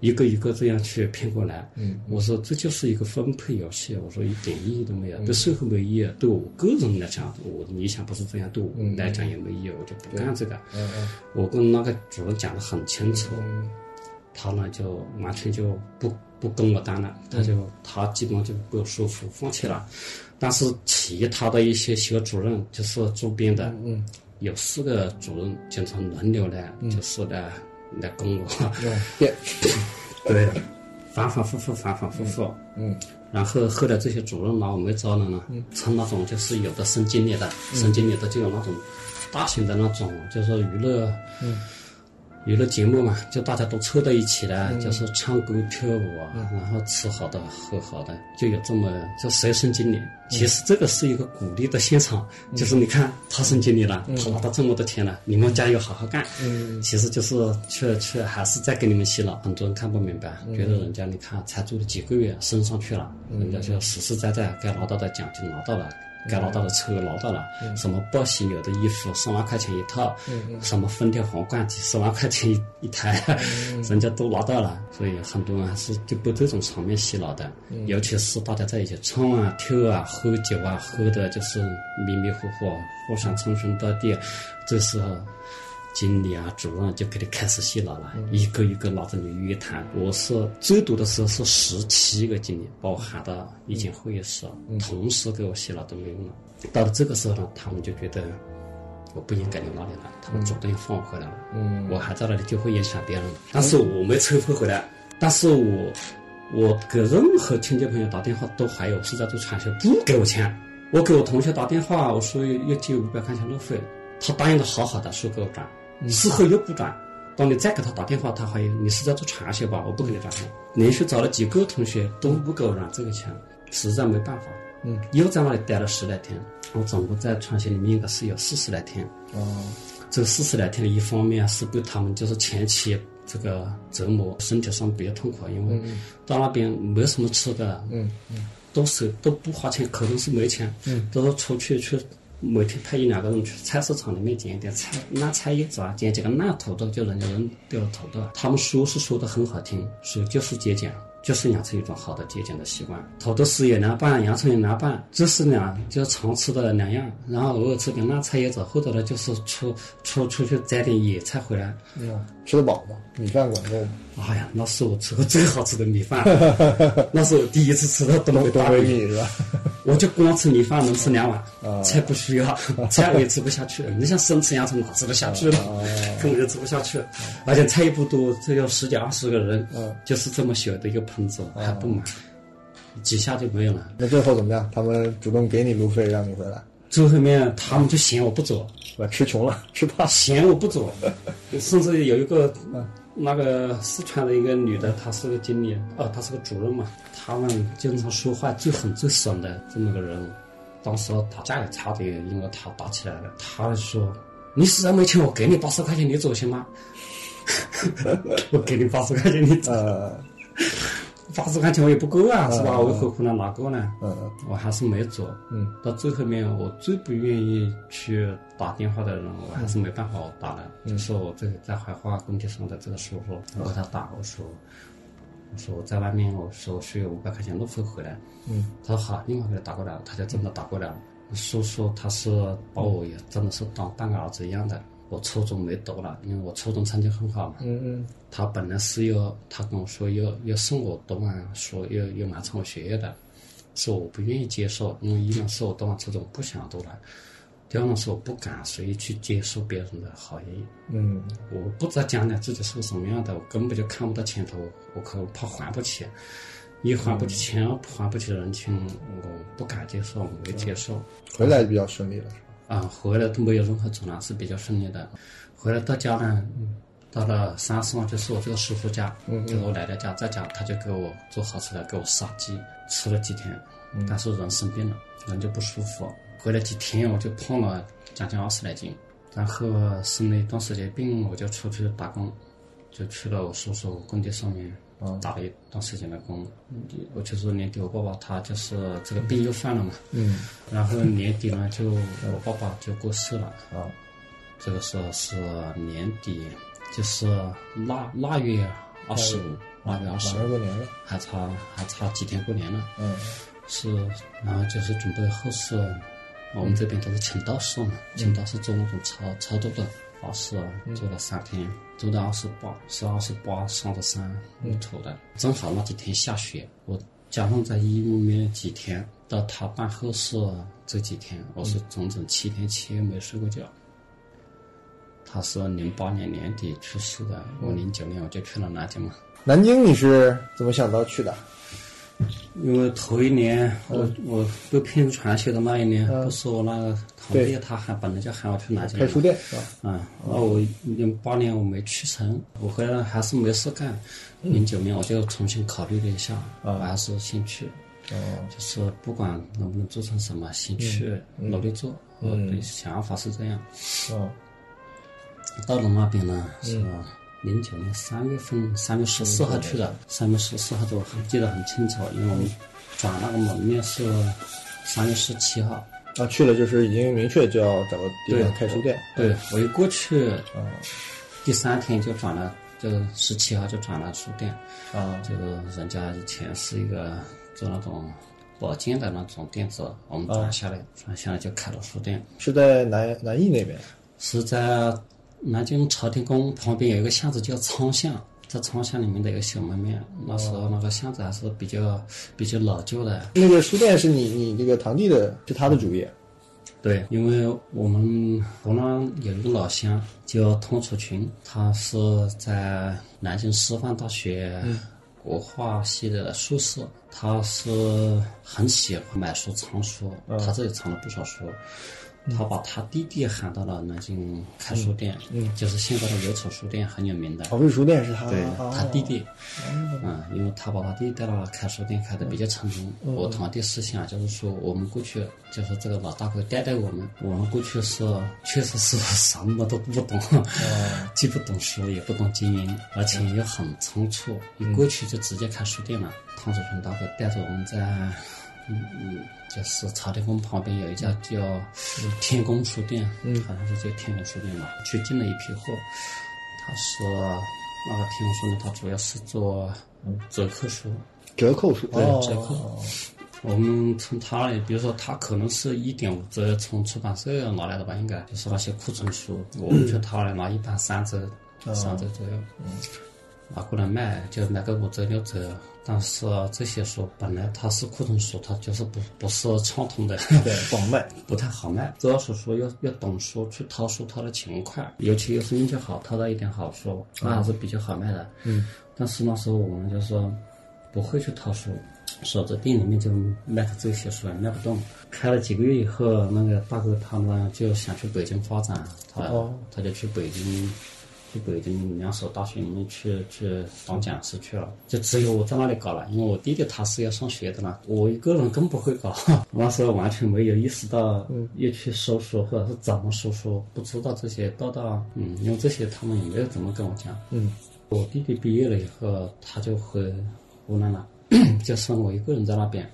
Speaker 2: 一个一个这样去骗过来。
Speaker 1: 嗯
Speaker 2: 我说这就是一个分配游戏，我说一点意义都
Speaker 1: 嗯
Speaker 2: 没有，对社会没意义，对我个人来讲，我理想不是这样，对我来讲也没意义，我就不干这个。
Speaker 1: 嗯嗯
Speaker 2: 我跟那个主任讲的很清楚，
Speaker 1: 嗯
Speaker 2: 他呢就完全就不不跟我单了，他就、
Speaker 1: 嗯
Speaker 2: 他基本上就不舒服，放弃了。但是其他的一些小主任，就是周边的，
Speaker 1: 嗯
Speaker 2: 有四个主任经常轮流来，就是来来跟我，
Speaker 1: 嗯，变
Speaker 2: 对，反反复复，反反复复。
Speaker 1: 嗯
Speaker 2: 然后后来这些主任拿我没招了呢，从那种就是有的升经理的，升经理的就有那种大型的那种就是娱乐，娱乐节目嘛，就大家都凑到一起来，就是唱歌跳舞啊，然后吃好的喝好的，就有这么就谁升经理。其实这个是一个鼓励的现场，就是你看他升经理了，他拿到这么多钱了，你们加油好好干。
Speaker 1: 嗯
Speaker 2: 其实就是去去还是在给你们洗脑，很多人看不明白，觉得人家你看才做了几个月升上去了，人家就实实在在该拿到的奖金拿到了。该拿到的车拿到了，什么报喜有的衣服三万块钱一套，什么封条皇冠几十万块钱一一台， 人家都拿到了，所以很多人还是就被这种场面洗脑的，尤其是大家在一起唱啊、跳啊、喝酒啊，啊喝的就是迷迷糊糊，互相称兄道弟，这时候经理啊、主任啊就给你开始洗脑了，一个一个拿着你约谈。我是最多的时候是十七个经理把我喊到一间会议室，同时给我洗脑都没用了。到了这个时候呢，他们就觉得我不应该留那里了，他们主动放我回来了。
Speaker 1: 嗯
Speaker 2: 我还在那里就会影响别人了，但是我没撤回回来，但是我我给任何亲戚朋友打电话都怀疑我是在做传销，不给我钱。我给我同学打电话，我说要借五百块钱路费，他答应的好好的，说给我转，事后又不转。当你再给他打电话，他怀疑你是在做传销吧？我不给你转了。连续找了几个同学都不给我转这个钱，实在没办法，
Speaker 1: 嗯，
Speaker 2: 又在那里待了十来天。我总共在传销里面应该是有四十来天。
Speaker 1: 哦，
Speaker 2: 这四十来天，一方面是对他们就是前期这个折磨，身体上比较痛苦，因为到那边没什么吃的，
Speaker 1: 嗯
Speaker 2: 都是都不花钱，口头是没钱，
Speaker 1: 嗯
Speaker 2: 都是出去去每天派一两个人去菜市场里面捡一点菜，烂菜叶子啊，捡几个烂土豆就人家扔掉土豆。他们说是说的很好听，说就是节俭。就是养成一种好的节俭的习惯，土豆丝也凉拌，洋葱也凉拌，这是两就是常吃的两样，然后偶尔吃点烂菜叶子，或者呢就是出出出去摘点野菜回来，
Speaker 1: 嗯，吃得饱吗？米饭管够吗？
Speaker 2: 哎呀，那是我吃过最好吃的米 饭，那是我第一次吃到东北
Speaker 1: 东
Speaker 2: 大
Speaker 1: 北
Speaker 2: 烩
Speaker 1: 米是吧？
Speaker 2: 我就光吃米饭能吃两碗
Speaker 1: 啊，
Speaker 2: 菜不需要，菜我也吃不下去。你像生吃洋葱哪吃得下去了？ 根本就吃不下去，而且菜也不多，只有十几二十个人
Speaker 1: 嗯，
Speaker 2: 就是这么小的一个盆子还不满，几下就没有了。
Speaker 1: 那最后怎么样？他们主动给你路费让你回来，
Speaker 2: 最后面他们就嫌我不走，
Speaker 1: 是吧？吃穷了，吃怕了。
Speaker 2: 嫌我不走，甚至有一个那个四川的一个女的，她是个经理，哦，她是个主任嘛，他们经常说话最狠最损的这么个人，当时打架也差点因为她打起来了，她说：“你实在没钱，我给你八十块钱，你走行吗？” 我给你八十块钱，你走，
Speaker 1: 呃，
Speaker 2: 八十块钱我也不够啊，是吧？我又何苦呢？哪够呢？
Speaker 1: 嗯
Speaker 2: 我还是没走。
Speaker 1: 嗯，
Speaker 2: 到最后面，我最不愿意去打电话的人，我还是没办法，我打了，就说我这个在怀化工地上的这个叔叔，我给他打，我说，我说我在外面，我说我需要五百块钱路费回来，
Speaker 1: 嗯，
Speaker 2: 他说好，另外给他打过来了，他就真的打过来了。叔叔他是把我也真的是当半个儿子一样的，我初中没读了，因为我初中成绩很好嘛，
Speaker 1: 嗯嗯
Speaker 2: 他本来是要，他跟我说要要送我读完书，要要完成我学业的，是我不愿意接受，因为一呢是我读完初中不想读了，第二呢是我不敢随意去接受别人的好意，
Speaker 1: 嗯
Speaker 2: 我不知道将来自己是个什么样的，我根本就看不到前途，我可怕还不起，一还不起钱，还不起人情，我不敢接受，我没接受。
Speaker 1: 回来比较顺利了，是吧？
Speaker 2: 啊，回来都没有任何阻拦，是比较顺利的。回来到家呢，到了三四号就是我这个叔叔家，就是我奶奶家，在家他就给我做好吃的，给我杀鸡，吃了几天，但是人生病了，人就不舒服。回来几天我就胖了将近二十来斤，然后生了一段时间病，我就出去打工，就去了我叔叔工地上面。打了一段时间的工，我就是年底我爸爸他就是这个病又犯了嘛，
Speaker 1: 嗯
Speaker 2: 然后年底呢，就我爸爸就过世了，
Speaker 1: 啊，
Speaker 2: 这个时候是年底，就是腊腊月二十五，腊月二
Speaker 1: 马
Speaker 2: 十
Speaker 1: 上
Speaker 2: 五，
Speaker 1: 过年了，
Speaker 2: 还差还差几天过年了，
Speaker 1: 嗯
Speaker 2: 是，然后就是准备后事，我们这边都是请道士嘛，请道士做那种超超度的法事，做了三天，做到二十八，是二十八上的山入土的，正好那几天下雪，我加上在医院里面几天，到他办后事这几天，我是整整七天七夜没睡过觉。他是零八年年底去世的，我零九年我就去了南京嘛。
Speaker 1: 南京你是怎么想到去的？
Speaker 2: 因为头一年我
Speaker 1: 嗯
Speaker 2: 我被骗入传销的那一年，不是我那个堂
Speaker 1: 对
Speaker 2: 弟，他还本来就喊我去南京
Speaker 1: 嗯开书
Speaker 2: 嘛
Speaker 1: 店是吧？
Speaker 2: 啊，然后我零八年我没去成，我回来还是没事干，
Speaker 1: 嗯
Speaker 2: 零九年我就重新考虑了一下，我还是先去，
Speaker 1: 啊哦，
Speaker 2: 就是不管能不能做成什么，先
Speaker 1: 嗯
Speaker 2: 去努力做，我的想法是这样。
Speaker 1: 哦，
Speaker 2: 到了那边呢，是零九年三月份，三月十嗯四号去的。三月十四号的我还记得很清楚，因为我们转那个门面是三月十七号。
Speaker 1: 那去了就是已经明确就要找个地方开书店，
Speaker 2: 对，我一过去，呃第三天就转了，就是十七号就转了书店。
Speaker 1: 啊，
Speaker 2: 这个人家以前是一个做那种保健的那种店子，我哦们转下来，转下来就开了书店。
Speaker 1: 是在南南艺那边，
Speaker 2: 是在南京朝天宫旁边有一个巷子叫仓巷，在仓巷里面的一个小门面，那时候那个巷子还是比较比较老旧的。
Speaker 1: 那个书店是你你这个堂弟的，是他的主业。
Speaker 2: 对，因为我们湖南有一个老乡叫通楚群，他是在南京师范大学国画系的硕士，他是很喜欢买书藏书，他这里藏了不少书。他把他弟弟喊到了南京开书店，就是现在的刘楚书店很有名的。
Speaker 1: 宝贝书店是他
Speaker 2: 对
Speaker 1: 哦
Speaker 2: 他弟弟，嗯，因为他把他弟弟带到了开书店，开的比较成功。我堂弟是想，啊就是说我们过去，就是这个老大哥带带我们，我们过去是确实是 什么都不懂， 既不懂书，也不懂经营，而且又很仓促，一过去就直接开书店了。汤楚全大哥带着我们在。嗯嗯，就是朝天宫旁边有一家叫天宫书店，嗯，好像是叫天宫书店吧，去进了一批货。他是那个天宫书呢，他主要是做折扣书，
Speaker 1: 折扣书，
Speaker 2: 对
Speaker 1: 哦
Speaker 2: 折扣。我们从他那里，比如说他可能是一点五折从出版社拿来的吧，应该就是那些库存书，我们去他那里拿一般三折，三折左右。拿过来卖，就卖个五折六折。但是啊这些书本来它是库存书，它就是不不是畅通的，
Speaker 1: 对，广卖。
Speaker 2: 不太好卖。主要是说要要懂书，去掏书掏的勤快，尤其又是运气好，掏到一点好书，那还是比较好卖的。嗯。但是那时候我们就说不会去掏书，守着店里面就卖的这些书也卖不动。开了几个月以后，那个大哥他们就想去北京发展，他、
Speaker 1: 哦
Speaker 2: 他就去北京。去北京两所大学里面去去当讲师去了，就只有我在那里搞了，因为我弟弟他是要上学的嘛，我一个人更不会搞， 那时候完全没有意识到要去收书或者是怎么收书，不知道这些到到嗯，因为这些他们也没有怎么跟我讲，
Speaker 1: 嗯，
Speaker 2: 我弟弟毕业了以后，他就回湖南 了，就剩我一个人在那边，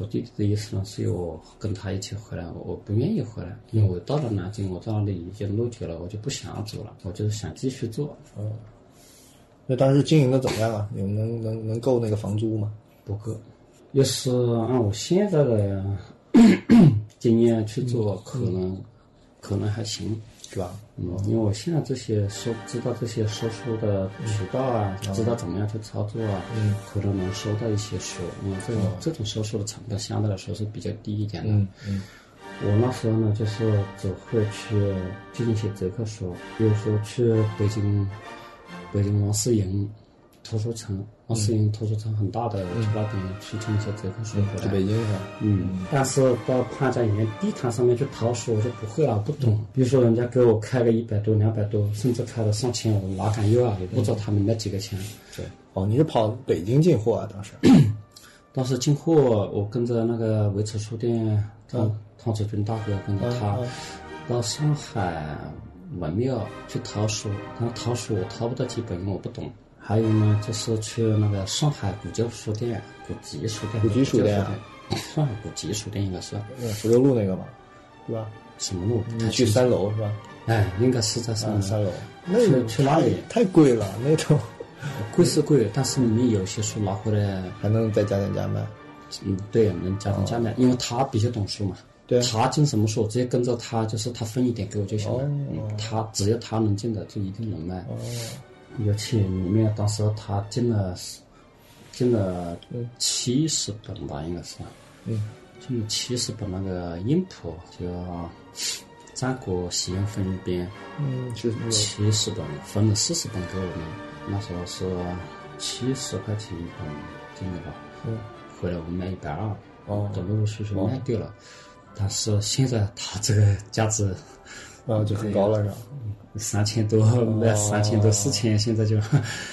Speaker 2: 我弟弟的意思呢，是要我跟他一起回来，我不愿意回来，因为我到了南京，我到那里已经落脚了，我就不想要走了，我就是想继续做，
Speaker 1: 那当时经营的怎么样啊？有能能能够那个房租吗？
Speaker 2: 不够。要是按我现在的 经验去做，可能可能还行。
Speaker 1: 是吧？
Speaker 2: 嗯，因为我现在这些收知道这些收书的渠道啊，知道怎么样去操作啊，
Speaker 1: 嗯，
Speaker 2: 可能能收到一些书。嗯，这种、这种收书的成本相对来说是比较低一点的。
Speaker 1: 嗯
Speaker 2: 我那时候呢，就是只会去进一些折扣书，比如说去北京，北京王世营图书城，王世营图书城很大的，去那边去进一些折扣书回
Speaker 1: 在
Speaker 2: 来。
Speaker 1: 北京是吧？
Speaker 2: 嗯，但是到潘家园地摊上面去淘书，我就不会啊，不懂。比如说人家给我开个一百多、两百多，甚至开了上千，我哪敢要啊？也不知道他们那几个钱。
Speaker 1: 对。哦，你是跑北京进货啊？当 时
Speaker 2: 当时进货，我跟着那个维持书店汤汤志军大哥跟着他、到上海文庙去淘书，然后淘书我淘不到几本，因为我不懂。还有呢，就是去那个上海古旧书店、古籍书店、
Speaker 1: 古籍书店啊
Speaker 2: 古旧书店、上海古籍书店应该是
Speaker 1: 嗯福州路那个嘛，对吧？
Speaker 2: 什么路？不
Speaker 1: 你
Speaker 2: 太
Speaker 1: 去
Speaker 2: 清楚
Speaker 1: 三楼是吧？
Speaker 2: 哎，应该是在上
Speaker 1: 啊，
Speaker 2: 海
Speaker 1: 三楼。那
Speaker 2: 去
Speaker 1: 个
Speaker 2: 去哪里？
Speaker 1: 太贵了，那种
Speaker 2: 贵是贵，但是你有些书拿回来，
Speaker 1: 还能再加点价卖。
Speaker 2: 嗯，对，能加上价卖，因为他比较懂书嘛。
Speaker 1: 嗯对啊
Speaker 2: 他进什么书，我直接跟着他，就是他分一点给我就行了。
Speaker 1: 哦
Speaker 2: 嗯，他只要他能进的，就一定能卖。
Speaker 1: 哦，
Speaker 2: 尤其里面当时他进了，进了七十本吧，应该是。
Speaker 1: 嗯，
Speaker 2: 进了七十本那个音谱，叫《战国西洋分编》。
Speaker 1: 嗯，是那个
Speaker 2: 七十本分了四十本给我们，那时候是七十块钱一本进的吧，
Speaker 1: 嗯，
Speaker 2: 回来我们卖一百二，
Speaker 1: 哦
Speaker 2: 等陆陆续续卖掉了。但是现在它这个价值
Speaker 1: 啊，就很高了是吧？
Speaker 2: 三千多，卖三千多四千，现在就
Speaker 1: 哦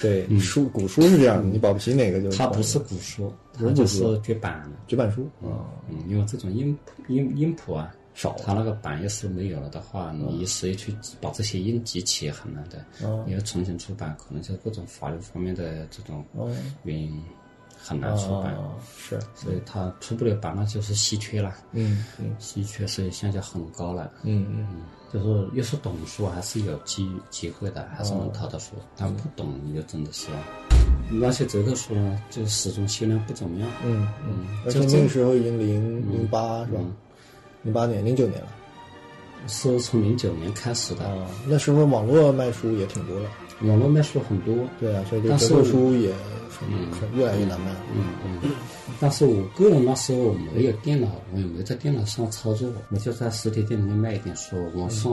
Speaker 1: 对，书古书是这样的，你保不齐哪个就
Speaker 2: 它嗯不是古书，
Speaker 1: 不
Speaker 2: 它
Speaker 1: 是
Speaker 2: 就
Speaker 1: 古书
Speaker 2: 是绝版的。
Speaker 1: 绝版书啊。
Speaker 2: 嗯，因为这种音音音谱啊
Speaker 1: 少
Speaker 2: 它那个版要是没有了的话，你谁去把这些音集齐很难的。
Speaker 1: 哦
Speaker 2: 你要重新出版，可能就各种法律方面的这种原因很难出版，
Speaker 1: 啊，哦是，
Speaker 2: 所以它出不了版，那就是稀缺了。
Speaker 1: 嗯嗯
Speaker 2: 稀缺，所以现在很高了。
Speaker 1: 嗯嗯，
Speaker 2: 就是要是懂书，还是有机机会的，还是能淘到书。但不懂，你就真的是那些折扣书呢，就始终销量不怎么样。
Speaker 1: 嗯
Speaker 2: 嗯
Speaker 1: 而且
Speaker 2: 就这嗯
Speaker 1: 那个时候已经零零八是吧？零八年、零九年了，
Speaker 2: 是从零九年开始的，
Speaker 1: 啊，那时候网络卖书也挺多的，
Speaker 2: 网络卖书很多，
Speaker 1: 对啊，所以这个
Speaker 2: 但是
Speaker 1: 折扣书也很很越来越难卖。
Speaker 2: 嗯嗯。但是我个人那时候没有电脑，我也没在电脑上操作，我就在实体店里面卖一点书，网上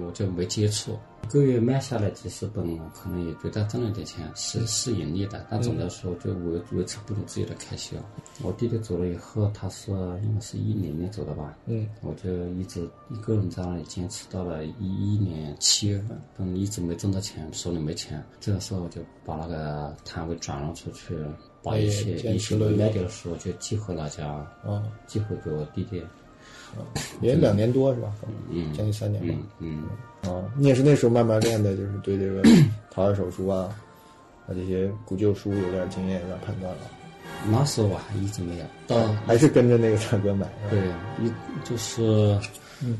Speaker 2: 我就没接触。一个月卖下来几十本，我可能也觉得挣了点钱，是是盈利的，但总的来说就维维持不住自己的开销。我弟弟走了以后，他是应该是一零年走的吧，
Speaker 1: 嗯，
Speaker 2: 我就一直一个人在那里坚持到了一一年七月份，但一直没挣到钱，手里没钱。这个时候我就把那个摊位转让出去，把一些
Speaker 1: 哎坚
Speaker 2: 一
Speaker 1: 持
Speaker 2: 些
Speaker 1: 了
Speaker 2: 卖掉的书就寄回老家，
Speaker 1: 啊，
Speaker 2: 寄回给我弟弟。
Speaker 1: 也两年多是吧？
Speaker 2: 嗯
Speaker 1: 将近三年吧。
Speaker 2: 嗯嗯，
Speaker 1: 啊，你也是那时候慢慢练的，就是对这个 陶二手书啊，啊这些古旧书有点经验，有点判断了，
Speaker 2: 那时候我还一直没有到，
Speaker 1: 还是跟着那个大哥买。是吧
Speaker 2: 对，一就是，
Speaker 1: 嗯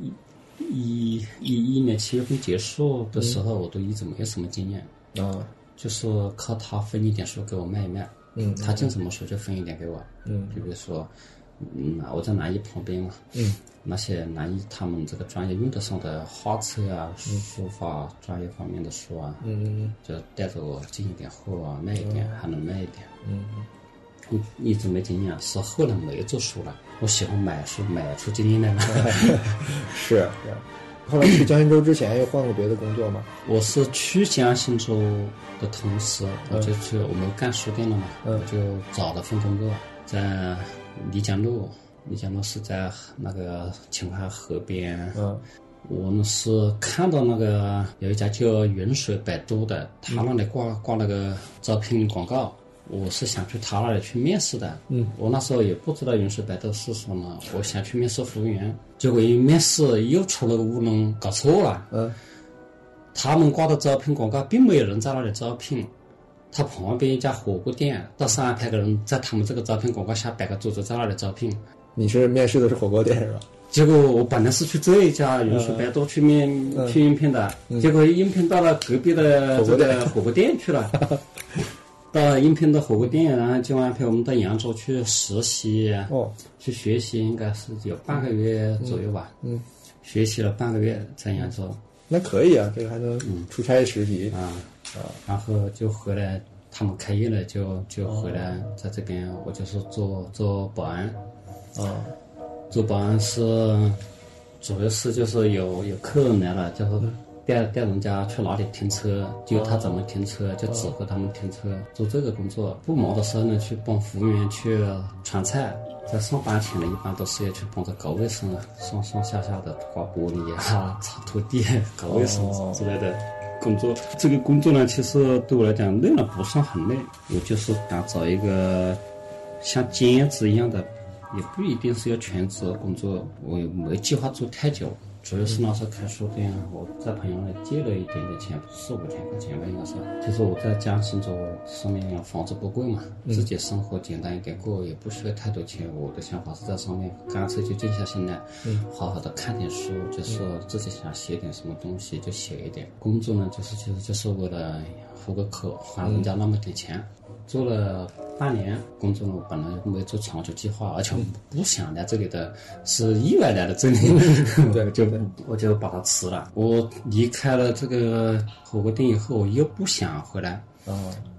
Speaker 2: 一一一一年七月份结束的时候，我都一直没有什么经验。
Speaker 1: 啊，
Speaker 2: 就是靠他分一点书给我卖一卖，
Speaker 1: 嗯
Speaker 2: 他进什么书就分一点给我，
Speaker 1: 嗯
Speaker 2: 就比如说，嗯，我在南艺旁边嘛，
Speaker 1: 嗯，
Speaker 2: 那些南艺他们这个专业用得上的画册呀、书法专业方面的书啊，
Speaker 1: 嗯
Speaker 2: 就带着我进一点货啊，卖一点，还能卖一点，
Speaker 1: 嗯
Speaker 2: 一一直没经验，是后来没做书了，我喜欢买书，买出经验来 了。
Speaker 1: 嗯，是是。后来去江心洲之前又换过别的工作吗？
Speaker 2: 我是去江信州的同时，我就去我们干书店了嘛，
Speaker 1: 嗯
Speaker 2: 我就找了份工作，在漓江路，漓江路是在那个秦淮河边。
Speaker 1: 嗯
Speaker 2: 我们是看到那个有一家叫云水百度的，他
Speaker 1: 嗯
Speaker 2: 那里挂挂那个招聘广告。我是想去他那里去面试的，
Speaker 1: 嗯，
Speaker 2: 我那时候也不知道云水百度是什么，我想去面试服务员，结果一面试又出了个乌龙，搞错了，
Speaker 1: 嗯
Speaker 2: 他们挂的招聘广告并没有人在那里招聘，他旁边一家火锅店到上海派个人在他们这个招聘广告下摆个桌子在那里招聘。
Speaker 1: 你是面试的是火锅店是吧？
Speaker 2: 结果我本来是去这一家云水百度去面、去应聘的，结果应聘到了隔壁的这个嗯火锅店去了。 到应聘到火锅店，然后就安排我们到扬州去实习，
Speaker 1: 哦，
Speaker 2: 去学习，应该是有半个月左右吧。
Speaker 1: 嗯嗯
Speaker 2: 学习了半个月在扬州。
Speaker 1: 那可以啊，这个还能出差实习。
Speaker 2: 啊然后就回来，他们开业了就就回来，在这边我就是做做保安，
Speaker 1: 啊，
Speaker 2: 做保安是主要是就是有有客人来了，就是带带人家去哪里停车，就他怎么停车，就指挥他们停车，做这个工作。不忙的时候呢，去帮服务员去传菜。在上班前呢，一般都是要去帮着搞卫生啊，上上下下的刮玻璃啊、擦拖地、搞卫生
Speaker 1: 哦
Speaker 2: 之类的工作。这个工作呢，其实对我来讲累了不算很累，我就是想找一个像兼职一样的，也不一定是要全职工作，我也没计划做太久。主要是那时候开书店，我在朋友那里借了一点点钱，四五千块钱吧，应该是。就是我在江苏州上面房子不贵嘛，自己生活简单一点过，也不需要太多钱。我的想法是在上面干脆就静下心来，好好的看点书，就是自己想写点什么东西就写一点。工作呢，就是其实就是为了糊个口，还人家那么点钱。做了半年工作呢，我本来没做长久计划，而且我不想来这里的，是意外来的这里，
Speaker 1: 对
Speaker 2: 我就我就把它辞了。我离开了这个火锅店以后，我又不想回来，
Speaker 1: 啊，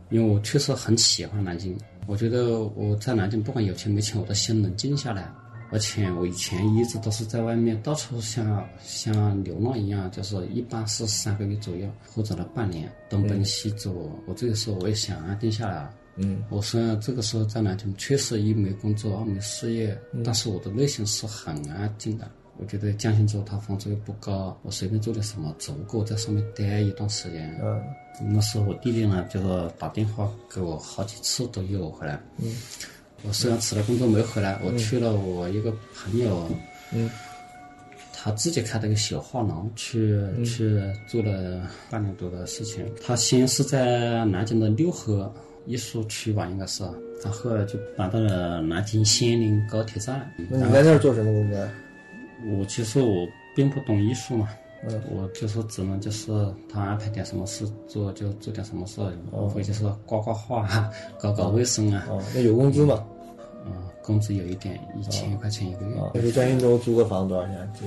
Speaker 2: 因为我确实很喜欢南京，我觉得我在南京不管有钱没钱，我都先冷静下来。而且我以前一直都是在外面到处像像流浪一样，就是一般是三个月左右或者了半年，东奔西走。我这个时候我也想安定下来。啊
Speaker 1: 嗯
Speaker 2: 我虽然这个时候在南京确实一没工作二没事业，但是我的内心是很安静的。我觉得江心洲它房租又不高，我随便做点什么足够在上面待一段时间。
Speaker 1: 嗯
Speaker 2: 那时候我弟弟呢，就是打电话给我好几次都约我回来。嗯，我虽然辞了工作没回来，我去了我一个朋友，
Speaker 1: 嗯，
Speaker 2: 他自己开了个小画廊，去、去做了半年多的事情。他先是在南京的六合艺术区吧，应该是，啊然后来就搬到了南京仙林高铁站。
Speaker 1: 那你在那儿做什么工作呀？
Speaker 2: 我其实我并不懂艺术嘛，我就是只能就是他安排点什么事做就做
Speaker 1: 哦
Speaker 2: 点什么事，无非就是挂挂画啊，搞搞卫生啊。
Speaker 1: 啊，那有工资吗？
Speaker 2: 嗯，工资有一点一千块钱一个月。
Speaker 1: 啊，就是在印度租个房多少钱？就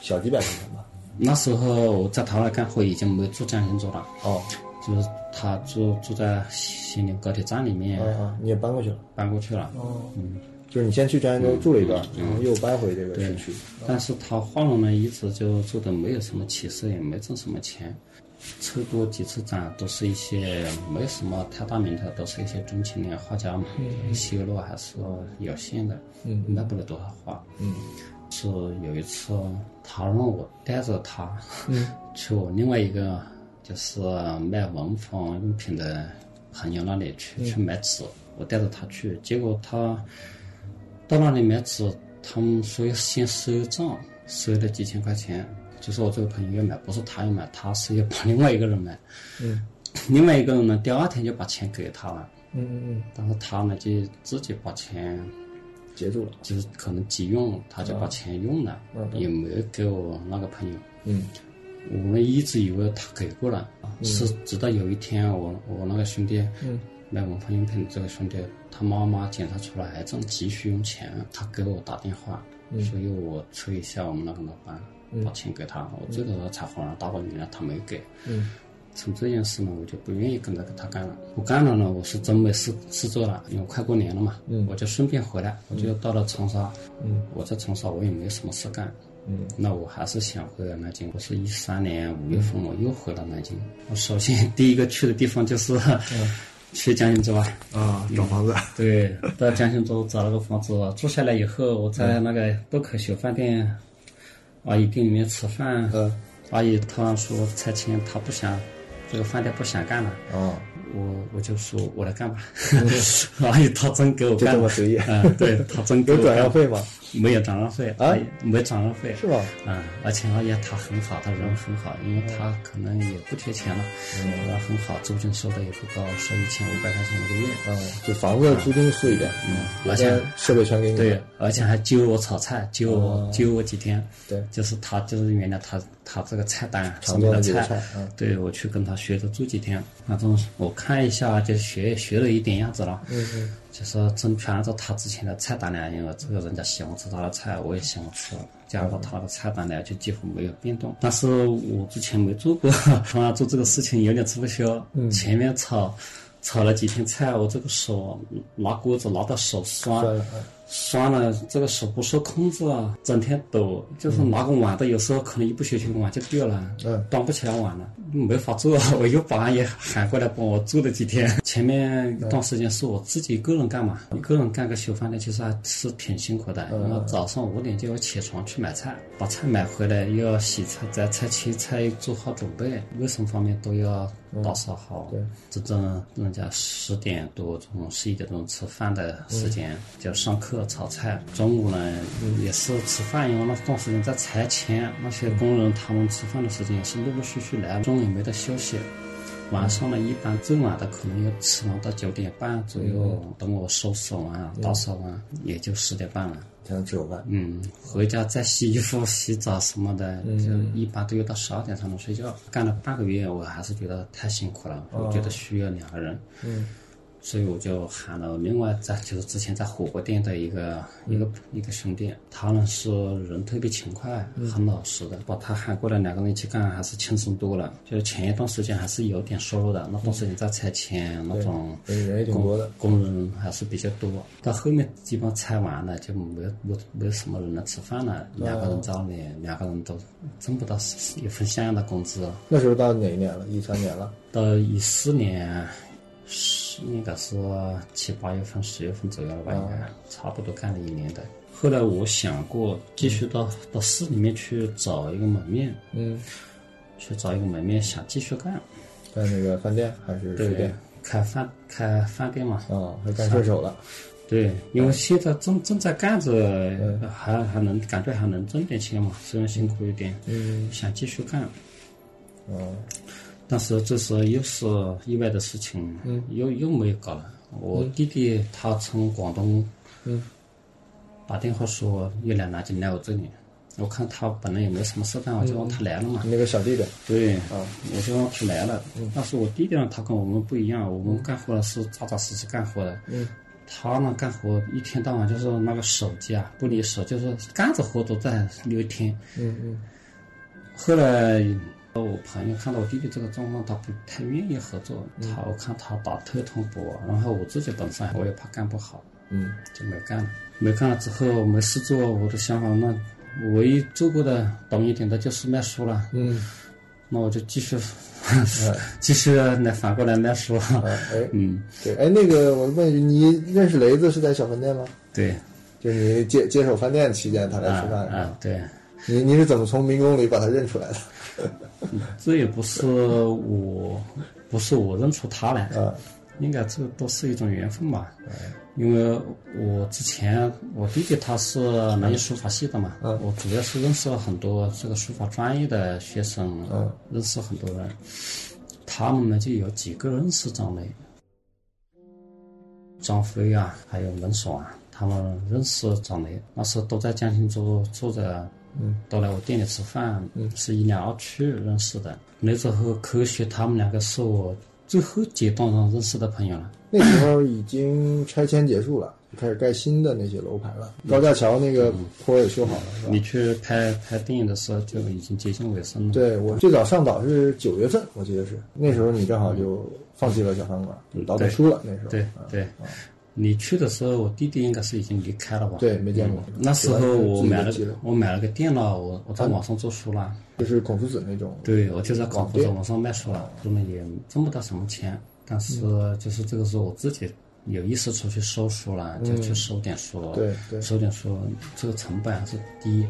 Speaker 1: 小几百块钱吧。
Speaker 2: 那时候我在台湾干活已经没住战神族了，
Speaker 1: 哦，
Speaker 2: 就是他住住在西宁高铁站里面
Speaker 1: 啊，你也搬过去了。
Speaker 2: 搬过去了。
Speaker 1: 哦，
Speaker 2: 嗯，
Speaker 1: 就是你先去张州住了一段，然后又搬回这个市区。
Speaker 2: 但是他花龙呢，一直就做的没有什么起色，也没挣什么钱，抽过几次展，都是一些没什么太大名头，都是一些中青年画家嘛，收入还是有限的，
Speaker 1: 嗯
Speaker 2: 卖不了多少画。
Speaker 1: 嗯
Speaker 2: 是有一次，哦他让我带着他，
Speaker 1: 嗯，
Speaker 2: 去我另外一个就是卖文房用品的朋友那里去、
Speaker 1: 嗯
Speaker 2: 去买纸，我带着他去，结果他到那里买纸，他们说要先收账，收了几千块钱，就是我这个朋友要买，不是他要买，他是要帮另外一个人买，
Speaker 1: 嗯
Speaker 2: 另外一个人呢，第二天就把钱给他了，
Speaker 1: 嗯嗯
Speaker 2: 但是他呢就自己把钱
Speaker 1: 嗯，结住了。
Speaker 2: 就是可能急用，他就把
Speaker 1: 啊
Speaker 2: 钱用了，
Speaker 1: 嗯嗯
Speaker 2: 也没有给我那个朋友。
Speaker 1: 嗯
Speaker 2: 我们一直以为他给过了，是直到有一天啊我我那个兄弟，
Speaker 1: 嗯
Speaker 2: 卖文房用品的这个兄弟，他妈妈检查出来癌症，急需用钱，他给我打电话，
Speaker 1: 嗯
Speaker 2: 所以我催一下我们那个老板，把钱给他，我这个时候才恍然大悟，原来他没给。
Speaker 1: 嗯
Speaker 2: 从这件事呢，我就不愿意跟着他干了。不干了呢，我是真没事事做了，因为快过年了嘛，
Speaker 1: 嗯
Speaker 2: 我就顺便回来，我就到了长沙。
Speaker 1: 嗯，
Speaker 2: 我在长沙我也没有什么事干，
Speaker 1: 嗯，
Speaker 2: 那我还是想回南京。我是一三年五月
Speaker 1: 嗯
Speaker 2: 份我又回了南京。我首先 第一个去的地方就是、
Speaker 1: 嗯
Speaker 2: 去江阴州啊，
Speaker 1: 啊，找房子。
Speaker 2: 对，到江心洲找了个房子住下来以后，我在那个渡口小饭店阿姨店里面吃饭，
Speaker 1: 嗯
Speaker 2: 阿姨突然说拆迁，她不想这个饭店不想干了，
Speaker 1: 啊，
Speaker 2: 我我就说我来干吧， 阿姨她真给我
Speaker 1: 就嗯
Speaker 2: 干
Speaker 1: 这
Speaker 2: 了，
Speaker 1: 么随意
Speaker 2: 嗯，对她真给
Speaker 1: 有
Speaker 2: 我
Speaker 1: 转
Speaker 2: 干
Speaker 1: 让
Speaker 2: 了，
Speaker 1: 费吗？
Speaker 2: 没有转让费
Speaker 1: 啊
Speaker 2: 没转让费
Speaker 1: 是吧？
Speaker 2: 啊，而且阿姨她很好，她人很好，因为她可能也不缺钱了，
Speaker 1: 嗯
Speaker 2: 人很好，租金收的也不高，收一千五百块钱一个月，
Speaker 1: 嗯，就房子租金税一点，
Speaker 2: 嗯，而
Speaker 1: 而
Speaker 2: 且
Speaker 1: 且设备全给你。
Speaker 2: 对，而且还揪我炒菜，揪我揪我几天。
Speaker 1: 哦对
Speaker 2: 就是他，就是原来他他这个菜单啊
Speaker 1: 常
Speaker 2: 上
Speaker 1: 做
Speaker 2: 面的
Speaker 1: 的几个
Speaker 2: 菜，
Speaker 1: 菜嗯
Speaker 2: 对我去跟他学着做几天，反正我看一下就学学了一点样子了。嗯嗯。就是真全按照他之前的菜单来，因为这个人家喜欢吃他的菜，我也喜欢吃，就按照他的菜单来，就几乎没有变动。但是我之前没做过， 突然做这个事情有点吃不消。嗯。前面炒炒了几天菜，我这个手拿锅子拿到手酸
Speaker 1: 酸了嗯
Speaker 2: 酸了，这个手不受控制啊，整天抖，就是拿个碗的，有时候可能一不小心碗就掉了，
Speaker 1: 嗯
Speaker 2: 端不起来碗了，没法做。啊 我一个保安也喊过来帮我做了几天。前面一段时间是我自己一个人干嘛，一个人干个小饭店其实还是挺辛苦的，因为早上五点就要起床去买菜，把菜买回来又要洗菜、摘菜、切菜，做好准备，卫生方面都要打扫好。
Speaker 1: 对
Speaker 2: 这种人家十点多钟、十一点钟吃饭的时间，就上课炒菜。中午呢、也是吃饭，因为那段时间在拆迁，那些工人他们吃饭的时间也是陆陆续续来，中午也没得休息。晚上呢，一般最晚的可能要吃完到九点半左右，等我收拾完、打扫完，啊也就十点半了。
Speaker 1: 才能吃口饭。
Speaker 2: 嗯，回家再洗衣服、洗澡什么的，就一般都要到十二点才能睡觉。干了半个月，我还是觉得太辛苦了，我觉得需要两个人，
Speaker 1: 嗯
Speaker 2: 所以我就喊了另外在就是之前在火锅店的一个、一个一个兄弟，他呢是人特别勤快，很老实的，把他喊过来两个人一起干还是轻松多了。就是前一段时间还是有点收入的，那段时间在拆迁那种。
Speaker 1: 人人也挺多的。
Speaker 2: 工人还是比较多。到后面基本拆完了，就没有没有没有什么人来吃饭了，两个人照理，两个人都挣不到一份像样的工资。
Speaker 1: 那时候到哪一年了？一三年了。
Speaker 2: 到一四年，十应该是七八月份、十月份左右了吧，应该差不多干了一年的。后来我想过继续到到市里面去找一个门面，
Speaker 1: 嗯，
Speaker 2: 去找一个门面，想继续干，
Speaker 1: 在那个饭店还是书
Speaker 2: 对
Speaker 1: 店？，
Speaker 2: 开饭开饭店嘛，
Speaker 1: 啊，还干射手了。
Speaker 2: 对，因为现在正正在干着，
Speaker 1: 嗯
Speaker 2: 还还能感觉还能挣点钱嘛，虽然辛苦一点，
Speaker 1: 嗯
Speaker 2: 想继续干。
Speaker 1: 嗯
Speaker 2: 但是这时候又是意外的事情，
Speaker 1: 嗯
Speaker 2: 又又没有搞了。我弟弟他从广东
Speaker 1: 嗯
Speaker 2: 打电话说要来南京来我这里，我看他本来也没什么事干，我就
Speaker 1: 嗯
Speaker 2: 让他来了嘛。
Speaker 1: 那个小弟弟。
Speaker 2: 对，啊我就让他
Speaker 1: 嗯嗯
Speaker 2: 来了。但是我弟弟呢，他跟我们不一样，我们干活的是扎扎实实干活的。他呢干活一天到晚就是那个手机啊，不离手，就是干着活都在聊天。
Speaker 1: 嗯嗯，
Speaker 2: 后来我朋友看到我弟弟这个状况，他不太愿意合作。
Speaker 1: 嗯
Speaker 2: 他我看他打头痛不，然后我自己本身我也怕干不好，
Speaker 1: 嗯
Speaker 2: 就没干了。没干了之后没事做，我的想法那唯一做过的懂一点的就是卖书了。
Speaker 1: 嗯，
Speaker 2: 那我就继续 继续来反过来卖书。
Speaker 1: 哎哎
Speaker 2: 嗯，
Speaker 1: 对，哎那个我问一句，你认识雷子是在小饭店吗？
Speaker 2: 对，
Speaker 1: 就是你接接手饭店期间他来
Speaker 2: 啊
Speaker 1: 吃饭是吧？
Speaker 2: 啊对。
Speaker 1: 你你是怎么从迷宫里把他认出来的？
Speaker 2: 这也不是我，不是我认出他来，
Speaker 1: 啊
Speaker 2: 应该这都是一种缘分吧。因为我之前我弟弟他是南艺书法系的嘛，我主要是认识了很多这个书法专业的学生，认识很多人，他们呢就有几个认识张磊，张飞啊，还有文爽啊，他们认识张雷，那时候都在江心洲住着，嗯，都来我店里吃饭，嗯，是一来二去认识的。那时候科学他们两个是我最后阶段上认识的朋友了。
Speaker 1: 那时候已经拆迁结束了，就开始盖新的那些楼盘了。高架桥那个坡也修好了，是吧？
Speaker 2: 你去拍拍电影的时候就已经接近尾声了，，
Speaker 1: 对我最早上岛是九月份，我记得是那时候你正好就放弃了小饭馆，就倒本书了那时候。
Speaker 2: 嗯对
Speaker 1: 啊
Speaker 2: 对。你去的时候，我弟弟应该是已经离开了吧？
Speaker 1: 对没见过
Speaker 2: 嗯那时候我买了
Speaker 1: 自己的记录，嗯
Speaker 2: 我买了个电脑，我我在网上做书了。
Speaker 1: 就是孔夫子那种。
Speaker 2: 对，我就在广福
Speaker 1: 对
Speaker 2: 在网上卖书了，挣了也挣不到什么钱，但是就是这个时候我自己有意识出去收书了，就去收点书，
Speaker 1: 嗯对对
Speaker 2: 收点书，这个成本还是低，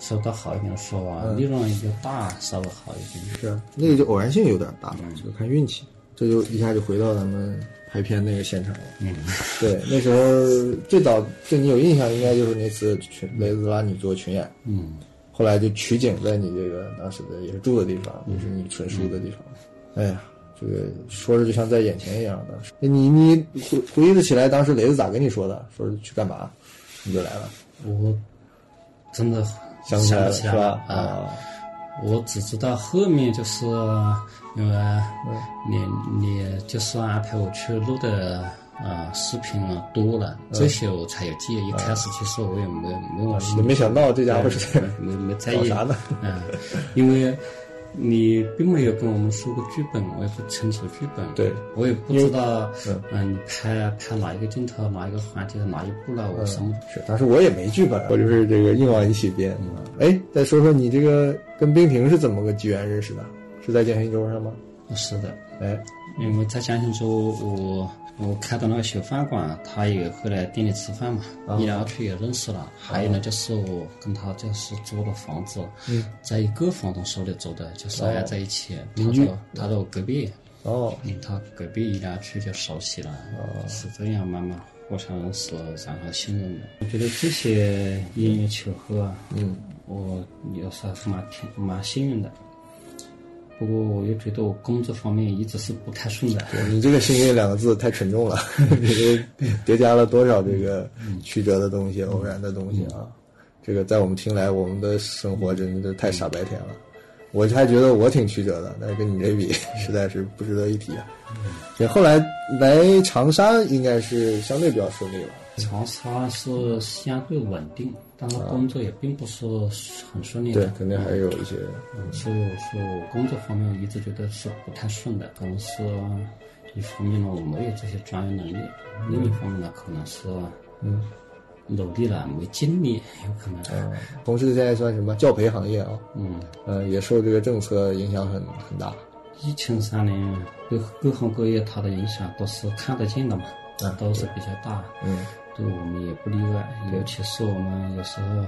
Speaker 2: 收到好一点的书啊，
Speaker 1: 嗯
Speaker 2: 利润也就大，稍微好一点。
Speaker 1: 是啊那个就偶然性有点大了，
Speaker 2: 嗯
Speaker 1: 就看运气。这就一下就回到咱们拍片那个现场了。
Speaker 2: 嗯，
Speaker 1: 对，那时候最早对你有印象，应该就是那次群雷子拉你做群演，
Speaker 2: 嗯，
Speaker 1: 后来就取景在你这个当时的也是住的地方，也是你纯书的地方。哎呀，这个说着就像在眼前一样的。哎你你回回忆得起来，当时雷子咋跟你说的？说是去干嘛，你就来了，
Speaker 2: 我真的
Speaker 1: 想不
Speaker 2: 不
Speaker 1: 起来了
Speaker 2: 起
Speaker 1: 是
Speaker 2: 来
Speaker 1: 吧
Speaker 2: 了？啊。
Speaker 1: 啊，
Speaker 2: 我只知道后面就是因为你
Speaker 1: 嗯
Speaker 2: 你就是安排我去录的呃视频啊多了，
Speaker 1: 嗯
Speaker 2: 这些我才有记忆。一开始其实我也没没往心
Speaker 1: 你
Speaker 2: 里
Speaker 1: 啊没想到这家伙是这样。
Speaker 2: 没没没在
Speaker 1: 搞
Speaker 2: 意
Speaker 1: 啥呢？
Speaker 2: 嗯，因为你并没有跟我们说过剧本，我也不清楚剧本，
Speaker 1: 对
Speaker 2: 我也不知道
Speaker 1: 嗯，
Speaker 2: 嗯，你拍拍哪一个镜头，哪一个环节，哪一步了，
Speaker 1: 嗯
Speaker 2: 我什么都不
Speaker 1: 是，当时我也没剧本，我就是这个硬往一起编。哎，再说说你这个跟冰婷是怎么个机缘认识的？是在健身周上吗？
Speaker 2: 不是的。
Speaker 1: 哎，
Speaker 2: 因为在江心洲，我我开的那个小饭馆，他也会来店里吃饭嘛，
Speaker 1: 哦
Speaker 2: 一来二去也认识了。还有呢，就是我跟他就是租了房子，
Speaker 1: 嗯
Speaker 2: 在一个房东手里租的，就是挨在一起。他
Speaker 1: 哦居
Speaker 2: 在他在我隔壁，
Speaker 1: 哦，
Speaker 2: 嗯，他隔壁一来二去就熟悉了，是这样慢慢互相认识，然后信任的。我觉得这些因缘巧合啊，
Speaker 1: 嗯，
Speaker 2: 我有时候蛮挺蛮幸运的。不过我又觉得我工作方面一直是不太顺的。
Speaker 1: 你这个“幸运”两个字太沉重了，这个叠加了多少这个曲折的东西、偶然的东西啊！这个在我们听来，我们的生活真的是太傻白甜了。我还觉得我挺曲折的，但是跟你这比， 实在是不值得一提啊。对，后来来长沙应该是相对比较顺利了。
Speaker 2: 长沙是相对稳定，但是工作也并不是很顺利
Speaker 1: 对
Speaker 2: 的。，
Speaker 1: 肯定还有一些
Speaker 2: 嗯所以我说我工作方面我一直觉得是不太顺的，可能是一方面呢我没有这些专业能力，另一方面呢可能是嗯努力了没尽力，有可
Speaker 1: 嗯
Speaker 2: 能。
Speaker 1: 同事现在算什么教培行业啊？
Speaker 2: 嗯，
Speaker 1: 呃，也受这个政策影响很很大。
Speaker 2: 疫情三年各各行各业它的影响都是看得见的嘛，
Speaker 1: 嗯
Speaker 2: 都是比较大。
Speaker 1: 嗯，
Speaker 2: 对我们也不例外，尤其是我们有时候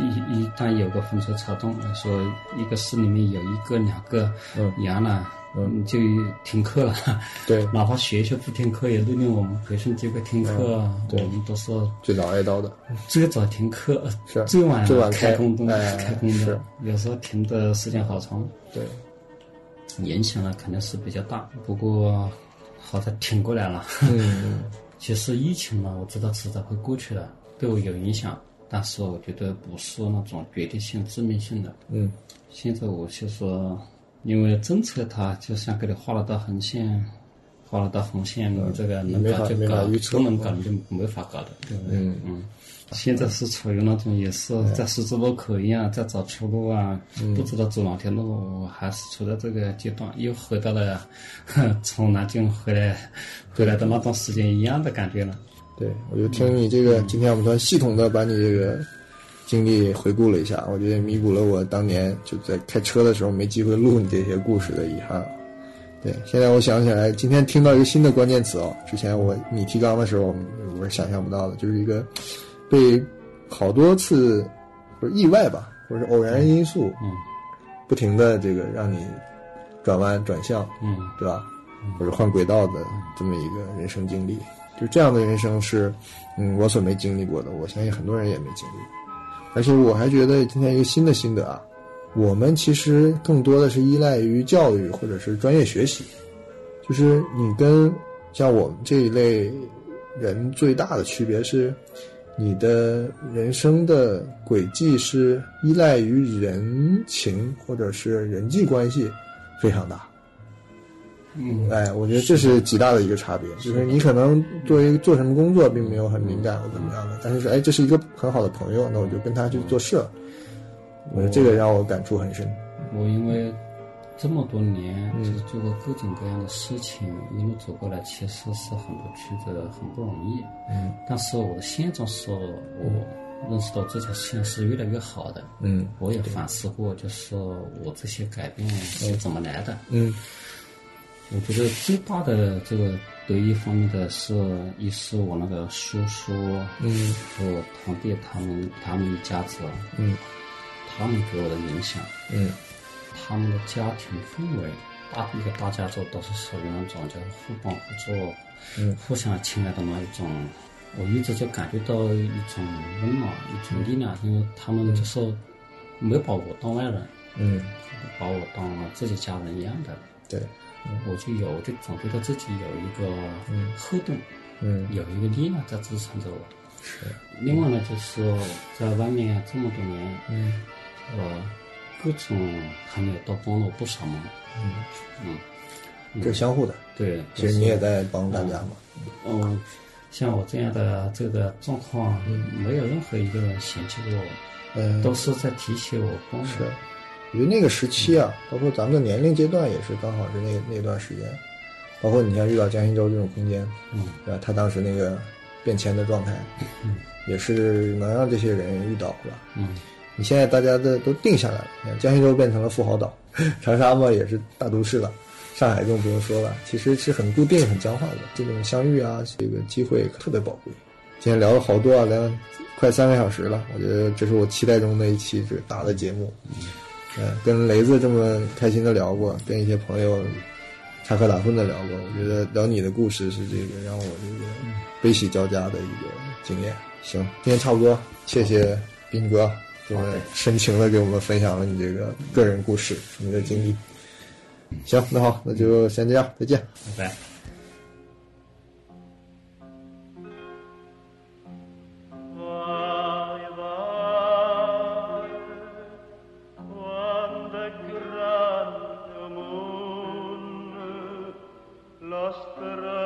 Speaker 2: 一一旦有个风吹草动，说一个市里面有一个两个
Speaker 1: 嗯
Speaker 2: 阳了，嗯，就停课了。
Speaker 1: 对
Speaker 2: 哪怕学校不停课，也勒令我们培训机构停课啊。
Speaker 1: 嗯对
Speaker 2: 我们都是
Speaker 1: 最早挨刀的，
Speaker 2: 最早停课，
Speaker 1: 是
Speaker 2: 最晚
Speaker 1: 最晚开
Speaker 2: 开工的，
Speaker 1: 哎
Speaker 2: 开工
Speaker 1: 是
Speaker 2: 的，有时候停的时间好长，
Speaker 1: 对，
Speaker 2: 影响呢肯定是比较大。不过好在挺过来了。
Speaker 1: 嗯，
Speaker 2: 其实疫情呢，我知道迟早会过去的，对我有影响，但是我觉得不是那种决定性、致命性的。
Speaker 1: 嗯，
Speaker 2: 现在我就说，因为政策它就像给你画了道横线，画了道红线，你这个
Speaker 1: 你
Speaker 2: 能
Speaker 1: 嗯没
Speaker 2: 搞
Speaker 1: 法
Speaker 2: 就
Speaker 1: 没法
Speaker 2: 搞
Speaker 1: 预，测
Speaker 2: 不能搞你就没法搞的，对不对？嗯现在是处于那种也是在十字路口一样，在找出路啊，
Speaker 1: 嗯
Speaker 2: 不知道走哪条路，还是处在这个阶段，又回到了 从南京回来回来的那段时间一样的感觉了。
Speaker 1: 对，我就听你这个，今天我们算系统的把你这个经历回顾了一下，我觉得弥补了我当年就在开车的时候没机会录你这些故事的遗憾。对，现在我想起来，今天听到一个新的关键词哦，之前我你提纲的时候，我是想象不到的，就是一个被好多次或者意外吧，或者是偶然因素，
Speaker 2: 嗯，
Speaker 1: 不停的这个让你转弯转向，
Speaker 2: 嗯
Speaker 1: 对吧？或者换轨道的这么一个人生经历，就这样的人生是，嗯，我所没经历过的，我相信很多人也没经历。而且我还觉得今天一个新的心得啊，我们其实更多的是依赖于教育或者是专业学习，就是你跟像我们这一类人最大的区别是，你的人生的轨迹是依赖于人情或者是人际关系非常大。
Speaker 2: 嗯，
Speaker 1: 哎，我觉得这是极大的一个差别，就是你可能作为做什么工作并没有很敏感或怎么样的，但是说哎，这是一个很好的朋友，那我就跟他去做事了。我觉得这个让我感触很深。
Speaker 2: 我因为这么多年
Speaker 1: 嗯
Speaker 2: 就是做过各种各样的事情，一路走过来，其实是很多曲折，很不容易。
Speaker 1: 嗯
Speaker 2: 但是我现在是，我认识到这件事情是越来越好的。
Speaker 1: 嗯
Speaker 2: 我也反思过，就是我这些改变是怎么来的。
Speaker 1: 嗯
Speaker 2: 我觉得最大的这个得益方面的是，一是我那个叔叔，
Speaker 1: 嗯，
Speaker 2: 我堂弟他们他们一家子，
Speaker 1: 嗯
Speaker 2: 他们给我的影响，
Speaker 1: 嗯
Speaker 2: 他们的家庭氛围，大一个大家族都是属于那种就是互帮互助、
Speaker 1: 嗯
Speaker 2: 互相亲爱的那一种。我一直就感觉到一种温暖，一种力量，因为他们就是没把我当外人，
Speaker 1: 嗯，
Speaker 2: 把我当自己家人一样的。
Speaker 1: 对，
Speaker 2: 我就有，就总觉得自己有一个后盾，
Speaker 1: 嗯
Speaker 2: 有一个力量在支撑着我。
Speaker 1: 是，
Speaker 2: 另外呢，就是在外面这么多年，
Speaker 1: 嗯
Speaker 2: 呃，各种朋友都帮了我不少忙。嗯
Speaker 1: 这是相互的。
Speaker 2: 对，
Speaker 1: 其实你也在帮大家嘛。
Speaker 2: 嗯，像我这样的这个状况，没有任何一个人嫌弃过我，
Speaker 1: 嗯，
Speaker 2: 都是在提起我帮我。
Speaker 1: 是，我觉得那个时期啊，包括咱们的年龄阶段也是刚好是那那段时间，包括你像遇到江西州这种空间，
Speaker 2: 嗯，
Speaker 1: 对吧？他当时那个变迁的状态，也是能让这些人遇到，是吧？
Speaker 2: 嗯
Speaker 1: 你现在大家的都定下来了，你看江西州变成了富豪岛，长沙嘛也是大都市了，上海更不用说了，其实是很固定、很僵化的。这种相遇啊，这个机会特别宝贵。今天聊了好多啊，聊了快三个小时了，我觉得这是我期待中的一期这个大的节目。嗯，跟雷子这么开心的聊过，跟一些朋友插科打诨的聊过，我觉得聊你的故事是这个让我这个悲喜交加的一个经验。行，今天差不多，谢谢斌哥，这么深情的给我们分享了你这个个人故事，你的经历。行，那好，那就先这样，再见。
Speaker 2: 拜拜。
Speaker 5: Vai, vai, quando è grande mondo, la strada oh,